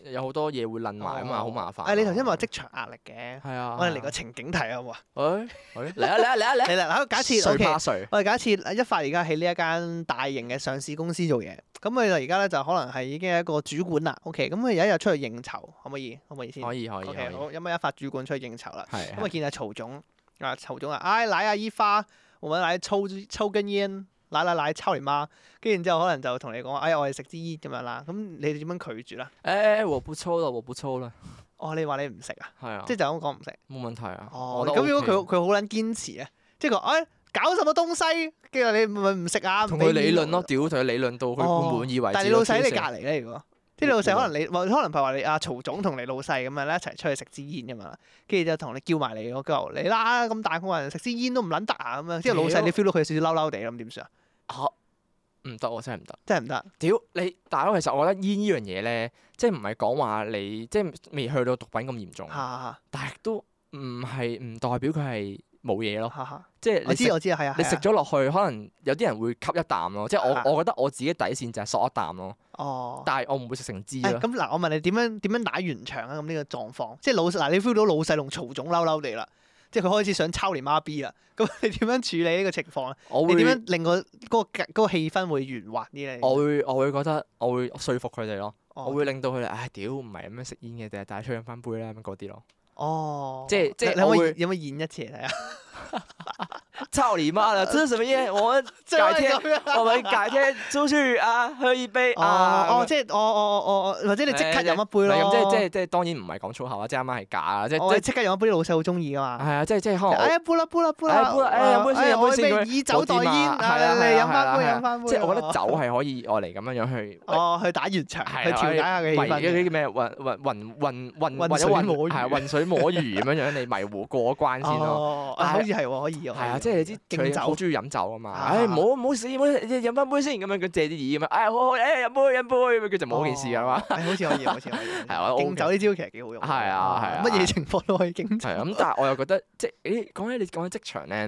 [SPEAKER 2] 係有好多嘢會撚埋啊嘛，
[SPEAKER 1] 哦
[SPEAKER 2] 好麻煩啊。
[SPEAKER 1] 誒，你頭先話職場壓力嘅，
[SPEAKER 2] 係啊，
[SPEAKER 1] 我哋嚟
[SPEAKER 2] 個
[SPEAKER 1] 個情景題好唔好啊？
[SPEAKER 2] 誒
[SPEAKER 1] <laughs>
[SPEAKER 2] 誒嚟啊嚟啊嚟啊嚟啊！
[SPEAKER 1] 你嗱，嗱假設
[SPEAKER 2] 誰
[SPEAKER 1] OK，
[SPEAKER 2] 怕誰？
[SPEAKER 1] 我哋假設啊一發而家喺呢一間大型嘅上市公司做嘢，咁佢就而家咧就可能係已經係一個主管啦。OK，咁佢有一日出去應酬，可唔可以？可唔可以先
[SPEAKER 2] 可以可以可
[SPEAKER 1] ？OK，
[SPEAKER 2] 以，
[SPEAKER 1] 好，咁啊一發主管出去應酬啦，
[SPEAKER 2] 係
[SPEAKER 1] 咁啊
[SPEAKER 2] 係
[SPEAKER 1] 見阿曹總，啊曹總啊，唉，奶阿姨花，我揾奶抽抽根煙，奶奶奶抽你媽，跟住然之後可能就同你講，哎呀，我哋食支煙咁樣啦，咁你哋點樣拒絕啦？
[SPEAKER 2] 誒誒，我不粗啦，我不粗啦，
[SPEAKER 1] 哦，你話你唔食啊？
[SPEAKER 2] 係啊
[SPEAKER 1] 即，係就咁講唔食。
[SPEAKER 2] 冇問題啊。
[SPEAKER 1] 哦，
[SPEAKER 2] 我覺得
[SPEAKER 1] 咁如果
[SPEAKER 2] OK
[SPEAKER 1] 佢佢好撚堅持啊，即係佢話誒搞什麼東西，跟住你咪唔食啊，唔
[SPEAKER 2] 同
[SPEAKER 1] 俾
[SPEAKER 2] 佢理
[SPEAKER 1] 面
[SPEAKER 2] 論咯，
[SPEAKER 1] 我。
[SPEAKER 2] 屌同佢理論到佢
[SPEAKER 1] 哦
[SPEAKER 2] 滿唔滿意為止咯。
[SPEAKER 1] 但係你老細喺
[SPEAKER 2] 黐
[SPEAKER 1] 你
[SPEAKER 2] 線
[SPEAKER 1] 隔離咧，如果即係你老細可
[SPEAKER 2] 嗯
[SPEAKER 1] 能你，或可能譬如話你阿曹總同你老細咁樣咧一齊出去食支煙咁樣啦，跟住就同你叫埋你嗰嚿你啦，咁大個人食支煙都唔撚得啊咁樣，即係老細
[SPEAKER 2] 屌
[SPEAKER 1] 你 feel 到佢有少少嬲嬲地咁點算啊？
[SPEAKER 2] 嚇唔得喎，真係唔得。
[SPEAKER 1] 真係唔得。
[SPEAKER 2] 屌你大佬，其實我覺得煙呢樣嘢咧，即係唔係講話你即係未去到毒品咁嚴重，
[SPEAKER 1] 嚇
[SPEAKER 2] 但係都唔係唔代表佢係冇嘢咯。
[SPEAKER 1] 嚇嚇，
[SPEAKER 2] 即係
[SPEAKER 1] 我
[SPEAKER 2] 你
[SPEAKER 1] 知
[SPEAKER 2] 食
[SPEAKER 1] 我知，係啊，
[SPEAKER 2] 你
[SPEAKER 1] 係啊
[SPEAKER 2] 食咗落去，可能有啲人會吸一啖咯。即係
[SPEAKER 1] 啊
[SPEAKER 2] 我我覺得我自己底線就係索一啖咯，
[SPEAKER 1] 哦。
[SPEAKER 2] 但係我唔會食成支
[SPEAKER 1] 誒
[SPEAKER 2] 咯。
[SPEAKER 1] 咁嗱，我問你點樣點樣打完場啊？咁呢個狀況，即係老嗱，你 feel 到老細同曹總嬲嬲地啦，即係佢開始想抄你媽 B 啦。咁你點樣處理呢個情況咧？
[SPEAKER 2] 我
[SPEAKER 1] 你點
[SPEAKER 2] 會
[SPEAKER 1] 樣令個嗰個嗰個氣氛會圓滑啲咧？
[SPEAKER 2] 我會我會覺得我會說服佢哋咯，
[SPEAKER 1] 哦
[SPEAKER 2] 我會令到佢哋唉屌唔係咁樣食煙嘅，定係帶出去飲翻杯啦咁嗰啲咯。
[SPEAKER 1] 哦，
[SPEAKER 2] 即係
[SPEAKER 1] 你
[SPEAKER 2] 即係
[SPEAKER 1] 你可唔可
[SPEAKER 2] 我會
[SPEAKER 1] 以有冇演一次
[SPEAKER 2] <laughs>
[SPEAKER 1] 嚟睇啊下？
[SPEAKER 2] 操你媽
[SPEAKER 1] 呃
[SPEAKER 2] 啦！真係什麼煙？我們改天
[SPEAKER 1] 咁樣
[SPEAKER 2] 我們改天出去啊，喝一杯啊。
[SPEAKER 1] 哦哦，即係我我我我，或者你即刻
[SPEAKER 2] 誒
[SPEAKER 1] 飲一
[SPEAKER 2] 唔
[SPEAKER 1] 杯
[SPEAKER 2] 係
[SPEAKER 1] 咯。哦
[SPEAKER 2] 咁，即係即係即係當然唔係講粗口啊，即係啱啱係假啊，即
[SPEAKER 1] 我
[SPEAKER 2] 係
[SPEAKER 1] 哋即
[SPEAKER 2] 即
[SPEAKER 1] 刻飲一杯，老細好中意噶嘛。
[SPEAKER 2] 係啊，即係即係可能我
[SPEAKER 1] 哎呀，杯啦杯啦杯
[SPEAKER 2] 哎
[SPEAKER 1] 啦，
[SPEAKER 2] 呀杯啦哎呀飲杯先
[SPEAKER 1] 哎呀
[SPEAKER 2] 飲
[SPEAKER 1] 我
[SPEAKER 2] 杯先咁
[SPEAKER 1] 哋
[SPEAKER 2] 樣
[SPEAKER 1] 以酒代
[SPEAKER 2] 冇
[SPEAKER 1] 煙，
[SPEAKER 2] 掂啊
[SPEAKER 1] 啊
[SPEAKER 2] 係啊
[SPEAKER 1] 嚟
[SPEAKER 2] 係
[SPEAKER 1] 飲
[SPEAKER 2] 啊
[SPEAKER 1] 翻杯
[SPEAKER 2] 係啊
[SPEAKER 1] 飲翻杯。
[SPEAKER 2] 即係我覺得酒係可以愛嚟咁樣樣去。
[SPEAKER 1] 哦，去打完場，
[SPEAKER 2] 係
[SPEAKER 1] 去
[SPEAKER 2] 啊
[SPEAKER 1] 調解下嘅氣
[SPEAKER 2] 迷嗰
[SPEAKER 1] 氛。
[SPEAKER 2] 啲叫咩混混混混混
[SPEAKER 1] 混
[SPEAKER 2] 或者
[SPEAKER 1] 水
[SPEAKER 2] 混
[SPEAKER 1] 摸魚
[SPEAKER 2] 係啊混水摸魚咁樣樣，你迷糊過關先咯。
[SPEAKER 1] 哦，
[SPEAKER 2] 但
[SPEAKER 1] 啊
[SPEAKER 2] 係
[SPEAKER 1] 好似係喎，可以喎。可
[SPEAKER 2] 係
[SPEAKER 1] 以
[SPEAKER 2] 啊，
[SPEAKER 1] 喎
[SPEAKER 2] 即係你知
[SPEAKER 1] 敬
[SPEAKER 2] 佢好
[SPEAKER 1] 酒。
[SPEAKER 2] 中意飲酒啊嘛。
[SPEAKER 1] 啊
[SPEAKER 2] 唉，唔好唔好試，唔好飲翻杯先咁樣，佢借啲意咁樣。唉，好好，唉，飲杯飲杯咁樣，佢就冇件事啊 <laughs> 嘛。
[SPEAKER 1] 哦。係好似可以喎，好似可以喎。
[SPEAKER 2] 係啊我
[SPEAKER 1] 敬酒呢招其實幾好用。哦
[SPEAKER 2] 係啊係啊
[SPEAKER 1] 乜嘢情況都可以 <laughs> 敬酒。
[SPEAKER 2] 係啊咁，但係我又覺得即係，誒講起你講起職場咧，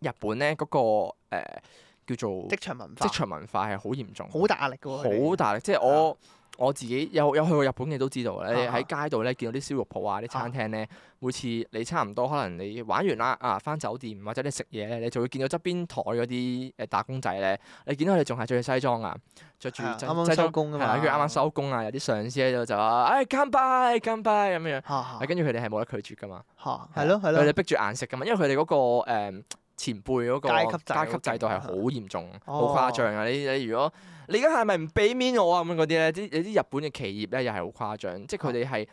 [SPEAKER 2] 日本咧嗰個誒叫做
[SPEAKER 1] 職場文化
[SPEAKER 2] 職，場文化係好嚴重，
[SPEAKER 1] 好大壓力嘅喎。佢哋
[SPEAKER 2] 好大力。即係我我自己有有去過日本嘅都知道咧，
[SPEAKER 1] 啊
[SPEAKER 2] 喺街度咧見到啲燒肉鋪啊、啲餐廳咧，每次你差唔多可能你玩完啦啊，翻酒店或者你食嘢咧，你就會見到側邊台嗰啲誒打工仔咧，你見到佢哋仲係着住西裝啊，着住
[SPEAKER 1] 係啊
[SPEAKER 2] 西
[SPEAKER 1] 啱啱
[SPEAKER 2] 西
[SPEAKER 1] 收
[SPEAKER 2] 裝
[SPEAKER 1] 工啊
[SPEAKER 2] 係
[SPEAKER 1] 嘛。
[SPEAKER 2] 啦，跟住啱啱收工啊，有啲上司喺度就話：，哎唉，乾杯，乾杯咁樣。
[SPEAKER 1] 嚇。嚇
[SPEAKER 2] 跟住佢哋係冇得拒絕噶嘛。
[SPEAKER 1] 嚇係咯係
[SPEAKER 2] 佢哋
[SPEAKER 1] 咯。
[SPEAKER 2] 逼住硬食噶嘛，因為佢哋嗰個誒前輩嗰個
[SPEAKER 1] 階級制
[SPEAKER 2] 階級制度係
[SPEAKER 1] 好勁啊
[SPEAKER 2] 好嚴重，好
[SPEAKER 1] 哦
[SPEAKER 2] 誇張啊！你你如果你而家係咪唔俾面我啊咁樣嗰啲咧？啲你啲日本嘅企業咧又係好誇張，即係
[SPEAKER 1] 哦
[SPEAKER 2] 佢哋係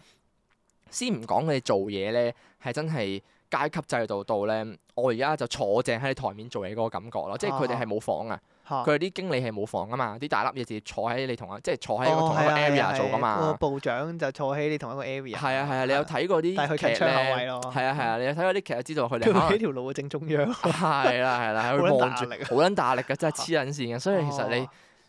[SPEAKER 2] 先唔講佢哋做嘢咧，係真係階級制度到咧。我而家就坐正喺你台面做嘢嗰個感覺
[SPEAKER 1] 哦
[SPEAKER 2] 咯，即係佢哋係冇房啊，
[SPEAKER 1] 嚇
[SPEAKER 2] 佢哋啲經理係冇房啊嘛，啲大粒嘢直接坐喺你同一即係坐喺一個
[SPEAKER 1] 哦
[SPEAKER 2] 同一
[SPEAKER 1] 係
[SPEAKER 2] 個
[SPEAKER 1] 啊係啊
[SPEAKER 2] area 做
[SPEAKER 1] 係啊
[SPEAKER 2] 噶
[SPEAKER 1] 個
[SPEAKER 2] 嘛。
[SPEAKER 1] 部長就坐喺你同一個 area。
[SPEAKER 2] 係啊係啊，你有睇
[SPEAKER 1] 但係
[SPEAKER 2] 過啲
[SPEAKER 1] 佢
[SPEAKER 2] 劇
[SPEAKER 1] 近窗口位
[SPEAKER 2] 咧？
[SPEAKER 1] 咯。
[SPEAKER 2] 係啊係啊，你有睇過啲劇就知道佢哋可能
[SPEAKER 1] 佢喺條路嘅正中央。
[SPEAKER 2] 係啦係啦，喺
[SPEAKER 1] 好
[SPEAKER 2] 度
[SPEAKER 1] 撚
[SPEAKER 2] 望
[SPEAKER 1] 大
[SPEAKER 2] 住
[SPEAKER 1] 壓力啊
[SPEAKER 2] 好撚大壓力嘅，真係黐撚線嘅。所以其實
[SPEAKER 1] 哦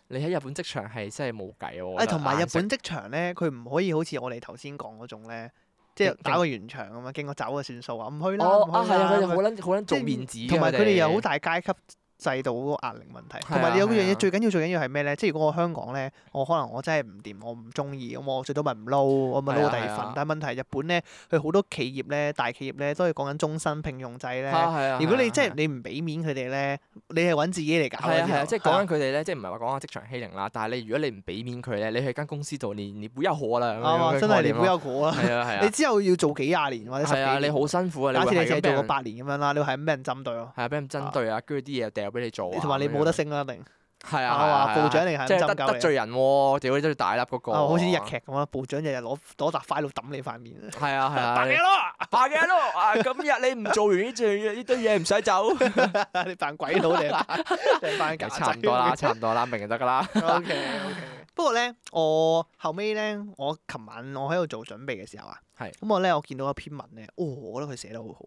[SPEAKER 2] 你你喺日本職場係真係冇計喎。
[SPEAKER 1] 誒同埋日
[SPEAKER 2] 硬食
[SPEAKER 1] 本職場咧，佢唔可以好似我哋頭先講嗰種咧，即係
[SPEAKER 2] 敬
[SPEAKER 1] 打個完場咁樣，敬個酒就算數啊，唔去啦，
[SPEAKER 2] 哦
[SPEAKER 1] 唔
[SPEAKER 2] 啊
[SPEAKER 1] 去
[SPEAKER 2] 係啊，
[SPEAKER 1] 啦
[SPEAKER 2] 佢哋
[SPEAKER 1] 咁
[SPEAKER 2] 好
[SPEAKER 1] 樣，
[SPEAKER 2] 撚好撚做
[SPEAKER 1] 即係
[SPEAKER 2] 面子㗎。啊
[SPEAKER 1] 同埋佢哋有好大階級制度嗰個壓力問題，
[SPEAKER 2] 係啊
[SPEAKER 1] 同埋有嗰樣
[SPEAKER 2] 係
[SPEAKER 1] 嘢
[SPEAKER 2] 啊
[SPEAKER 1] 最緊要最緊要係咩咧？即係如果我香港咧，我可能我真係唔掂，我唔中意，咁我最多咪唔撈，我咪
[SPEAKER 2] 係
[SPEAKER 1] 撈
[SPEAKER 2] 啊
[SPEAKER 1] 第二
[SPEAKER 2] 係
[SPEAKER 1] 份
[SPEAKER 2] 啊。
[SPEAKER 1] 但係問題日本咧，佢好多企業咧，大企業咧都係講緊終身聘用制咧
[SPEAKER 2] 係。啊係啊。
[SPEAKER 1] 如果你即
[SPEAKER 2] 係
[SPEAKER 1] 係
[SPEAKER 2] 啊
[SPEAKER 1] 你唔俾面佢哋咧，你係揾自己嚟搞嘅
[SPEAKER 2] 係啊係啊，
[SPEAKER 1] 之後
[SPEAKER 2] 即係
[SPEAKER 1] 係啊
[SPEAKER 2] 講緊佢哋咧，即係唔係話講下職場欺凌啦，但係你如果你唔俾面佢咧，你去間公司度連你不要我啦咁
[SPEAKER 1] 啱啊
[SPEAKER 2] 樣嘅
[SPEAKER 1] 真
[SPEAKER 2] 概
[SPEAKER 1] 係你
[SPEAKER 2] 念
[SPEAKER 1] 好
[SPEAKER 2] 咯。
[SPEAKER 1] 有果啊！
[SPEAKER 2] 係啊係
[SPEAKER 1] 你
[SPEAKER 2] 啊，
[SPEAKER 1] 之後要做幾廿年或者十幾
[SPEAKER 2] 係啊，你
[SPEAKER 1] 年，
[SPEAKER 2] 好辛苦啊！你
[SPEAKER 1] 假設
[SPEAKER 2] 會
[SPEAKER 1] 你淨係
[SPEAKER 2] 係咁
[SPEAKER 1] 做
[SPEAKER 2] 俾
[SPEAKER 1] 個
[SPEAKER 2] 人係
[SPEAKER 1] 八年咁樣啦，你會係咁俾人針對咯，
[SPEAKER 2] 啊，俾人針對啊，跟住啲嘢又掉俾你做啊，
[SPEAKER 1] 同埋你
[SPEAKER 2] 咁樣
[SPEAKER 1] 冇得升啦，一定
[SPEAKER 2] 係
[SPEAKER 1] 啊
[SPEAKER 2] 啊，係
[SPEAKER 1] 話
[SPEAKER 2] 啊
[SPEAKER 1] 部長定係
[SPEAKER 2] 即
[SPEAKER 1] 咁
[SPEAKER 2] 係
[SPEAKER 1] 針
[SPEAKER 2] 得
[SPEAKER 1] 鳩
[SPEAKER 2] 得
[SPEAKER 1] 你。
[SPEAKER 2] 罪人喎，屌你都要大粒嗰個，
[SPEAKER 1] 啊好似日劇咁啦，部長日日攞攞沓塊料抌你塊面，
[SPEAKER 2] 係啊係啊
[SPEAKER 1] <laughs> 白，嘢咯，
[SPEAKER 2] 白嘅咯，啊，今日你唔做完呢樣呢堆嘢唔使走，
[SPEAKER 1] 你扮鬼佬定係扮
[SPEAKER 2] <laughs>
[SPEAKER 1] 定係扮假仔
[SPEAKER 2] 差唔多啦，差唔多啦，明就得噶啦。 <laughs>
[SPEAKER 1] O K O K。不過咧，我後尾咧，我琴晚我喺度做準備嘅時候啊，
[SPEAKER 2] 係
[SPEAKER 1] 咁我咧，我見到一篇文咧，哦，我覺得佢寫得好好，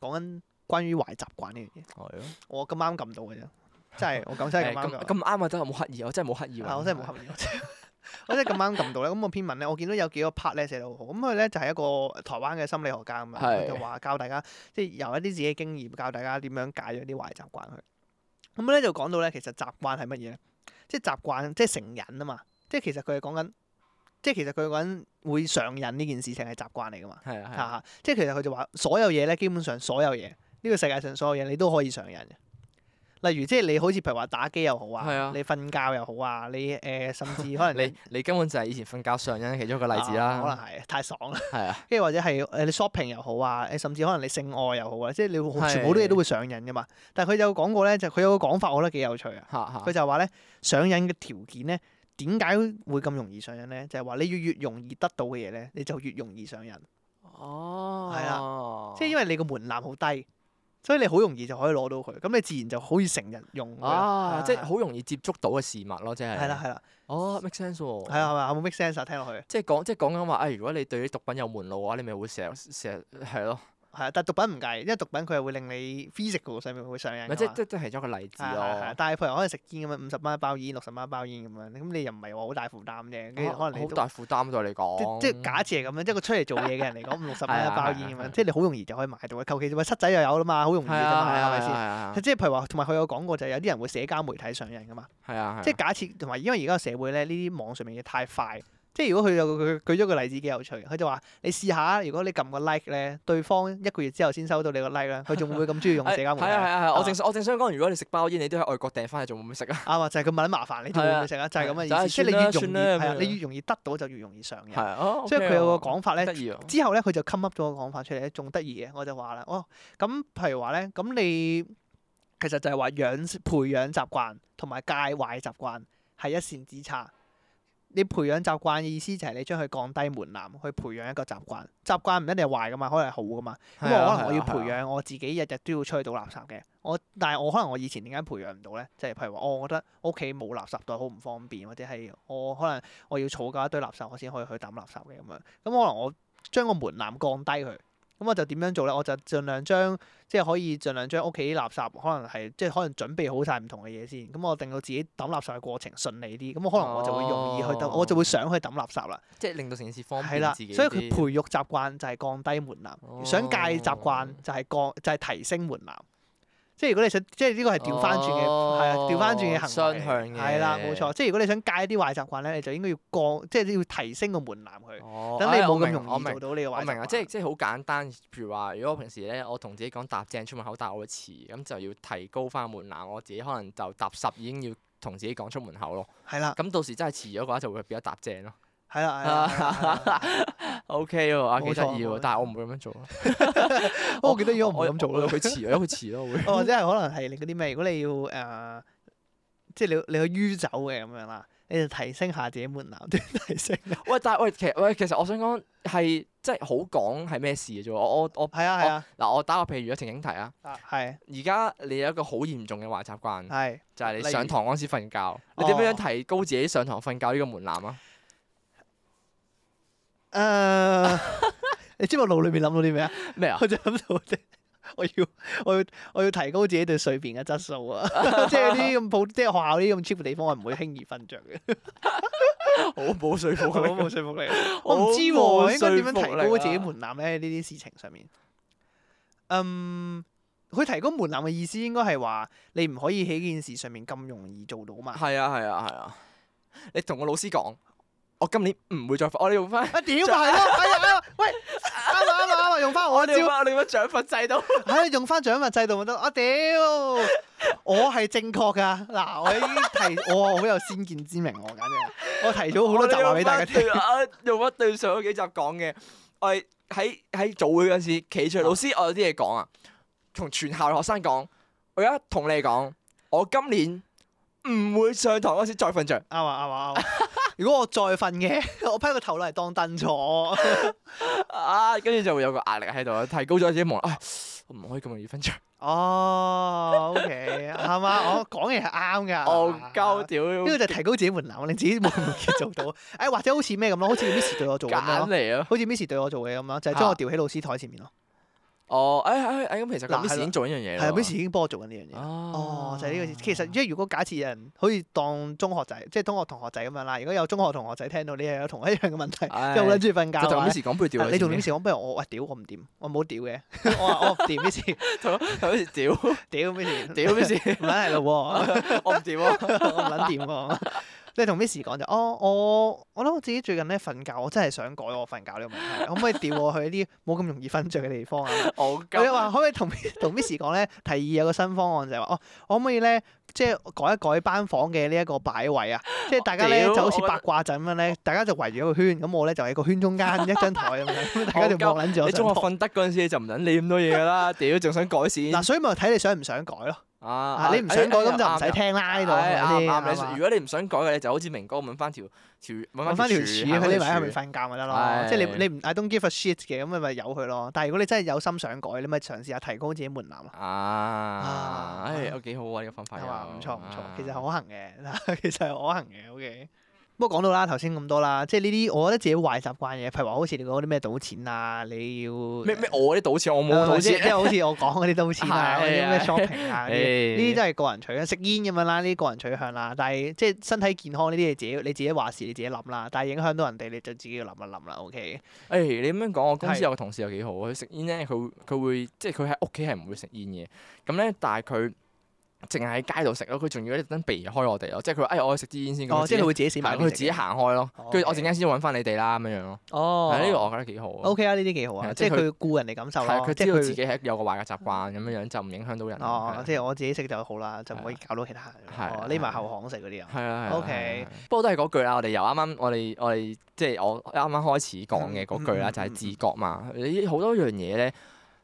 [SPEAKER 1] 講緊關於壞習慣呢樣嘢，我咁啱撳到嘅啫，真係我咁真係
[SPEAKER 2] <laughs> 誒
[SPEAKER 1] 咁啱
[SPEAKER 2] 咁
[SPEAKER 1] 撳。
[SPEAKER 2] 咁啱啊，真係冇刻意，我真係冇刻意
[SPEAKER 1] 啊！
[SPEAKER 2] 喎。
[SPEAKER 1] 我真係冇合意，我真係 <laughs> 我真係咁啱撳到咧。咁個篇文咧，我見到有幾個 part 咧寫得好好。咁佢咧就係一個台灣嘅心理學家咁樣，佢
[SPEAKER 2] 係
[SPEAKER 1] 就話教大家即係由一啲自己嘅經驗教大家點樣戒咗啲壞習慣去。咁咧就講到咧，其實習慣係乜嘢咧？即係習慣，即係成癮啊嘛。即係其實佢係講緊，即係其實佢講緊會上癮呢件事情係習慣嚟噶嘛。
[SPEAKER 2] 係啊係啊，
[SPEAKER 1] 啊！即係其實佢就話所有嘢咧，基本上所有嘢呢個世界上所有嘢你都可以上癮嘅。例如即係你好似譬如話打機又好
[SPEAKER 2] 係
[SPEAKER 1] 啊
[SPEAKER 2] 啊，
[SPEAKER 1] 你瞓覺又好啊，你誒、呃甚
[SPEAKER 2] <laughs>
[SPEAKER 1] 至可能
[SPEAKER 2] 你你根本就係以前瞓覺上癮其中一個例子
[SPEAKER 1] 啊可
[SPEAKER 2] 啦。
[SPEAKER 1] 能係太爽啦， <laughs>
[SPEAKER 2] 係啊，
[SPEAKER 1] 跟住或者係誒你 shopping 又好啊，誒甚至可能你性愛又好啊，即係你會
[SPEAKER 2] 係
[SPEAKER 1] 全部啲嘢都會上癮噶嘛。但係佢有講過咧，就佢有個講法，我覺得幾有趣啊。
[SPEAKER 2] 嚇
[SPEAKER 1] 佢
[SPEAKER 2] 嚇，
[SPEAKER 1] 就話咧，上癮嘅條件咧，點解會咁容易上癮咧？就係、話你要越容易得到嘅嘢咧，你就越容易上癮。
[SPEAKER 2] 哦
[SPEAKER 1] 係
[SPEAKER 2] 啦
[SPEAKER 1] 即係因為你個門檻好低，所以你好容易就可以攞到佢，咁你自然就可以成日用佢啦。
[SPEAKER 2] 啊，即係
[SPEAKER 1] 係
[SPEAKER 2] 好容易接觸到嘅事物咯，即係。
[SPEAKER 1] 係啦。係啦，
[SPEAKER 2] 哦，make sense
[SPEAKER 1] 係
[SPEAKER 2] 喎。
[SPEAKER 1] 啊係啊，有冇 make sense 啊？聽落去
[SPEAKER 2] 即係講即係講緊話，誒，如果你對啲毒品有門路嘅話，你咪會成日成日係咯，
[SPEAKER 1] 係啊，但係毒品唔計，因為毒品佢係會令你 physical 上面會上癮㗎
[SPEAKER 2] 咪即
[SPEAKER 1] 嘛啊
[SPEAKER 2] 即即係其中一個例子
[SPEAKER 1] 係啊係係
[SPEAKER 2] 咯。
[SPEAKER 1] 但係譬如可能食煙咁樣，五十蚊一包煙，六十蚊一包煙咁樣，咁你又唔係話好大負擔啫，跟住可能你
[SPEAKER 2] 啊好
[SPEAKER 1] 都
[SPEAKER 2] 大負擔對你講。
[SPEAKER 1] 即即假設係咁樣，即係個出嚟做嘢嘅人嚟講，五六十蚊
[SPEAKER 2] <laughs> 係啊
[SPEAKER 1] 一包
[SPEAKER 2] 係啊
[SPEAKER 1] 煙咁
[SPEAKER 2] 係啊
[SPEAKER 1] 樣，即係你好容易就可以買到嘅。求其喂七仔又有啦嘛，好容易啫
[SPEAKER 2] 係啊
[SPEAKER 1] 嘛，
[SPEAKER 2] 係
[SPEAKER 1] 係
[SPEAKER 2] 啊
[SPEAKER 1] 咪
[SPEAKER 2] 係
[SPEAKER 1] 先？
[SPEAKER 2] 啊
[SPEAKER 1] 即係譬如話，同埋佢有講過就係有啲人會社交媒體上癮噶嘛。
[SPEAKER 2] 係啊，
[SPEAKER 1] 即
[SPEAKER 2] 即
[SPEAKER 1] 係假設同埋，因為而家個社會咧，呢啲網上面嘢太快。即係如果佢有佢舉咗個例子幾有趣嘅，佢就話你試下，如果你撳個 like 咧，對方一個月之後先收到你個 like 咧，佢仲會咁中意
[SPEAKER 2] <laughs>
[SPEAKER 1] 用社交媒體
[SPEAKER 2] 係啊係
[SPEAKER 1] 啊？
[SPEAKER 2] 啊係啊！我
[SPEAKER 1] 嘛
[SPEAKER 2] 正想我正想講，如果你食包煙，你都喺外國訂翻嚟，仲會唔會食啊？
[SPEAKER 1] 啱啊，就係佢問得麻煩，你仲會唔會食啊？就係咁嘅
[SPEAKER 2] 就係
[SPEAKER 1] 意思。即係你越容
[SPEAKER 2] 算
[SPEAKER 1] 易
[SPEAKER 2] 啦算啦
[SPEAKER 1] 係啊
[SPEAKER 2] 咁，樣
[SPEAKER 1] 你越容易得到就越容易上
[SPEAKER 2] 係
[SPEAKER 1] 癮。
[SPEAKER 2] 啊， <laughs> 哦
[SPEAKER 1] 所以
[SPEAKER 2] OK
[SPEAKER 1] 佢有
[SPEAKER 2] 喎
[SPEAKER 1] 個講法咧，
[SPEAKER 2] 得意喎。
[SPEAKER 1] 之後咧，佢就 come up 咗個講法出嚟咧，仲得意嘅。我就話啦，哦，咁譬如話咧，咁你其實就係話養培養習慣同埋戒壞習慣係一線之差。你培養習慣嘅意思就係你將佢降低門檻去培養一個習慣。習慣唔一定係壞噶嘛，可能係好噶嘛。咁
[SPEAKER 2] 係啊
[SPEAKER 1] 我可能我要培。
[SPEAKER 2] 係啊係啊
[SPEAKER 1] 養我自己日日都要出去倒垃圾嘅。我但係我可能我以前點解培養唔到咧？就係、譬如話，哦我覺得屋企冇垃圾袋好唔方便，或者係我可能我要儲夠一堆垃圾，我先可以去抌垃圾嘅咁樣。咁可能我將個門檻降低佢。咁我就點樣做咧？我就盡量將即係可以盡量將屋企啲垃圾可能係即係可能準備好晒唔同嘅嘢先。咁我令到自己抌垃圾嘅過程順利啲。咁我可能我就會容易去抌，
[SPEAKER 2] 哦
[SPEAKER 1] 我就會想去抌垃圾啦。
[SPEAKER 2] 即係令到成件事方
[SPEAKER 1] 係
[SPEAKER 2] 便
[SPEAKER 1] 啦，
[SPEAKER 2] 自
[SPEAKER 1] 所
[SPEAKER 2] 己
[SPEAKER 1] 以
[SPEAKER 2] 啲。
[SPEAKER 1] 佢培育習慣就係降低門檻，想戒習慣
[SPEAKER 2] 哦
[SPEAKER 1] 就係降就係提升門檻。即係如果你想，即係呢個係調翻轉嘅，係啊、
[SPEAKER 2] 哦
[SPEAKER 1] 調翻轉嘅行為嚟。
[SPEAKER 2] 雙向嘅
[SPEAKER 1] 係啦，冇錯。即係如果你想戒一啲壞習慣咧，你就應該要降，即係要提升個門檻佢，
[SPEAKER 2] 哦
[SPEAKER 1] 等你
[SPEAKER 2] 哎我
[SPEAKER 1] 冇咁
[SPEAKER 2] 明
[SPEAKER 1] 容
[SPEAKER 2] 我
[SPEAKER 1] 易
[SPEAKER 2] 明
[SPEAKER 1] 做到呢個
[SPEAKER 2] 我
[SPEAKER 1] 壞習慣。
[SPEAKER 2] 明啊，即係即係好簡單。譬如話，如果我平時咧，我同自己講搭正出門口搭我遲，咁就要提高翻門檻。我自己可能就搭十已經要同自己講出門口咯。
[SPEAKER 1] 係啦，
[SPEAKER 2] 咁到時真係遲咗嘅話，就會變咗搭正咯。
[SPEAKER 1] 係啦，係
[SPEAKER 2] 啊
[SPEAKER 1] 啦係啦。係啦
[SPEAKER 2] <laughs> O K 喎，啊幾
[SPEAKER 1] 冇
[SPEAKER 2] 得
[SPEAKER 1] 錯
[SPEAKER 2] 意
[SPEAKER 1] 冇
[SPEAKER 2] 喎
[SPEAKER 1] 錯！
[SPEAKER 2] 但係我唔會咁樣做咯。
[SPEAKER 1] <laughs> 我記得如果我唔
[SPEAKER 2] 我
[SPEAKER 1] 會咁做
[SPEAKER 2] 我
[SPEAKER 1] 咯
[SPEAKER 2] 佢，遲，因為佢遲咯會。
[SPEAKER 1] 哦或者係可能係你嗰啲咩？如果你要誒、呃即係你你去酗酒嘅咁樣啦，你就提升下自己門檻， <laughs> 提升。
[SPEAKER 2] <laughs> 喂，但係喂，其實喂，其實我想講係即係好講係咩事嘅啫喎。我我我
[SPEAKER 1] 係啊，係啊
[SPEAKER 2] 嗱，我打個譬如啊，情景題啊，
[SPEAKER 1] 啊，係
[SPEAKER 2] 而家你有一個好嚴重嘅壞習慣。
[SPEAKER 1] 係。
[SPEAKER 2] 就係
[SPEAKER 1] 啊
[SPEAKER 2] 你
[SPEAKER 1] 例如哦
[SPEAKER 2] 上堂嗰陣時瞓覺，你點樣提高自己上堂瞓覺呢個門
[SPEAKER 1] <laughs>
[SPEAKER 2] 檻啊？
[SPEAKER 1] 誒、呃 <laughs> 你知唔知我腦裏面諗到啲咩啊？
[SPEAKER 2] 咩啊？
[SPEAKER 1] 我就諗到即係我要我要我要提高自己對睡眠嘅質素啊！ <laughs> 即係啲咁普，即係學校呢啲咁 cheap 嘅地方，我唔會輕易瞓着嘅。
[SPEAKER 2] 好冇說
[SPEAKER 1] 我
[SPEAKER 2] 服
[SPEAKER 1] 好
[SPEAKER 2] 力，
[SPEAKER 1] 冇啊說服力，我唔知喎，應該點樣提高自己門檻咧？呢啲事情上面，嗯，佢提高門檻嘅意思應該係話你唔可以喺件事上面咁容易做到
[SPEAKER 2] <laughs>
[SPEAKER 1] 嘛？
[SPEAKER 2] <laughs> 係啊係啊係啊！你同個老師講，我今年唔會再罰，我哋用翻，
[SPEAKER 1] 啊屌咪係咯！哎呀哎呀，喂，啱啦啱啦啱啦，啊用翻我
[SPEAKER 2] 我
[SPEAKER 1] 嘅
[SPEAKER 2] 哋
[SPEAKER 1] 招
[SPEAKER 2] 用。翻我哋用翻獎罰制度。
[SPEAKER 1] 唉，用翻獎物制度咪得咯。我屌，我係正確噶。嗱，我已經提， <laughs> 我好有先見之明，我簡直，我提早
[SPEAKER 2] Ờ,
[SPEAKER 1] 好多集話俾大家聽。
[SPEAKER 2] 我哋用翻對。啊用翻對上嗰幾集講嘅，我係喺喺早會嗰陣時，企住老師，我有啲嘢講啊，同全校嘅學生講，我而家同你講，我今年唔會上堂嗰陣時再瞓着。
[SPEAKER 1] 啱啊啱啊啱啊！如果我再瞓嘅，我 <laughs> 批個頭落嚟當凳坐。
[SPEAKER 2] 啊，跟住就會有個壓力喺度啊，提高咗自己望，啊，我唔可以咁容易瞓着，
[SPEAKER 1] 哦，OK，係嘛？我講嘢係啱㗎。
[SPEAKER 2] 戇鳩屌，
[SPEAKER 1] 呢個就係提高自己門檻，你自己冇咁容易做到。 <laughs> 誒，或者好似咩咁咯，好似 Miss 對我做咁
[SPEAKER 2] <laughs> 揀
[SPEAKER 1] 樣咯，
[SPEAKER 2] 嚟啊！
[SPEAKER 1] 好似 Miss 對我做嘅咁咯，就係將我調喺老師台前面咯。
[SPEAKER 2] 哦，誒誒誒，咁其實
[SPEAKER 1] 嗱
[SPEAKER 2] 佢 Miss
[SPEAKER 1] 係
[SPEAKER 2] 已
[SPEAKER 1] 啦
[SPEAKER 2] 經做一樣嘢啦
[SPEAKER 1] 係啊
[SPEAKER 2] 喎
[SPEAKER 1] ，Miss 已經幫我做緊呢樣嘢。
[SPEAKER 2] Ờ.
[SPEAKER 1] 哦，就係呢個意思。其實即係如果假設有人好似當中學仔，即係中學同學仔咁樣啦。如果有中學同學仔聽到你又有同我一樣嘅問題，即
[SPEAKER 2] 唉
[SPEAKER 1] 係好撚中意瞓覺
[SPEAKER 2] 就
[SPEAKER 1] 嘅
[SPEAKER 2] 同
[SPEAKER 1] 話
[SPEAKER 2] Miss 講不如屌
[SPEAKER 1] 啊你仲點
[SPEAKER 2] 自己
[SPEAKER 1] 時講？不如我喂屌我唔掂，我冇屌嘅，我話我唔掂咩事，
[SPEAKER 2] 同同 Miss 屌
[SPEAKER 1] 屌咩事，
[SPEAKER 2] 屌 Miss，
[SPEAKER 1] 唔撚係咯喎，
[SPEAKER 2] 我唔屌啊！
[SPEAKER 1] 我唔撚掂喎。你同 Miss 講就，哦，我我諗我自己最近咧瞓覺，我真係想改我瞓覺呢個問題，可唔可以調我去啲冇咁容易瞓着嘅地方啊？
[SPEAKER 2] 戇
[SPEAKER 1] 佢
[SPEAKER 2] 鳩，
[SPEAKER 1] 話可唔可以同同 Miss 講咧？提議有個新方案就係話，哦，我可唔可以咧，即係改一改班房嘅呢一個擺位啊？即係大家咧
[SPEAKER 2] 哦屌
[SPEAKER 1] 就好似
[SPEAKER 2] 我覺得
[SPEAKER 1] 八卦陣咁樣咧，大家就圍住一個圈，咁我咧就喺個圈中間一張台咁
[SPEAKER 2] <laughs>
[SPEAKER 1] 樣，咁大家就望撚住我
[SPEAKER 2] 你中
[SPEAKER 1] 上
[SPEAKER 2] 學
[SPEAKER 1] 堂。
[SPEAKER 2] 瞓得嗰陣時你就唔撚理咁多嘢㗎
[SPEAKER 1] <laughs>
[SPEAKER 2] 啦，屌仲想改善
[SPEAKER 1] 嗱，所以咪睇你想唔想改咯。
[SPEAKER 2] 啊
[SPEAKER 1] 啊
[SPEAKER 2] 啊！
[SPEAKER 1] 你唔想改咁就唔使
[SPEAKER 2] 聽。
[SPEAKER 1] 聽啦呢度
[SPEAKER 2] 唉
[SPEAKER 1] 係咪
[SPEAKER 2] 啱
[SPEAKER 1] 先
[SPEAKER 2] 啱
[SPEAKER 1] 啱
[SPEAKER 2] 你，
[SPEAKER 1] 啊
[SPEAKER 2] 如果你唔想改嘅，你就好似明哥揾翻條條揾
[SPEAKER 1] 揾翻條柱
[SPEAKER 2] 柱
[SPEAKER 1] 佢匿埋喺入
[SPEAKER 2] 咪
[SPEAKER 1] 面瞓覺咪得
[SPEAKER 2] 係
[SPEAKER 1] 咯，即係你你唔 I don't give a shit 嘅，咁咪咪由佢咯。但係如果你真係有心想改，你咪嘗試下提高自己門檻啊，
[SPEAKER 2] 啊，唉，
[SPEAKER 1] 啊
[SPEAKER 2] 我幾好啊呢個方法
[SPEAKER 1] 係
[SPEAKER 2] 又，
[SPEAKER 1] 嘛？唔錯唔錯
[SPEAKER 2] 啊，
[SPEAKER 1] <laughs> 其實可行嘅，其實係可行嘅，OK。不過講到啦，頭先咁多啦，即係呢啲我覺得自己壞習慣嘅，譬如話好似你講嗰啲咩賭錢啊，你要
[SPEAKER 2] 咩咩我啲賭錢我冇
[SPEAKER 1] 誒
[SPEAKER 2] 賭
[SPEAKER 1] 即係即係
[SPEAKER 2] 錢，
[SPEAKER 1] 好似我講嗰啲賭錢啊，
[SPEAKER 2] <laughs> 係
[SPEAKER 1] 或者咩
[SPEAKER 2] 係
[SPEAKER 1] shopping
[SPEAKER 2] <laughs>
[SPEAKER 1] 啊嗰啲。呢啲真係個人取向，食煙咁樣啦，呢啲個人取向啦。但係即係身體健康呢啲，你自己你自己話事，你自己諗啦。但係影響到人哋，你就自己要諗一諗啦。OK，
[SPEAKER 2] 誒、哎你咁樣講，我公司
[SPEAKER 1] 係
[SPEAKER 2] 有個同事又幾好，佢食煙咧，佢會佢會即係佢喺屋企係唔會食煙嘅，咁咧但係佢淨係喺街度食咯，佢仲要咧特登避開我哋咯，即係佢誒我去食支煙先，
[SPEAKER 1] 哦，即係佢
[SPEAKER 2] 會
[SPEAKER 1] 會自己死埋
[SPEAKER 2] 啊佢自己。行開咯
[SPEAKER 1] 哦，
[SPEAKER 2] 跟住我
[SPEAKER 1] OK
[SPEAKER 2] 陣間先揾翻你哋啦咁樣樣咯，
[SPEAKER 1] 哦，
[SPEAKER 2] 係呢個我覺得幾好啊
[SPEAKER 1] O K 啊，呢啲幾好
[SPEAKER 2] 係
[SPEAKER 1] 啊，
[SPEAKER 2] 啊
[SPEAKER 1] 即係
[SPEAKER 2] 即係佢
[SPEAKER 1] 佢顧人哋感受
[SPEAKER 2] 係啊
[SPEAKER 1] 咯，
[SPEAKER 2] 佢
[SPEAKER 1] 即
[SPEAKER 2] 知
[SPEAKER 1] 係
[SPEAKER 2] 道自
[SPEAKER 1] 佢嗯
[SPEAKER 2] 己係有個壞嘅習慣咁樣樣，就唔影響到人。
[SPEAKER 1] 哦，即
[SPEAKER 2] 係啊
[SPEAKER 1] 係我自己食就好啦，就唔可以搞到其他人。
[SPEAKER 2] 係啊
[SPEAKER 1] 哦匿埋後巷食嗰啲啊。
[SPEAKER 2] 係啊係啊
[SPEAKER 1] OK
[SPEAKER 2] 係啊係啊不過都係嗰句啦，我哋由啱啱我哋我哋即係我啱啱開始講嘅嗰句
[SPEAKER 1] 嗯嗯
[SPEAKER 2] 啦，
[SPEAKER 1] 嗯
[SPEAKER 2] 就
[SPEAKER 1] 嗯
[SPEAKER 2] 係自覺嘛。你好多樣嘢咧，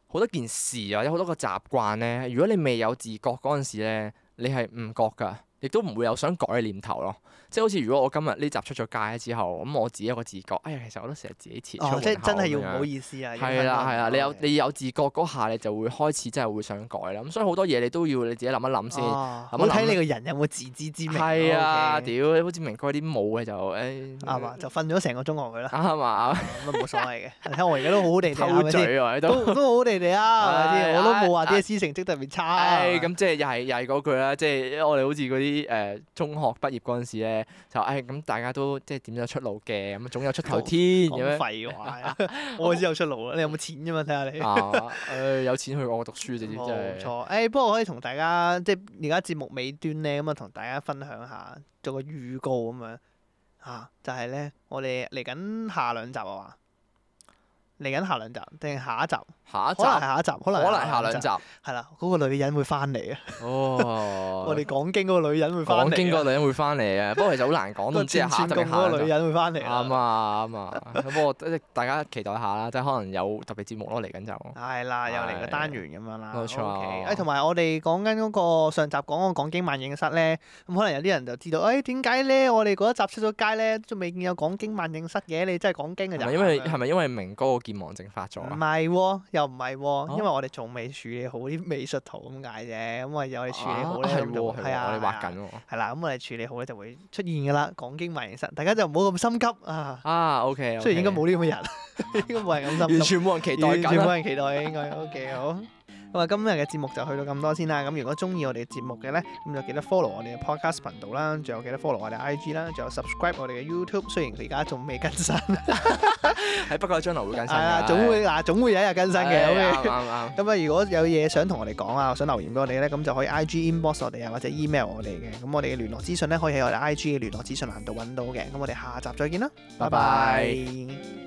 [SPEAKER 2] 好多件事或者好多個習慣咧，如果你未有自覺嗰陣時咧，你係唔覺㗎。亦都唔會有想改嘅念頭咯，即係好似如果我今日呢集出咗街之後，咁我自己有個自覺，哎呀，其實我都成日自己遲出
[SPEAKER 1] 哦，即
[SPEAKER 2] 門
[SPEAKER 1] 係
[SPEAKER 2] 口
[SPEAKER 1] 真係
[SPEAKER 2] 咁
[SPEAKER 1] 要唔
[SPEAKER 2] 樣
[SPEAKER 1] 好意思啊。
[SPEAKER 2] 係啦係啦，你有你有自覺嗰下，你就會開始真係會想改啦。咁所以好多嘢你都要你自己諗一諗先。
[SPEAKER 1] 好
[SPEAKER 2] 啊諗一諗
[SPEAKER 1] 睇你個人有冇自哦知之明。
[SPEAKER 2] 係啊，
[SPEAKER 1] OK
[SPEAKER 2] 屌，好似明哥啲冇嘅就誒
[SPEAKER 1] 啱啊，就瞓咗成個鐘落去
[SPEAKER 2] <laughs>
[SPEAKER 1] 啦，
[SPEAKER 2] 啱啊，
[SPEAKER 1] 咁啊冇所謂嘅。你睇我而家都好好地地，啊係
[SPEAKER 2] 偷
[SPEAKER 1] 咪先
[SPEAKER 2] 嘴喎喺度。
[SPEAKER 1] 都都好地地
[SPEAKER 2] <laughs>
[SPEAKER 1] 啊，係咪先？
[SPEAKER 2] 唉
[SPEAKER 1] 我都冇話 DSE 成績特別差啊。
[SPEAKER 2] 唉，咁即係又係又係嗰句啦，即係我哋好似嗰啲誒中學畢業嗰陣時咧，就唉咁大家都即係點有出路嘅，咁總有
[SPEAKER 1] <laughs>
[SPEAKER 2] 出頭天咁
[SPEAKER 1] 講
[SPEAKER 2] 樣
[SPEAKER 1] 廢
[SPEAKER 2] <laughs>
[SPEAKER 1] 話，啊我先有出路啊啦。你有冇錢啫嘛？睇下你。
[SPEAKER 2] 啊！誒有錢去我讀書，你知唔知
[SPEAKER 1] 冇
[SPEAKER 2] 真係？
[SPEAKER 1] 錯，誒不過可以同大家即係而家節目尾端咧，咁啊同大家分享下，做個預告咁樣啊，就係咧我哋嚟緊下兩集啊話，嚟緊下兩集定係下一集，
[SPEAKER 2] 下一集
[SPEAKER 1] 可能係下一集，可能
[SPEAKER 2] 可能下兩集
[SPEAKER 1] 係啦，嗰個女人會翻嚟啊，
[SPEAKER 2] 哦。
[SPEAKER 1] <laughs> 我哋講經嗰個女人會翻嚟啊，
[SPEAKER 2] 講經嗰個女人會翻嚟
[SPEAKER 1] <laughs>
[SPEAKER 2] 啊，不過其實好難講，都唔知係下一集
[SPEAKER 1] 個串串貢
[SPEAKER 2] 定下
[SPEAKER 1] 嗰
[SPEAKER 2] 一
[SPEAKER 1] 個女
[SPEAKER 2] 集。
[SPEAKER 1] 人會翻嚟啊
[SPEAKER 2] 啱啊啱啊，咁我即係大家期待下啦，即係可能有特別節目咯嚟緊就。
[SPEAKER 1] 係啦，又嚟個
[SPEAKER 2] 係
[SPEAKER 1] 單元咁樣啦。
[SPEAKER 2] 冇錯
[SPEAKER 1] OK 誒，同埋我哋講緊嗰個上集講嗰個講經萬應室咧，咁可能有啲人就知道，誒點解咧？我哋嗰一集出咗街咧，仲未見有講經萬應室嘅，你真係講經嘅
[SPEAKER 2] 係
[SPEAKER 1] 咋？
[SPEAKER 2] 啊咪因為係咪因為明哥個健忘症發作
[SPEAKER 1] 唔
[SPEAKER 2] 啊？哦
[SPEAKER 1] 係喎，又唔係喎，因為我哋仲未處理好啲美術圖咁解啫。咁我哋我哋處理好咧，
[SPEAKER 2] 啊係
[SPEAKER 1] 咁就
[SPEAKER 2] 喎，係
[SPEAKER 1] 係
[SPEAKER 2] 喎
[SPEAKER 1] 啊，
[SPEAKER 2] 我哋畫
[SPEAKER 1] 係啊。
[SPEAKER 2] 緊喎。
[SPEAKER 1] 係啦，咁我哋處理好咧就會出現㗎啦。講經萬應室，大家就唔好咁心急啊。
[SPEAKER 2] 啊，OK，
[SPEAKER 1] 雖然應該冇呢咁嘅人， <laughs> 應該冇人咁心急。
[SPEAKER 2] 完全冇人期待
[SPEAKER 1] 完全
[SPEAKER 2] 緊
[SPEAKER 1] 冇
[SPEAKER 2] 啊。
[SPEAKER 1] 人期待嘅應該 OK 好。咁啊，今日嘅節目就去到咁多先啦。咁如果中意我哋節目嘅咧，咁就記得 follow 我哋嘅 podcast 頻道啦，仲有記得 follow 我哋 IG 啦，仲有 subscribe 我哋嘅 YouTube。雖然佢而家仲未更新，係
[SPEAKER 2] 係不過將來會
[SPEAKER 1] <laughs>
[SPEAKER 2] 更新
[SPEAKER 1] 啦，
[SPEAKER 2] 㗎
[SPEAKER 1] 啊總會嗱總會有一日更新嘅。
[SPEAKER 2] 係
[SPEAKER 1] OK。
[SPEAKER 2] 啱啱啱。
[SPEAKER 1] 咁啊，如果有嘢想同我哋講啊，想留言俾我哋咧，咁就可以 I G inbox 我哋啊，或者 email 我哋嘅。咁我哋嘅聯絡資訊咧，可以喺我哋 I G 嘅聯絡資訊欄度揾到嘅。咁我哋下集再見啦，拜
[SPEAKER 2] 拜拜
[SPEAKER 1] 拜